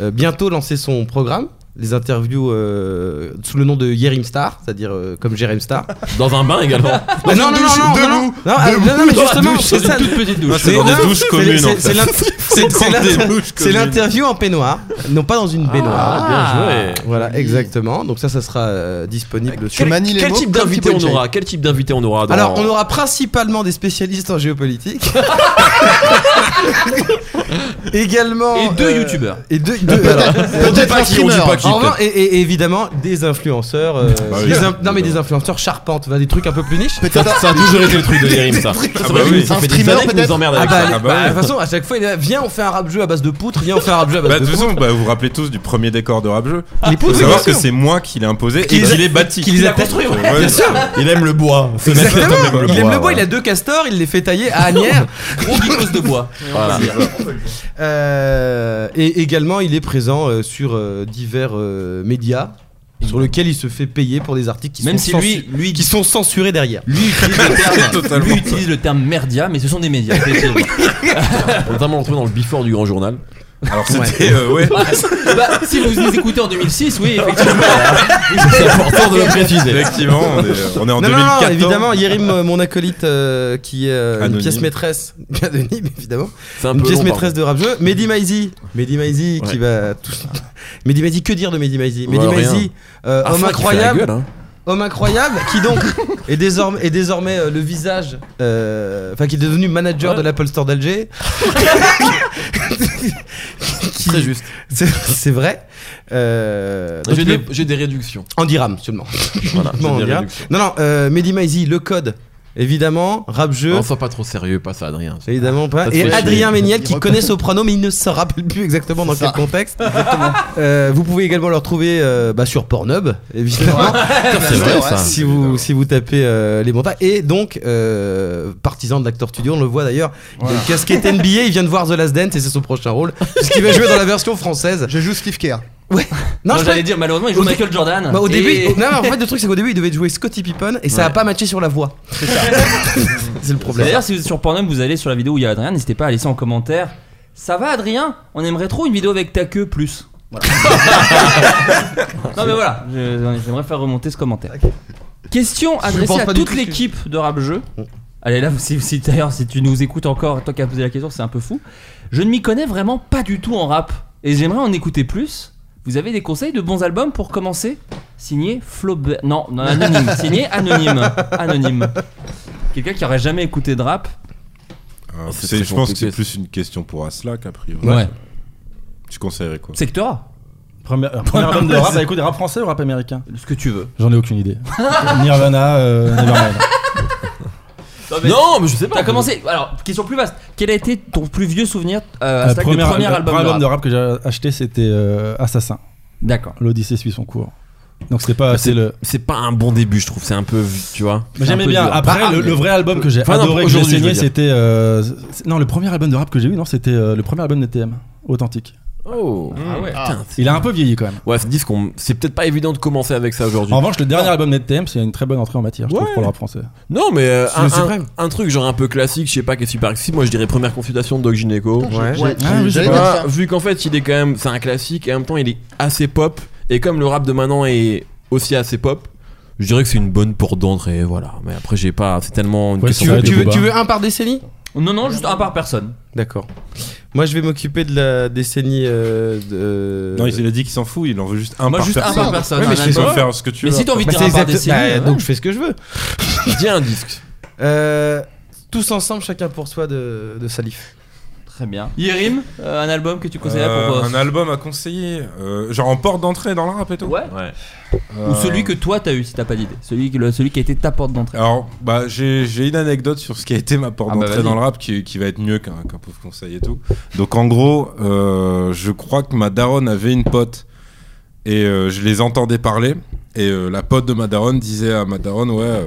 euh, bientôt lancer son programme. Les interviews euh, sous le nom de Yerim Star, c'est-à-dire euh, comme Jérém Star. Dans un bain également. Ah non, non, non, non, non, non, non, ah, non, non, mais justement, c'est ça. petite Non, c'est dans Mais des non, douches c'est- communes, c'est- en c'est fait. l'in- c'est- c'est Dans des l'in- douches C'est communes. l'interview en peignoir, non pas dans une baignoire. Bien joué. Voilà, exactement. Donc ça, ça sera euh, disponible sur Tu manies les Quel mots type comme d'invité Thibaut on Jay. aura Quel type d'invité on aura dans- Alors, on aura principalement des spécialistes en géopolitique. Également. Et deux euh, youtubeurs. Et deux. deux- alors, Peut-être hein. dit pas un qui, on dit streamer. pas qui. en revanche, et, et- et évidemment, des influenceurs. euh, Bah oui, des in- non, mais des évidemment. influenceurs charpentes, va des trucs un peu plus niches. Peut-être Ça, un- ça a toujours été le truc de Yerim, ça. Ah bah oui. Ça fait Un des streamer, années qu'il nous peut-être emmerde Ah avec bah, ça. allez, Ah bah bah, ouais. de toute façon, à chaque fois, il est là, viens, on fait un rap jeu à base de poutres, viens, on fait un rap jeu à base Bah, de de toute poutres. façon, bah, vous vous rappelez tous du premier décor de rap jeu. Les Faut poutres, savoir bien que sûr. c'est moi qui l'ai imposé Qui et les a- qui l'ai bâti. qui les a l'a construit, construits, ouais. Bien sûr, Il aime le bois. Ce mec-là aime exactement. Il aime le bois, ouais. il a deux castors, il les fait tailler à Agnières. Gros geekos de bois. Voilà. Euh, et également, il est présent euh, sur euh, divers euh, médias sur lesquels il se fait payer pour des articles qui, Même sont, si censu- lui, lui, qui sont censurés derrière. lui utilise le terme, Totalement. lui utilise le terme merdia, mais ce sont des médias. effectivement. Notamment retrouvé dans le before du grand journal. Alors, c'était. euh, Ouais. bah, si vous nous écoutez en 2006, oui, effectivement. C'est important de le préciser. Effectivement, on est- euh, on est en Non, non, non, 2014. évidemment, Yerim, euh, mon acolyte, euh, qui est euh, une Anonyme. pièce maîtresse, anonyme évidemment, C'est un une peu pièce long, pardon. maîtresse de rap jeu, Mehdi Maizi, Mehdi Maizi Ouais. qui va tout... Mehdi Maizi, que dire de Mehdi Maizi Ouais, Mehdi rien. Maizi, euh, Ah, homme Franck, il fait la incroyable, gueule, hein. homme incroyable, qui donc est désormais, est désormais euh, le visage, euh, enfin qui est devenu manager Ouais. de l'Apple Store d'Alger. Qui- Très juste. C'est c'est vrai. Euh, donc J'ai le- des, j'ai des réductions. En dirham seulement. Voilà, Non, j'ai on des dira. réductions. Non, non, euh, Mehdi Maizi, le code, évidemment, rap jeu. Non, sois pas trop sérieux, pas ça, Adrien. Évidemment Ça pas. te fait Et chier. Adrien Méniel Il qui reconnaît. connaît Soprano mais il ne se rappelle plus exactement dans C'est quel ça. contexte. Euh, vous pouvez également le retrouver euh, bah, sur Pornhub, évidemment. C'est hein. vrai, vrai, Ah, ouais. ça. si, vous, si vous tapez euh, les montages. Et donc, euh, partisan de l'acteur studio, on le voit d'ailleurs. Il a une casquette NBA, il vient de voir The Last Dance et c'est son prochain rôle. Puisqu'il va jouer dans la version française. hein. Je joue Steve Kerr. Non, je j'allais croyais- dire malheureusement il joue Au dé- Michael Jordan. Bah, au Et- début, non, mais en fait, le truc, c'est qu'au début, il devait jouer Scotty Pippen et ça a pas matché sur la voix. C'est le problème. D'ailleurs, si vous êtes sur Pornhub, vous allez sur la vidéo où il y a Adrien, n'hésitez pas à laisser en commentaire. Ça va, Adrien On aimerait trop une vidéo avec ta queue plus. Voilà. non, mais voilà, je- j'aimerais faire remonter ce commentaire. Question adressée pense à pas du toute tout Oh. que- l'équipe de Rap Jeu. Allez, là, si, si- d'ailleurs, si tu nous écoutes encore, toi qui as posé la question, c'est un peu fou. Je ne m'y connais vraiment pas du tout en rap et j'aimerais en écouter plus. Vous avez des conseils de bons albums pour commencer Signé Flaubert. Non, non, anonyme. Signé anonyme. Anonyme. Quelqu'un qui aurait jamais écouté de rap Euh, Ah, c'est c'est- très je pense que compliqué, c'est plus une question pour Asla qu'a priori. Ouais. Tu conseillerais Euh, quoi Secteur A, Premier, euh, premier album de rap, bah écoute, rap français ou rap américain ce que tu veux. J'en ai aucune idée. Nirvana, euh, Nevermind. Non, mais je sais pas. T'as commencé. Alors, question plus vaste. Quel a été ton plus vieux souvenir euh, à Euh, Stack de premier le album, premier de rap de rap que j'ai acheté, c'était euh, Assassin. D'accord. L'Odyssée suit son cours. Donc c'était pas C'est assez le. C'est pas un bon début, je trouve. C'est un peu, tu vois. Mais J'aimais un peu bien. dur. Après, Bah, le, mais- le vrai album que j'ai Enfin, non, adoré, que j'ai aujourd'hui, je veux saigné, dire. c'était. euh, c'est- non, le premier album de rap que j'ai eu, non, c'était euh, le premier album de TM, authentique. Oh. Ah ouais. Putain, Il a un peu vieilli quand même. Ouais, c'est disque, on- c'est peut-être pas évident de commencer avec ça aujourd'hui. En revanche, le dernier album de TM, c'est une très bonne entrée en matière, je Ouais. trouve, pour le rap français. Non, mais euh, C'est un, le un- suprême. un truc genre un peu classique, je sais pas, qui est super accessible. Moi, je dirais première consultation de Doc Gineco. Ouais. J'ai- Ah, j'ai- oui, J'allais c'est dire Voilà, ça. Bah, vu qu'en fait, il est quand même, c'est un classique et en même temps, il est assez pop. Et comme le rap de maintenant est aussi assez pop, je dirais que c'est une bonne porte d'entrée. Voilà. Mais après, j'ai pas, c'est tellement une Ouais, question. Tu veux, Ouais, de- tu, veux, Booba. tu veux un par décennie Non, non, juste un par personne. D'accord. Moi, je vais m'occuper de la décennie euh, de. Non, il a dit qu'il s'en fout, il en veut juste un Moi, par juste un personne. par personne. Ouais, un mais tu album. peux faire ce que tu Mais veux. si t'as envie de Bah, dire c'est un par exact- Bah, décennie. euh. Donc, je fais ce que je veux. Dis un disque. Euh, tous ensemble, chacun pour soi de, de Salif. Très bien. Yerim, euh, un album que tu conseillerais Euh, pour. euh, un album à conseiller, euh, genre en porte d'entrée dans le rap et tout. Ouais. Euh, Ou celui que toi t'as eu si t'as pas d'idée. Celui, que- le- celui qui a été ta porte d'entrée. Alors, bah, j'ai j'ai une anecdote sur ce qui a été ma porte Ah bah, d'entrée vas-y. dans le rap qui, qui va être mieux qu'un qu'un pauvre conseil et tout. Donc, en gros, euh, je crois que ma daronne avait une pote et euh, je les entendais parler. Et euh, la pote de ma daronne disait à ma daronne, ouais. euh,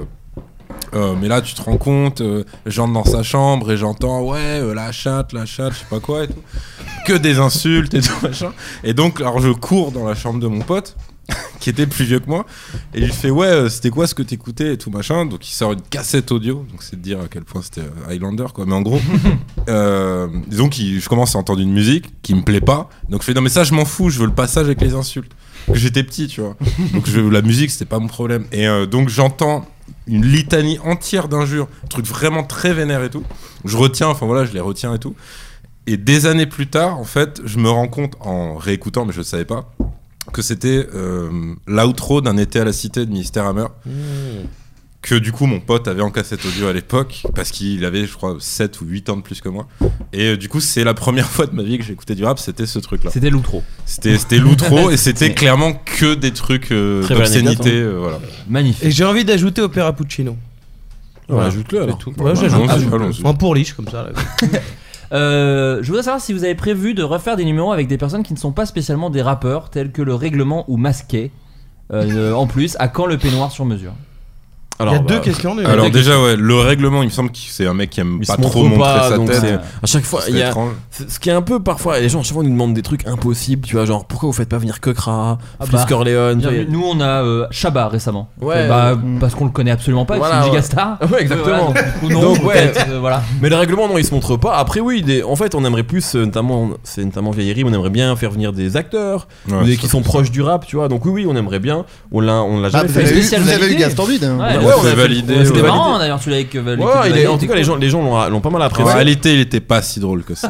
euh, mais là, tu te rends compte, euh, j'entre dans sa chambre et j'entends, ouais, euh, la chatte, la chatte, je sais pas quoi et tout. Que des insultes et tout machin. Et donc, alors je cours dans la chambre de mon pote, qui était plus vieux que moi, et il fait ouais, euh, c'était quoi ce que t'écoutais et tout machin. Donc il sort une cassette audio, donc c'est de dire à quel point c'était euh, Highlander quoi. Mais en gros, euh, disons que je commence à entendre une musique qui me plaît pas, donc je fais non mais ça je m'en fous, je veux le passage avec les insultes. J'étais petit, tu vois. Donc je, la musique c'était pas mon problème. Et euh, donc j'entends une litanie entière d'injures, un truc vraiment très vénère et tout. Je retiens, enfin voilà, je les retiens et tout. Et des années plus tard, en fait, je me rends compte en réécoutant, mais je ne savais pas, que c'était euh, l'outro d'un été à la cité de Ministère Hammer. Que du coup, mon pote avait en cassette audio à l'époque, parce qu'il avait, je crois, 7 ou 8 ans de plus que moi. Et euh, du coup, c'est la première fois de ma vie que j'écoutais du rap, c'était ce truc-là. C'était l'outro. C'était c'était l'outro, et c'était clairement que des trucs euh, Très belle anecdote, d'obscénité. euh, voilà. Magnifique. Et j'ai envie d'ajouter Opéra Puccino. Ouais, Ajoute-le alors. tout. Bah, Ouais, j'ajoute. allons-y, ajoute. allons-y. En pourliche, comme ça. là. Euh, je voudrais savoir si vous avez prévu de refaire des numéros avec des personnes qui ne sont pas spécialement des rappeurs, tels que le règlement ou masqué. Euh, en plus, à quand le peignoir sur mesure Il y a Alors, deux bah, questions. déjà. euh, Alors déjà, ouais, le règlement, il me semble que c'est un mec qui aime Il pas se trop montre montrer pas, sa donc tête. c'est- À chaque fois, C'est il y a, étrange. C'est- Ce qui est un peu parfois, les gens chaque fois nous demandent des trucs impossibles, tu vois, genre pourquoi vous faites pas venir Cocra, Ah Fritz bah. Corleone, tu vois, Nous, on a euh, Chabat récemment. Ouais. euh, Bah, Parce qu'on le connaît absolument pas, et que Voilà, c'est une ouais. gigastar. Ouais, exactement. Voilà, donc, ou non, Donc, ouais. peut-être, euh, voilà. Mais le règlement, non, il se montre pas. Après, oui, des- en fait, on aimerait plus, euh, notamment, c'est notamment vieillerie, on aimerait bien faire venir des acteurs, Ouais, des, c'est qui ça. sont proches du rap, tu vois. Donc, oui, oui, on aimerait bien. On l'a, on l'a Ah, jamais vous fait. avez eu- spécial vous avez eu validé. Gaston Bide, hein. Ouais, Ouais, on on l'a l'a fait- validé. on l'a fait C'était ouais. validé. marrant d'ailleurs, tu l'as avec euh, Ouais, il l'équipe de est- Valais, en t'es tout cas, cool. les gens, les gens l'ont, l'ont pas mal En apprécié. réalité, il était pas si drôle que ça.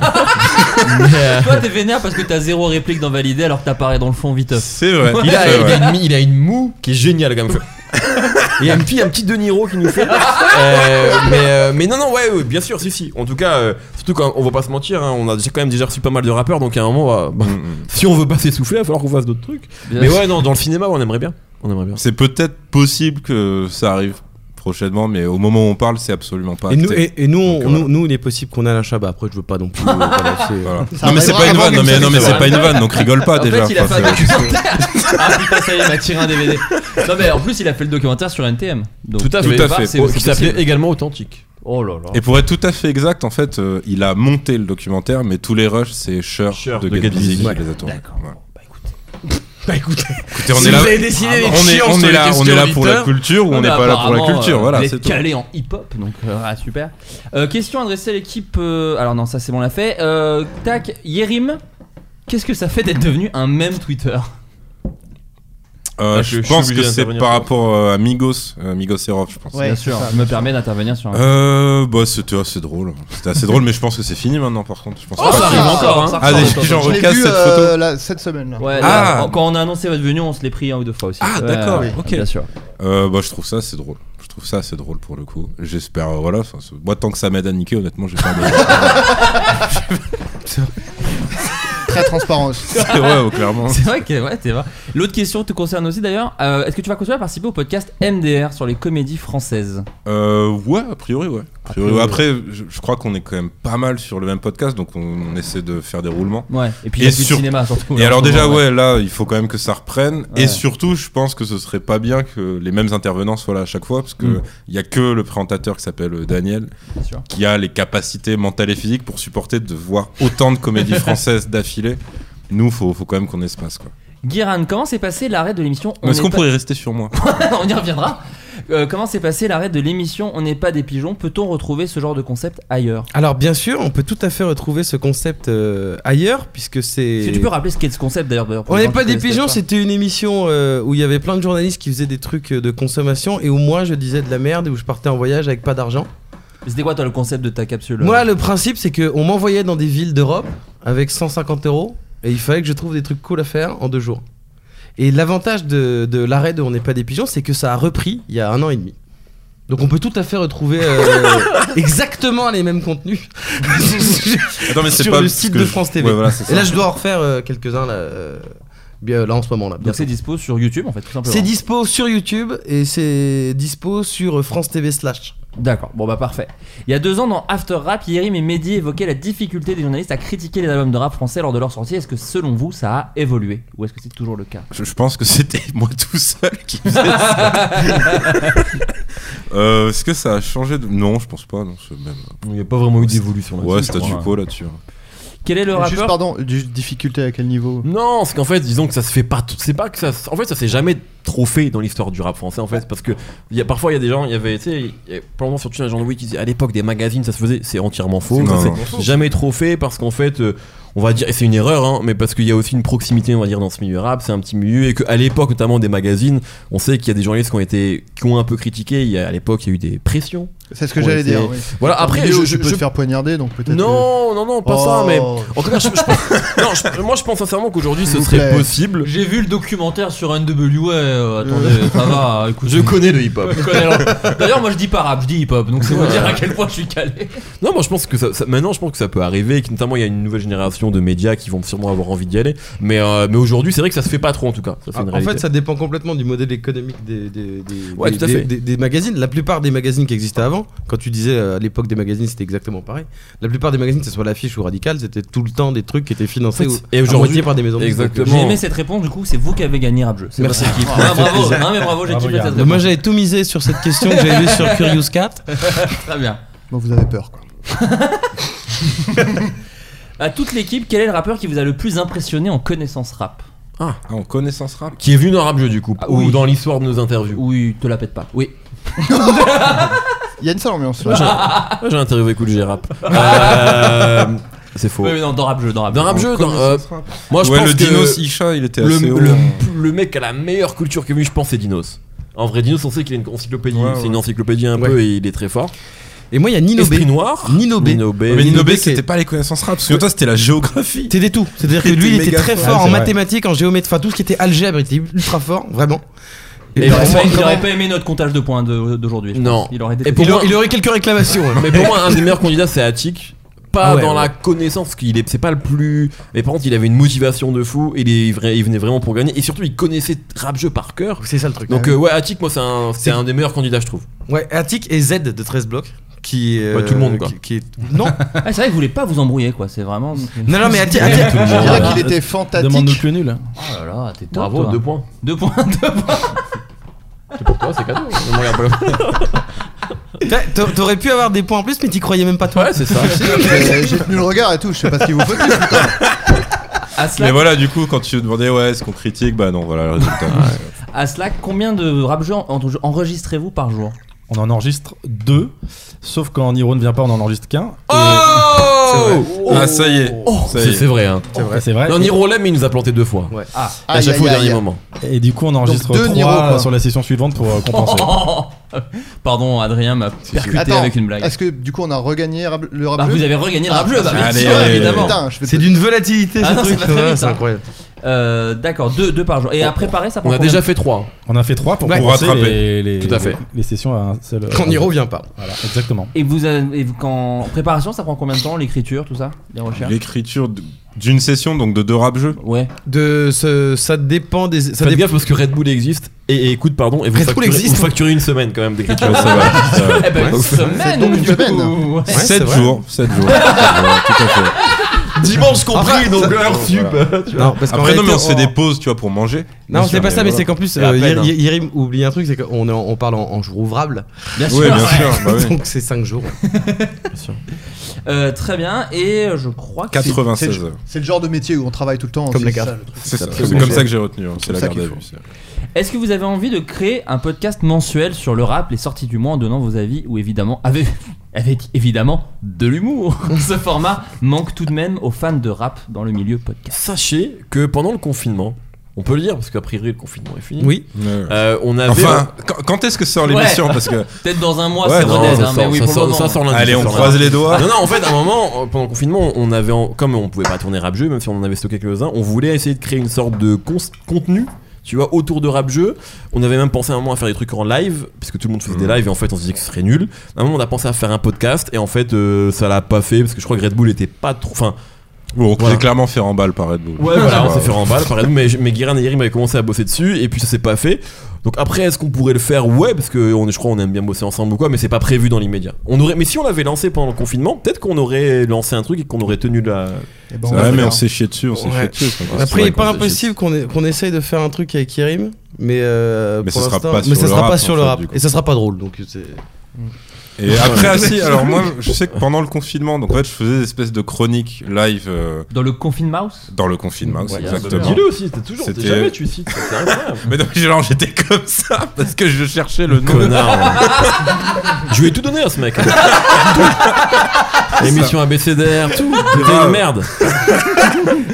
Toi, t'es vénère parce que t'as zéro réplique dans Validé alors que t'apparais dans le fond vite. c'est vrai. Il a, c'est il, vrai. a une, mi- il a une moue qui est géniale quand même. Il y a un petit, un petit De Niro qui nous fait. Euh, mais, euh, mais non, non, ouais, ouais, bien sûr, si, si. En tout cas, euh, surtout quand on va pas se mentir, hein, on a déjà, quand même déjà reçu pas mal de rappeurs, donc à un moment, on va- bah, Mm, mm. si on veut pas s'essouffler, il va falloir qu'on fasse d'autres trucs. Mais ouais, non, dans le cinéma, on aimerait bien. On aimerait bien. C'est peut-être possible que ça arrive prochainement, mais au moment où on parle, c'est absolument pas. Et nous, acté. et, et nous, on- Donc, nous, voilà. nous, il est possible qu'on ait Alain Chabat. Après, je veux pas non plus. euh, balancer, euh, Voilà. Ça Non mais c'est arrivera pas une avant vanne, non Game mais, Show, non, mais c'est c'est vrai. pas une vanne, donc rigole pas En déjà. fait, il a fait Enfin, un c'est- documentaire. ah putain, ça y est, il m'a tiré un DVD. Non, mais en plus, il a fait le documentaire sur NTM. Donc, Tout à quelque fait. part, Tout à c'est- Oh, c'est qui s'appelait possible. également Authentique. Oh là là. Et pour être tout à fait exact, en fait, euh, il a monté le documentaire, mais tous les rushs, c'est Cher Cher de de Get Get Busy qui Busy. les a tournés. D'accord. Ouais. Bon, bah écoutez. Bah écoutez, Écoutez, on si est là. Ah, vous avez décidé d'être On est, chiant on sur est les là, on questions est là pour la auditeurs, culture ou on n'est pas là pour la euh, culture, voilà, euh, Vous c'est êtes tout. calé en hip-hop, donc euh, ah, super. Euh, question adressée à l'équipe. euh, alors non, ça c'est bon, on l'a fait. Euh, tac, Yerim, qu'est-ce que ça fait d'être devenu un même Twitter Euh, Ah, je- je, je suis pense obligé que c'est d'intervenir. par rapport euh, à Migos, euh, Migos et Rof, je pense. Bien sûr, je me permets d'intervenir sur un. Euh, bah c'était assez drôle. C'était assez drôle, mais je pense que c'est fini maintenant. Par contre, je pense Oh, pas ça que- arrive encore, hein. Ah, des- j'en Je l'ai recasse vu, cette euh, photo. là, cette semaine là. Ouais, Ah. là, quand on a annoncé votre venue, on se l'est pris un ou deux fois aussi. Ah, Ouais, d'accord, ouais, ok. Bien sûr. Euh, bah je trouve ça assez drôle. Je trouve ça assez drôle pour le coup. J'espère, euh, voilà. enfin, c'est- Moi, tant que ça m'aide à niquer, honnêtement, j'ai pas. de- Très transparent. aussi. C'est vrai, ouais, clairement. C'est vrai que ouais, t'es vrai. L'autre question te concerne aussi d'ailleurs. Euh, Est-ce que tu vas continuer à participer au podcast MDR sur les comédies françaises Euh, ouais, a priori, ouais. A priori, ouais. A Après, je, je crois qu'on est quand même pas mal sur le même podcast, donc on, on essaie de faire des roulements. Ouais. Et puis Et il y a plus de sur- cinéma surtout. Et là, alors en ce déjà, moment, ouais, là, il faut quand même que ça reprenne. Ouais. Et surtout, je pense que ce serait pas bien que les mêmes intervenants soient là à chaque fois, parce que Mm. il y a que le présentateur qui s'appelle euh, Daniel, Bien sûr. qui a les capacités mentales et physiques pour supporter de voir autant de comédies françaises d'affilée. Nous, faut, faut quand même qu'on espace quoi. Guérin, comment s'est passé l'arrêt de l'émission On Est-ce n'est qu'on pas- pourrait rester sur moi On y reviendra. Euh, comment s'est passé l'arrêt de l'émission On n'est pas des pigeons Peut-on retrouver ce genre de concept ailleurs Alors bien sûr, on peut tout à fait retrouver ce concept euh, ailleurs puisque Est-ce c'est. que tu peux rappeler ce qu'est ce concept d'ailleurs pour On les n'est gens pas qui des connaissent pigeons, pas c'était une émission euh, où il y avait plein de journalistes qui faisaient des trucs euh, de consommation et où moi je disais de la merde et où je partais en voyage avec pas d'argent. C'était quoi toi le concept de ta capsule euh, Moi le principe c'est qu'on m'envoyait dans des villes d'Europe avec 150 euros et il fallait que je trouve des trucs cool à faire en deux jours. Et l'avantage de, de l'arrêt de On n'est pas des pigeons c'est que ça a repris il y a un an et demi. Donc on peut tout à fait retrouver euh, exactement les mêmes contenus. Attends, mais sur le parce site que de je- France TV. Ouais, voilà, c'est ça. Et là, je dois en refaire euh, quelques-uns là, euh, bien, là en ce moment là. Donc bientôt. c'est dispo sur YouTube en fait tout simplement. C'est dispo sur YouTube et c'est dispo sur France TV slash. D'accord, bon bah parfait. Il y a deux ans dans After Rap, Yerim et Mehdi évoquaient la difficulté des journalistes à critiquer les albums de rap français lors de leur sortie. Est-ce que selon vous ça a évolué Ou est-ce que c'est toujours le cas Je, je pense que c'était moi tout seul qui faisais ça. Euh, Est-ce que ça a changé de... Non, je pense pas. Non, c'est même... Il n'y a pas vraiment eu d'évolution là-dessus, Ouais, hein. je statu crois. quo là-dessus. Quel est le rappeur Juste pardon, du- difficulté à quel niveau Non, c'est qu'en fait, disons que ça se fait pas. t- C'est pas que ça. se- En fait, ça s'est jamais trop fait dans l'histoire du rap français, en fait, parce que il y a, parfois il y a des gens, il y avait, tu sais, il y a- probablement surtout un genre de Louis qui disait à l'époque des magazines, ça se faisait, c'est entièrement faux. C'est Ça complètement s'est jamais trop fait parce qu'en fait. euh, on va dire, et c'est une erreur, hein, mais parce qu'il y a aussi une proximité, on va dire, dans ce milieu rap, c'est un petit milieu, et qu'à l'époque, notamment des magazines, on sait qu'il y a des journalistes qui ont été, qui ont un peu critiqué, il y a, à l'époque, il y a eu des pressions. C'est ce que Ouais, j'allais c'est- dire. oui. Voilà, après, Vidéo, je, tu je- peux je- te faire poignarder, donc peut-être. Non, non, non, pas ça, Oh. mais. En tout cas, je, je pense- non, je- moi je pense sincèrement qu'aujourd'hui ce vous serait plaît. possible. J'ai vu le documentaire sur NWA, euh, attendez, Euh. ça va, écoute. Je connais le hip-hop. je connais leur- D'ailleurs, moi je dis pas rap, je dis hip-hop, donc c'est vous dire à quel point je suis calé. Non, moi je pense que ça, ça- maintenant je pense que ça peut arriver, que notamment il y a une nouvelle génération de médias qui vont sûrement avoir envie d'y aller. Mais, euh, mais aujourd'hui c'est vrai que ça se fait pas trop en tout cas. Ça, c'est une Ah, En réalité. fait, ça dépend complètement du modèle économique des, des, des- Ouais, des- tout à des- fait. des- des magazines. La plupart des magazines qui existaient avant, quand tu disais euh, à l'époque des magazines, c'était exactement pareil. La plupart des magazines, que ce soit l'affiche ou radical, c'était tout le temps des trucs qui étaient financés En fait, ou- et à aujourd'hui- moitié par des maisons de disques. Exactement. J'ai aimé cette réponse, du coup, c'est vous qui avez gagné rap jeu. C'est Merci, vrai. équipe. Ah, bravo, non, mais bravo, j'ai kiffé Bravo, cette Yann. Donc, réponse. Moi, j'avais tout misé sur cette question que j'avais vue sur Curious Cat. Très bien. Bon, vous avez peur, quoi. À toute l'équipe, quel est le rappeur qui vous a le plus impressionné en connaissance rap Ah, en connaissance rap Qui est venu dans Rap Jeu du coup, Ah, ou oui. dans l'histoire de nos interviews. Oui, te la pète pas. Oui. Il y a une sale ambiance Moi, là. j'ai- moi, J'ai interviewé Cool G Rap. Euh, c'est faux. Oui, mais non, dans rap jeu, dans rap Dans jeu. Rap En Jeu, dans, euh, connaissance rap. moi je ouais, pense le que Dinos Isha, il était le, assez haut. le- hein. le mec à la meilleure culture que j'ai vue, je pense, c'est Dinos. En vrai, Dinos, on sait qu'il est une encyclopédie, Ouais, ouais. c'est une encyclopédie un Ouais. peu et il est très fort. Et moi, il y a Nino B. Esprit noir. Nino B. Nino B. Mais Nino B, Ninobé, c'est- c'était pas les connaissances rap, parce que toi, c'était la géographie. T'étais tout. C'est-à-dire que T'étais lui, il était méga très fort. fort Ouais, en c'est vrai. mathématiques, en géométrie, enfin tout ce qui était algèbre, il était ultra fort, vraiment. Il, Et aurait vraiment, pas, il vraiment, aurait pas aimé notre comptage de points de- d'aujourd'hui. je pense. Non. Il aurait été. Et pour il moi- aurait- il aurait quelques réclamations. hein. Mais pour moi, un des meilleurs candidats, c'est Attic. Pas Ah ouais, dans ouais. la connaissance, parce qu'il est, c'est pas le plus. Mais par contre, il avait une motivation de fou. Il, est, vrai- il venait vraiment pour gagner. Et surtout, il connaissait rap jeu par cœur. C'est ça le truc. Donc euh, ouais, Attic, moi, c'est un, c'est un des meilleurs candidats, je trouve. ouais, Attic et Z de 13 blocs. Qui, euh, Ouais, tout le monde, quoi. Qui, qui est- Non. Ah, c'est vrai que vous voulez pas vous embrouiller, quoi. C'est vraiment. non, non, mais Attic. Je Attic- dirais Voilà. qu'il était Demande-nous fantastique. que le nul. Oh là là, t'es top, Bravo, toi. deux points. Deux points, deux points. C'est pour toi, c'est cadeau. T'a- t'a- T'aurais pu avoir des points en plus, mais t'y croyais même pas toi. ouais, c'est ça. J'ai j'ai tenu le regard et tout, je sais pas ce qu'il vous faut. Aslak, Mais voilà, du coup, quand tu demandais, ouais, est-ce qu'on critique Bah non, voilà le résultat. Aslak, combien de rap en, en- enregistrez-vous par jour On en enregistre deux, sauf quand Niro ne vient pas, on en enregistre qu'un. Et- Oh Ah, ça y est. ça y C'est est. c'est vrai, hein. C'est vrai. C'est vrai. Non, Niro l'aime, mais il nous a planté deux fois. Ouais. À chaque fois au dernier moment. Et, et du coup, on enregistre deux trois Niro, quoi. sur la session suivante pour euh, compenser. Pardon, Adrien m'a percuté Attends, avec une Ah, blague. Est-ce que du coup on a regagné rap- le rap Bah, bleu Ah, vous avez regagné le rap jeu, bah, bien Allez, sûr, allez, allez. évidemment. Putain, je vais C'est te- d'une volatilité Ah ce non, truc, ça va très ouais, vite, c'est hein. incroyable. Euh, D'accord, deux, deux par jour. Et à préparer, ça prend On a combien déjà fait trois. On a fait trois pour Ouais. compenser Pour rattraper. les, les- Tout à fait. les sessions à un seul. euh, Quand Niro vient pas. Voilà, exactement. Et vous, avez- et vous- quand préparation, ça prend combien de temps L'écriture, tout ça Les recherches L'écriture d- d'une session, donc de deux rap jeux. Eh Ouais. De ce, ça dépend des. Ça Faites dépend- gaffe parce que Red Bull existe et, et écoute pardon et vous Red Bull facturez, existe. vous facturez une semaine quand même d'écriture. ben, Ouais, ça va, ça va. Eh ben, une C'est semaine donc du une coup, semaine. ouais. Ouais, c'est 7 vrai. jours, 7 jours. Voilà, tout à fait. Dimanche compris donc heure sup. Non, parce qu'en Après, non, mais on réalité, se fait des pauses, tu vois, pour manger. Non, Bien c'est sûr, pas ça, mais mais c'est qu'en plus, Et à euh, peine, Yerim hein. Yerim oublie un truc, c'est qu'on est en- on parle en, en jour ouvrable. Bien sûr. Oui, bien sûr. bah oui. Donc c'est 5 jours. Euh, très bien. et euh, je crois que c'est- 96 heures. C'est le genre de métier où on travaille tout le temps. Comme c'est les ça, gars. le truc. C'est ça. absolument C'est comme ça. ça que j'ai retenu. hein, C'est la ça qu'il garde à faut. vue. c'est- Est-ce que vous avez envie de créer un podcast mensuel sur le rap, les sorties du mois, en donnant vos avis ou évidemment avec, avec évidemment de l'humour Ce format manque tout de même aux fans de rap dans le milieu podcast. Sachez que pendant le confinement, on peut le dire parce qu'a priori le confinement est fini. Oui. Ouais. Euh, on avait Enfin, quand- quand est-ce que sort l'émission Ouais. Parce que Peut-être dans un mois, Ouais, c'est Non, Rodez, ça hein, mais sort- oui, ça pour le sort- moment. ça sort lundi. allez, ça on sort croise lundi. les doigts. Non, non, en fait, à un moment, euh, pendant le confinement, on avait, en- comme on pouvait pas tourner rap jeu, même si on en avait stocké quelques-uns, on voulait essayer de créer une sorte de cons- contenu. Tu vois, autour de rap jeu, on avait même pensé à un moment à faire des trucs en live, parce que tout le monde faisait des Mmh. lives et en fait on se disait que ce serait nul. À un moment on a pensé à faire un podcast et en fait euh, ça l'a pas fait parce que je crois que Red Bull était pas trop. Enfin, Bon, on Voilà. s'est clairement fait remballer par Red Bull. Ouais, voilà, Ouais, on s'est ouais. fait remballer par exemple, mais, mais Guérin et Yerim avaient commencé à bosser dessus, et puis ça s'est pas fait. Donc après, est-ce qu'on pourrait le faire Ouais, parce que on, je crois on aime bien bosser ensemble ou quoi, mais c'est pas prévu dans l'immédiat. On aurait, mais si on l'avait lancé pendant le confinement, peut-être qu'on aurait lancé un truc et qu'on aurait tenu la. Eh ben, on C'est va vrai, le mais on faire. s'est chié dessus, on s'est Ouais. chié dessus. c'est vrai. Après, il est qu'on pas fait impossible qu'on ait- qu'on essaye de faire un truc avec Yerim, mais euh, Mais pour ce sera l'instant- pas sur mais ça le sera rap, pas en sur le fait, rap. du coup. Et ça sera pas drôle, donc c'est. Et après, ah, si, alors moi, je sais que pendant le confinement, donc en fait, je faisais des espèces de chroniques live euh, Dans le confinement mouse dans le confinement, Ouais, exactement. Dis-le aussi, c'était toujours, t'es C'était- jamais tu cites, c'est Mais non, mais genre, j'étais comme ça parce que je cherchais le nom. Connard. hein. je lui ai tout donné à ce mec. hein. Émission ABCDR, tout. C'était Ah. une merde. Euh,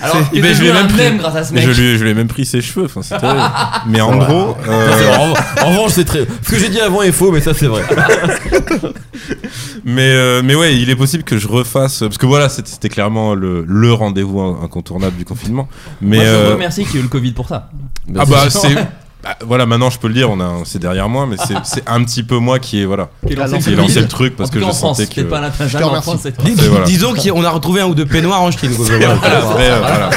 Alors, il est ben, je devenu l'ai un même mème pris. grâce à ce Mais mec. je lui, je lui ai même pris ses cheveux, enfin, c'était. mais en Ah gros, euh, En, en revanche, c'est très. Ce que j'ai dit avant est faux, mais ça c'est vrai. mais, euh, mais ouais, il est possible que je refasse. Parce que voilà, c'était c'était clairement le, le rendez-vous incontournable du confinement. Mais. Moi, je euh, vous remercie qu'il y ait eu le Covid pour ça. ah bah, c'est. bah, voilà, maintenant je peux le dire, on a, c'est derrière moi, mais c'est, c'est un petit peu moi qui est voilà, qui ai lancé le truc parce En que tout cas, je en France, sentais que. c'était pas à l'international, Je te en remercie. France, c'était- Et voilà. Disons qu'on a retrouvé un ou deux peignoirs en Chine. quoi. Et Voilà. voilà, après, euh, voilà.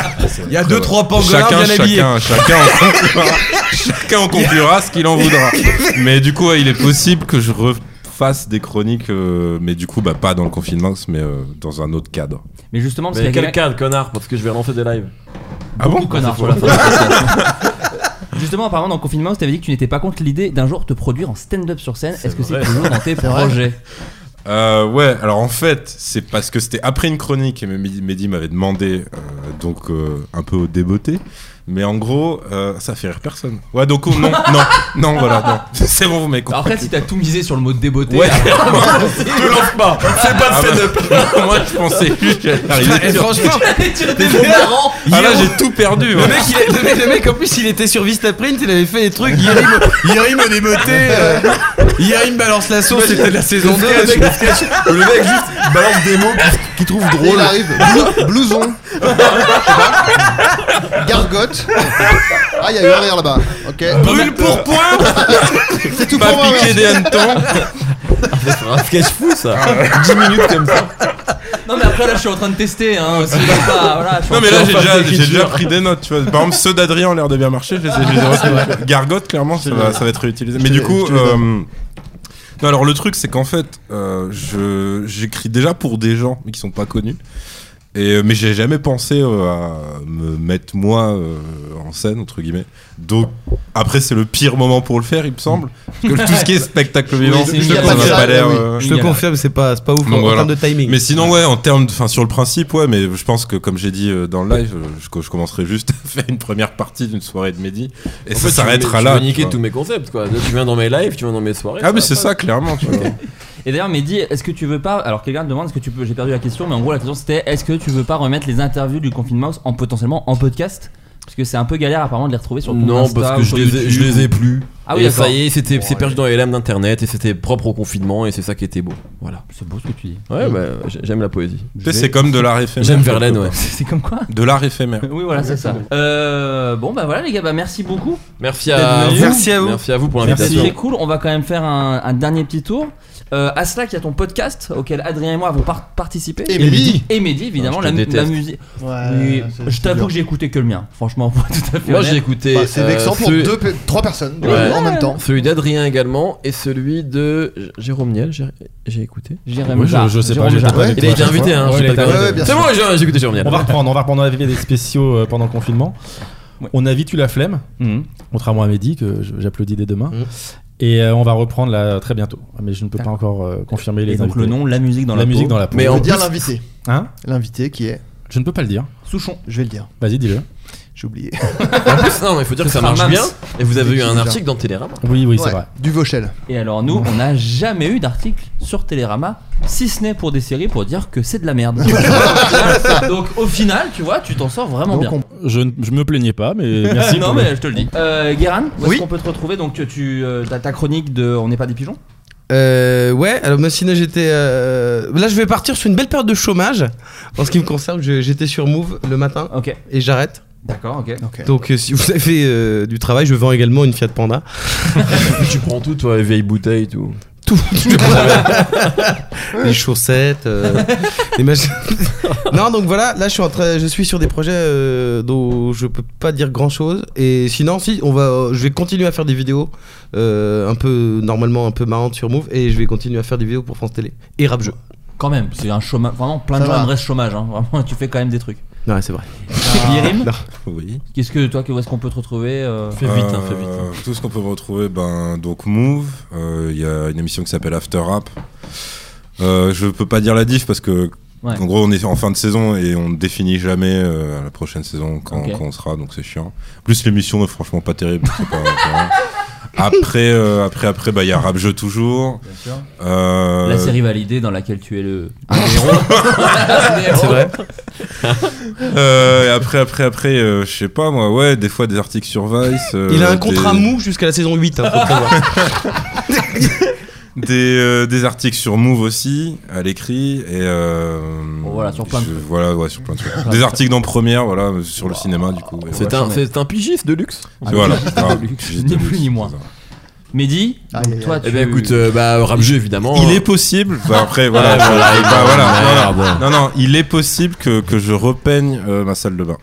Il y a deux trois pangolins chacun, bien habillés. chacun, chacun, en conclura, chacun en conclura ce qu'il en voudra. Mais du coup, ouais, il est possible que je refasse des chroniques, euh, mais du coup, bah, pas dans le confinement, mais euh, dans un autre cadre. Mais justement, parce Mais qu'il y a quel quelqu'un- cadre, connard Parce que je vais relancer des lives. Ah bon beaucoup connard sur la fin du podcast. Justement, apparemment, dans le confinement, tu avais dit que tu n'étais pas contre l'idée d'un jour te produire en stand-up sur scène. Est-ce que c'est vrai. toujours dans tes projets Euh, ouais, alors en fait, c'est parce que c'était après une chronique et Mehdi, Mehdi m'avait demandé, euh, donc euh, un peu au déboté. Mais en gros, euh, ça fait rire personne. Ouais, donc oh, non, non, non, voilà, non. C'est bon, vous m'avez Alors compris. Après, si t'as tout misé sur le mot de débeauté, Ouais. Ne lance pas C'est pas Ah de bah, stand-up moi, je pensais juste que j'allais arriver Et sur- franchement, Ah là, j'ai tout perdu. le ouais. mec, il est- le mec- le mec, en plus, il était sur Vistaprint, il avait fait des trucs. Yerim, Yerim a démoté. euh, Yerim balance la sauce, c'était de la saison 2. Le mec juste balance des mots qu'il- qu'il trouve Et il drôle. arrive, blou- blouson, Je sais pas. gargote. Ah, il y a eu un rire là-bas. Ok. Brûle pour point C'est tout pour Pas moi. piquer merci. des hannetons Ah, C'est un sketch fou ça 10 minutes comme ça Non, mais après, là, je suis en train de tester. Hein, c'est pas, voilà, je suis Non en mais train là de j'ai faire déjà, des j'ai déjà écritures. pris des notes tu vois Par exemple ceux d'Adrien ont l'air de bien marcher je les ai, je les ai retenus. Gargote clairement ça va, ça va être réutilisé Mais te du les- coup je te les euh, donne. non, alors le truc c'est qu'en fait euh, je- j'écris déjà pour des gens mais qui sont pas connus Et, euh, mais j'ai jamais pensé euh, à me mettre moi euh, en scène, entre guillemets. Donc, après, c'est le pire moment pour le faire, il me semble. Parce que tout ce qui est spectacle vivant, c'est ça une galère. n'a Ça, pas l'air. oui. euh, Je te confirme, c'est pas, c'est pas ouf Donc en voilà. termes de timing. mais sinon, ouais, en termes, de- enfin, sur le principe, ouais, mais je pense que, comme j'ai dit euh, dans le live, euh, je, je commencerai juste à faire une première partie d'une soirée de Mehdi, et En ça fait, tu veux- s'arrêtera tu là. veux tu niquer vois. tous mes concepts, quoi. Tu viens dans mes lives, tu viens dans mes soirées. Ah, mais c'est va pas. ça, clairement, tu vois. Et d'ailleurs, Mehdi, est-ce que tu veux pas. Alors, quelqu'un me demande, est-ce que tu peux. J'ai perdu la question, mais en gros, la question c'était est-ce que tu veux pas remettre les interviews du confinement en potentiellement en podcast Parce que c'est un peu galère apparemment de les retrouver sur ton Non, Insta parce que ou je sur les, ai, YouTube. je les ai plus. Ah oui, et d'accord. ça y est, c'était c'est perdu dans les lames d'internet et c'était propre au confinement et c'est ça qui était beau. Voilà. C'est beau ce que tu dis. Ouais, bah, j'ai- j'aime la poésie. Tu sais, c'est comme de l'art éphémère. J'aime Verlaine, quelque ouais. C'est comme quoi part. De l'art éphémère. Oui, voilà, c'est ça. Euh, bon, bah voilà, les gars, bah merci beaucoup. Merci à Bienvenue. vous. Merci à vous. Merci à vous pour C'était l'invitation. très cool. On va quand même faire un, un dernier petit tour. Euh, à cela, il y a ton podcast auquel Adrien et moi avons par- participé. Et Mehdi. Et Mehdi, évidemment, Non, Ah, je la, te mu- la déteste. musique. Euh, Oui, je t'avoue que j'ai écouté que le mien, franchement, pour être tout à fait. Moi, honnête. j'ai écouté. Bah, c'est euh, vexant pour celui- deux, pe- trois personnes Ouais. en même temps. Celui d'Adrien également et celui de J- Jérôme Niel, j'ai- j'ai écouté. Jérôme Moi, je- Jarre. je sais pas, Jérôme j'ai Jarre. pas Ouais. écouté. Il a été invité, hein. Ouais, je sais il a pas été comment- invité. Ouais, bien c'est sûr. moi, j'ai j'ai écouté Jérôme Niel. On va reprendre, on va reprendre. On avait fait des spéciaux euh, pendant le confinement. Ouais. On a vite eu la flemme, Mhm. contrairement à Mehdi, que je- j'applaudis dès demain. Mhm. Et euh, on va reprendre là très bientôt. Ah, Mais je ne peux pas encore euh, confirmer les Ah. Et donc invités. le nom, la musique dans la, la, musique peau. dans la peau. Mais Je en veux dire plus- l'invité. Hein L'invité qui est. Je ne peux pas le dire. Souchon. Je vais le dire. Vas-y, dis-le. J'ai oublié. En plus, non, il faut dire que ça sera marche mince. bien. Et vous avez eu C'est un bizarre. article dans Télérama. Oui, oui, Ouais, c'est vrai. Du Vauchel. Et alors nous, on n'a jamais eu d'article sur Télérama, si ce n'est pour des séries pour dire que c'est de la merde. donc au final, tu vois, tu t'en sors vraiment Donc, bien. Euh, on- Je ne je me plaignais pas, mais merci. non pour mais le- je te le dis. Euh, Guérin, où est-ce Oui. qu'on peut te retrouver Donc tu euh, t'as ta chronique de On n'est pas des pigeons. Euh, ouais, alors moi sinon j'étais. euh, Là je vais partir sur une belle période de chômage. En ce qui me concerne, je- j'étais sur Move le matin Ok. et j'arrête. D'accord. Ok. Ok. Donc euh, si vous avez euh, du travail, je vends également une Fiat Panda. Tu prends tout, toi, vieille bouteille, tout. Tout. les chaussettes, euh, les machins. non, donc voilà, là je suis en train, je suis sur des projets euh, dont je peux pas dire grand chose. Et sinon, si on va, euh, je vais continuer à faire des vidéos euh, un peu normalement un peu marrantes sur Move et je vais continuer à faire des vidéos pour France Télé et Rap Jeu. Quand même, c'est un chômage. Vraiment, plein de Ça gens va. aimeraient ce chômage. hein. Vraiment, tu fais quand même des trucs. Ouais, c'est vrai. Guérim, Oui. qu'est-ce que toi, que- où est-ce qu'on peut te retrouver euh, Fais vite, hein, fais vite. Euh, Tout ce qu'on peut retrouver, ben, donc Move, euh, il y a une émission qui s'appelle After Rap. Euh, je peux pas dire la diff parce que, Ouais. en gros, on est en fin de saison et on ne définit jamais euh, à la prochaine saison quand, Ok. quand on sera, donc c'est chiant. En Plus l'émission n'est franchement pas terrible. c'est pas- c'est pas grave. après, euh, après, après, bah, il y a Rap Jeu toujours. Euh, La série validée dans laquelle tu es le Ah, un des héros. C'est vrai. euh, et après, après, après, euh, je sais pas moi, ouais, des fois des articles sur Vice. euh, Il a un des- contrat mou jusqu'à la saison 8. hein, faut le savoir. des, euh, des articles sur Move aussi à l'écrit et euh, Voilà, sur plein de je- trucs. voilà ouais, sur plein de trucs des articles dans première voilà sur le cinéma du coup et C'est ouais. un, c'est un pigiste de luxe. un- voilà de luxe. Ah, Ni plus ni moins. Mehdi, Aïe, aïe, toi, aïe. tu. Eh ben, bien, écoute, euh, bah, rap jeu évidemment. il est possible bah, après voilà Ah, voilà, bah, il- voilà, ah, voilà. non non il est possible que, que je repeigne euh, ma salle de bain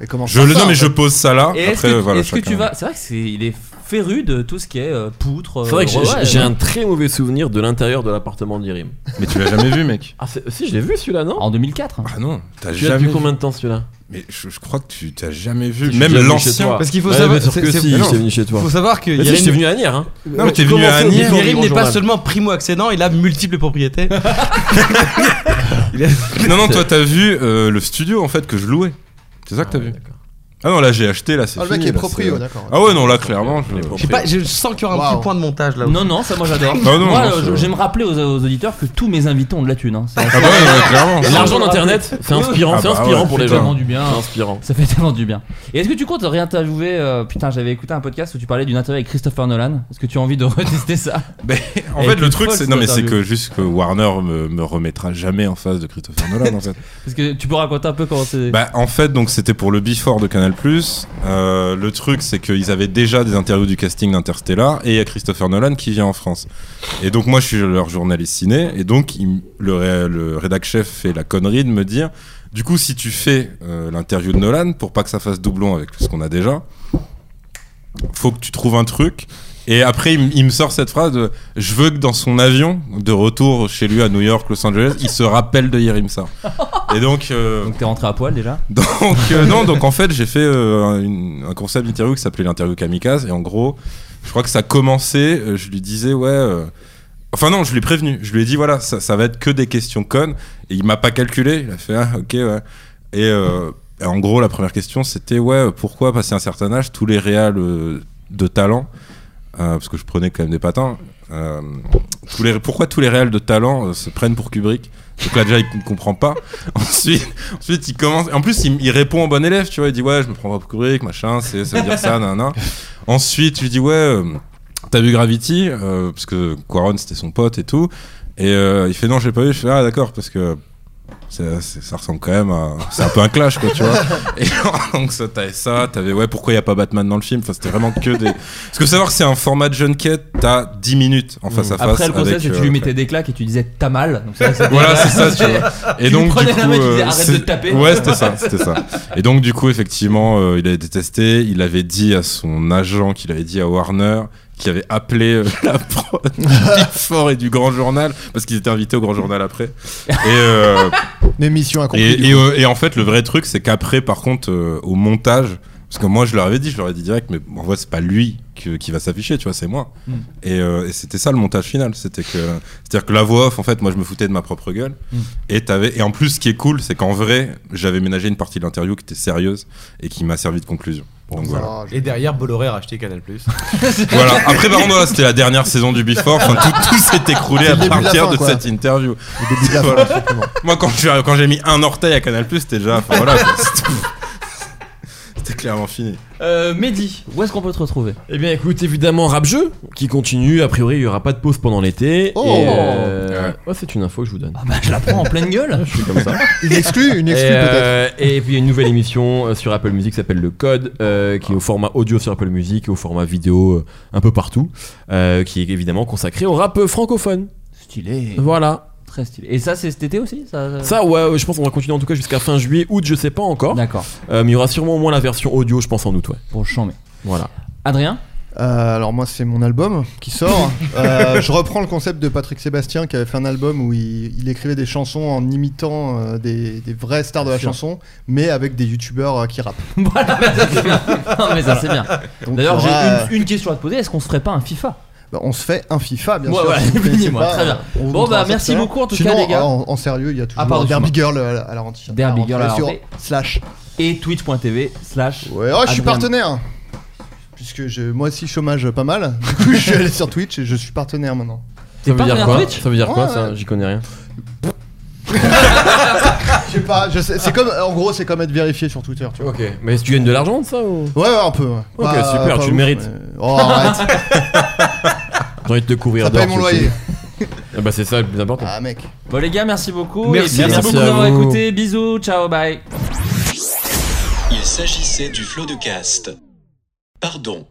Et comment je ça le non sort, mais en je fait pose ça là Et est-ce après que, euh, voilà est-ce que tu chacun- vas. C'est vrai que c'est il est féru de tout ce qui est euh, poutre. C'est vrai que j'ai- euh, ouais, j'ai ouais. un très mauvais souvenir de l'intérieur de l'appartement d'Irim. mais tu l'as jamais vu mec Ah, c'est- si, je l'ai vu celui-là, non En 2004. ah non t'as Tu l'as vu jamais combien de temps celui-là mais je, je crois que tu t'as jamais vu Je suis même déjà venu chez l'ancien toi. Parce qu'il faut Ouais, savoir- bien sûr c'est- que c'est- si, mais non. j'étais venu chez toi. Faut savoir que Mais si, Yerim- j'étais venu à Nières, hein. non mais t'es venu Comment à ça, on est Agnières venu Yerim n'est Bonjour, pas Val. seulement primo accédant, il a multiples propriétés. non non toi t'as vu euh, le studio en fait que je louais c'est ça que t'as vu Ah non, là j'ai acheté, là c'est Ah, le mec fini, est là, proprio, c'est- d'accord. Ah ouais, non, là clairement. je- Je sais pas, je sens qu'il y aura un Waouh. petit point de montage là. Non, non, ça moi j'adore. Ah non, moi, non, euh, c'est- je- j'aime rappeler aux, aux auditeurs que tous mes invités ont de la thune. Hein. C'est Ah bah ouais, ouais, clairement. Et L'argent Oui. d'internet, c'est Oui. inspirant, Ah c'est bah inspirant ouais, pour les putain. tellement gens. du bien. C'est inspirant. Ça fait tellement du bien. Et est-ce que tu comptes réinterviewer euh, Putain, j'avais écouté un podcast où tu parlais d'une interview avec Christopher Nolan. Est-ce que tu as envie de retester ça Et En fait, puis, le truc, folle, c'est non, mais cette c'est interview. que juste que Warner me, me remettra jamais en face de Christopher Nolan. en fait. Parce que tu peux raconter un peu comment c'est. Bah, en fait, donc c'était pour le Before de Canal+. Euh, le truc, c'est qu'ils avaient déjà des interviews du casting d'Interstellar et il y a Christopher Nolan qui vient en France. Et donc moi, je suis leur journaliste ciné et donc il m- le, ré- le rédac chef fait la connerie de me dire, du coup, si tu fais euh, l'interview de Nolan pour pas que ça fasse doublon avec ce qu'on a déjà. faut que tu trouves un truc. Et après, il, m- il me sort cette phrase de, Je veux que dans son avion, de retour chez lui à New York, Los Angeles, il se rappelle de Yerimsa. Et donc. euh, Donc t'es rentré à poil déjà donc, euh, non, donc en fait, j'ai fait euh, un, une- un concept d'interview qui s'appelait l'interview kamikaze. Et en gros, je crois que ça commençait, euh, je lui disais, ouais. euh, Enfin non, je lui ai prévenu. Je lui ai dit, voilà, ça, ça va être que des questions connes. Et il m'a pas calculé. Il a fait, ah, ok, ouais. Et, euh, et en gros, la première question, c'était, ouais, pourquoi passer un certain âge, tous les réals euh, de talent, euh, parce que je prenais quand même des patins, euh, tous les, pourquoi tous les réals de talent euh, se prennent pour Kubrick donc là déjà il ne comprend pas. Ensuite, ensuite il commence. En plus il, il répond en bon élève, tu vois. Il dit ouais je me prends pas pour Kubrick, machin, c'est, ça veut dire ça, nanana. Ensuite je lui dis ouais euh, t'as vu Gravity Euh, parce que Quaron c'était son pote et tout. Et euh, il fait non je l'ai pas vu. Je fais ah d'accord parce que ça, c'est- ça ressemble quand même à c'est un peu un clash quoi tu vois et donc ça t'avais ça t'avais ouais pourquoi il y a pas Batman dans le film enfin c'était vraiment que des parce que savoir que c'est un format de jeune quête t'as 10 minutes en face à face Après le conseil, avec, c'est que euh, tu lui mettais des claques et tu disais t'as mal. Donc, c'est vrai que c'était- voilà, c'est ça, tu vois. Et Tu donc, lui prenais du la coup, main, tu disais, euh, arrête c'est- de te taper. Ouais, c'était ça, c'était ça. Et donc, du coup, effectivement, euh, il avait détesté. Il avait dit à son agent, qu'il avait dit à Warner, qu'il avait appelé euh, la prod du Big Four et du Grand Journal, parce qu'ils étaient invités au Grand Journal après. Et, euh, L'émission accomplie. et, du et, coup. euh, et en fait, le vrai truc, c'est qu'après, par contre, euh, au montage, parce que moi, je leur avais dit, je leur ai dit direct, mais en vrai, c'est pas lui que- qui va s'afficher, tu vois, c'est moi. Hmm. Mm. Et, euh, et c'était ça le montage final. C'était que, c'est-à-dire que la voix off, en fait, moi, je me foutais de ma propre gueule. Mm. Hmm. Et t'avais, et en plus, ce qui est cool, c'est qu'en vrai, j'avais ménagé une partie de l'interview qui était sérieuse et qui m'a servi de conclusion. Donc voilà. Ah, je- Et derrière, Bolloré a racheté Canal+. Voilà. Après, par contre, voilà, c'était la dernière saison du Before. Enfin, tout, tout s'est écroulé C'est à le début de la partir fin, de quoi. cette interview. le début de la fin, Voilà. effectivement. Moi, quand j'ai, quand j'ai mis un orteil à Canal, c'était déjà. Enfin, voilà, quoi. C'était- c'était clairement fini. Euh, Mehdi, où est-ce qu'on peut te retrouver Eh bien, écoute, évidemment, rap jeu qui continue. A priori, il y aura pas de pause pendant l'été. Oh. Et, euh, ouais, c'est une info que je vous donne. Ah bah je la prends en pleine gueule. Je suis comme ça. Une exclue, une Et, exclue peut-être. euh, et puis il y a une nouvelle émission euh, sur Apple Music qui s'appelle Le Code, euh, qui est au format audio sur Apple Music et au format vidéo euh, un peu partout, euh, qui est évidemment consacrée au rap euh, francophone. Stylé. Voilà. Très stylé. Et ça, c'est cet été aussi ça, Ça, ouais, ouais, je pense qu'on va continuer en tout cas jusqu'à fin juillet, août, je sais pas encore. D'accord. Euh, mais il y aura sûrement au moins la version audio, je pense, en août, ouais. Pour chanter. Voilà. Adrien Euh, alors moi c'est mon album qui sort. Euh, je reprends le concept de Patrick Sébastien qui avait fait un album où il, il écrivait des chansons en imitant euh, des, des vraies stars de la Bien chanson, mais avec des youtubeurs euh, qui rappent. Voilà, mais ça c'est bien. Non, mais ça c'est bien. Donc, D'ailleurs, il y j'ai aura, euh, une, une question à te poser. Est-ce qu'on se ferait pas un FIFA bah, on se fait un FIFA bien Ouais, sûr. voilà, si vous fini, connaissez moi, très bien. euh, on vous Bon, montrera bah, ça merci tout à l'heure. beaucoup, en tout Sinon, cas, les gars. En, en sérieux, il y a toujours Ah, pardon, Derby Girl à, la- à la rentrée. Derby Girl à la Sur rentrée. Slash. Et twitch.tv slash. Ouais, oh, je suis Adrien. partenaire. Puisque je, moi aussi chômage pas mal, du coup je suis allé sur Twitch et je suis partenaire maintenant. T'es Ça veut dire partenaire quoi Twitch Ça veut dire quoi Ouais, ça ouais. J'y connais rien. Je sais pas, je sais- c'est comme en gros c'est comme être vérifié sur Twitter, tu vois. Ok. Mais est-ce que tu gagnes de l'argent de ça ou Ouais, ouais, un peu. ouais. Ok, super, tu le mérites. mais- Oh, arrête, J'ai envie de te couvrir ça d'or, paye mon c'est loyer. cool. Ah bah c'est ça le plus important. Ah, mec. Bon, les gars, merci beaucoup. Merci, Et merci, merci beaucoup à d'avoir vous. écouté. Bisous, ciao, bye. Il s'agissait du flot de caste. Pardon.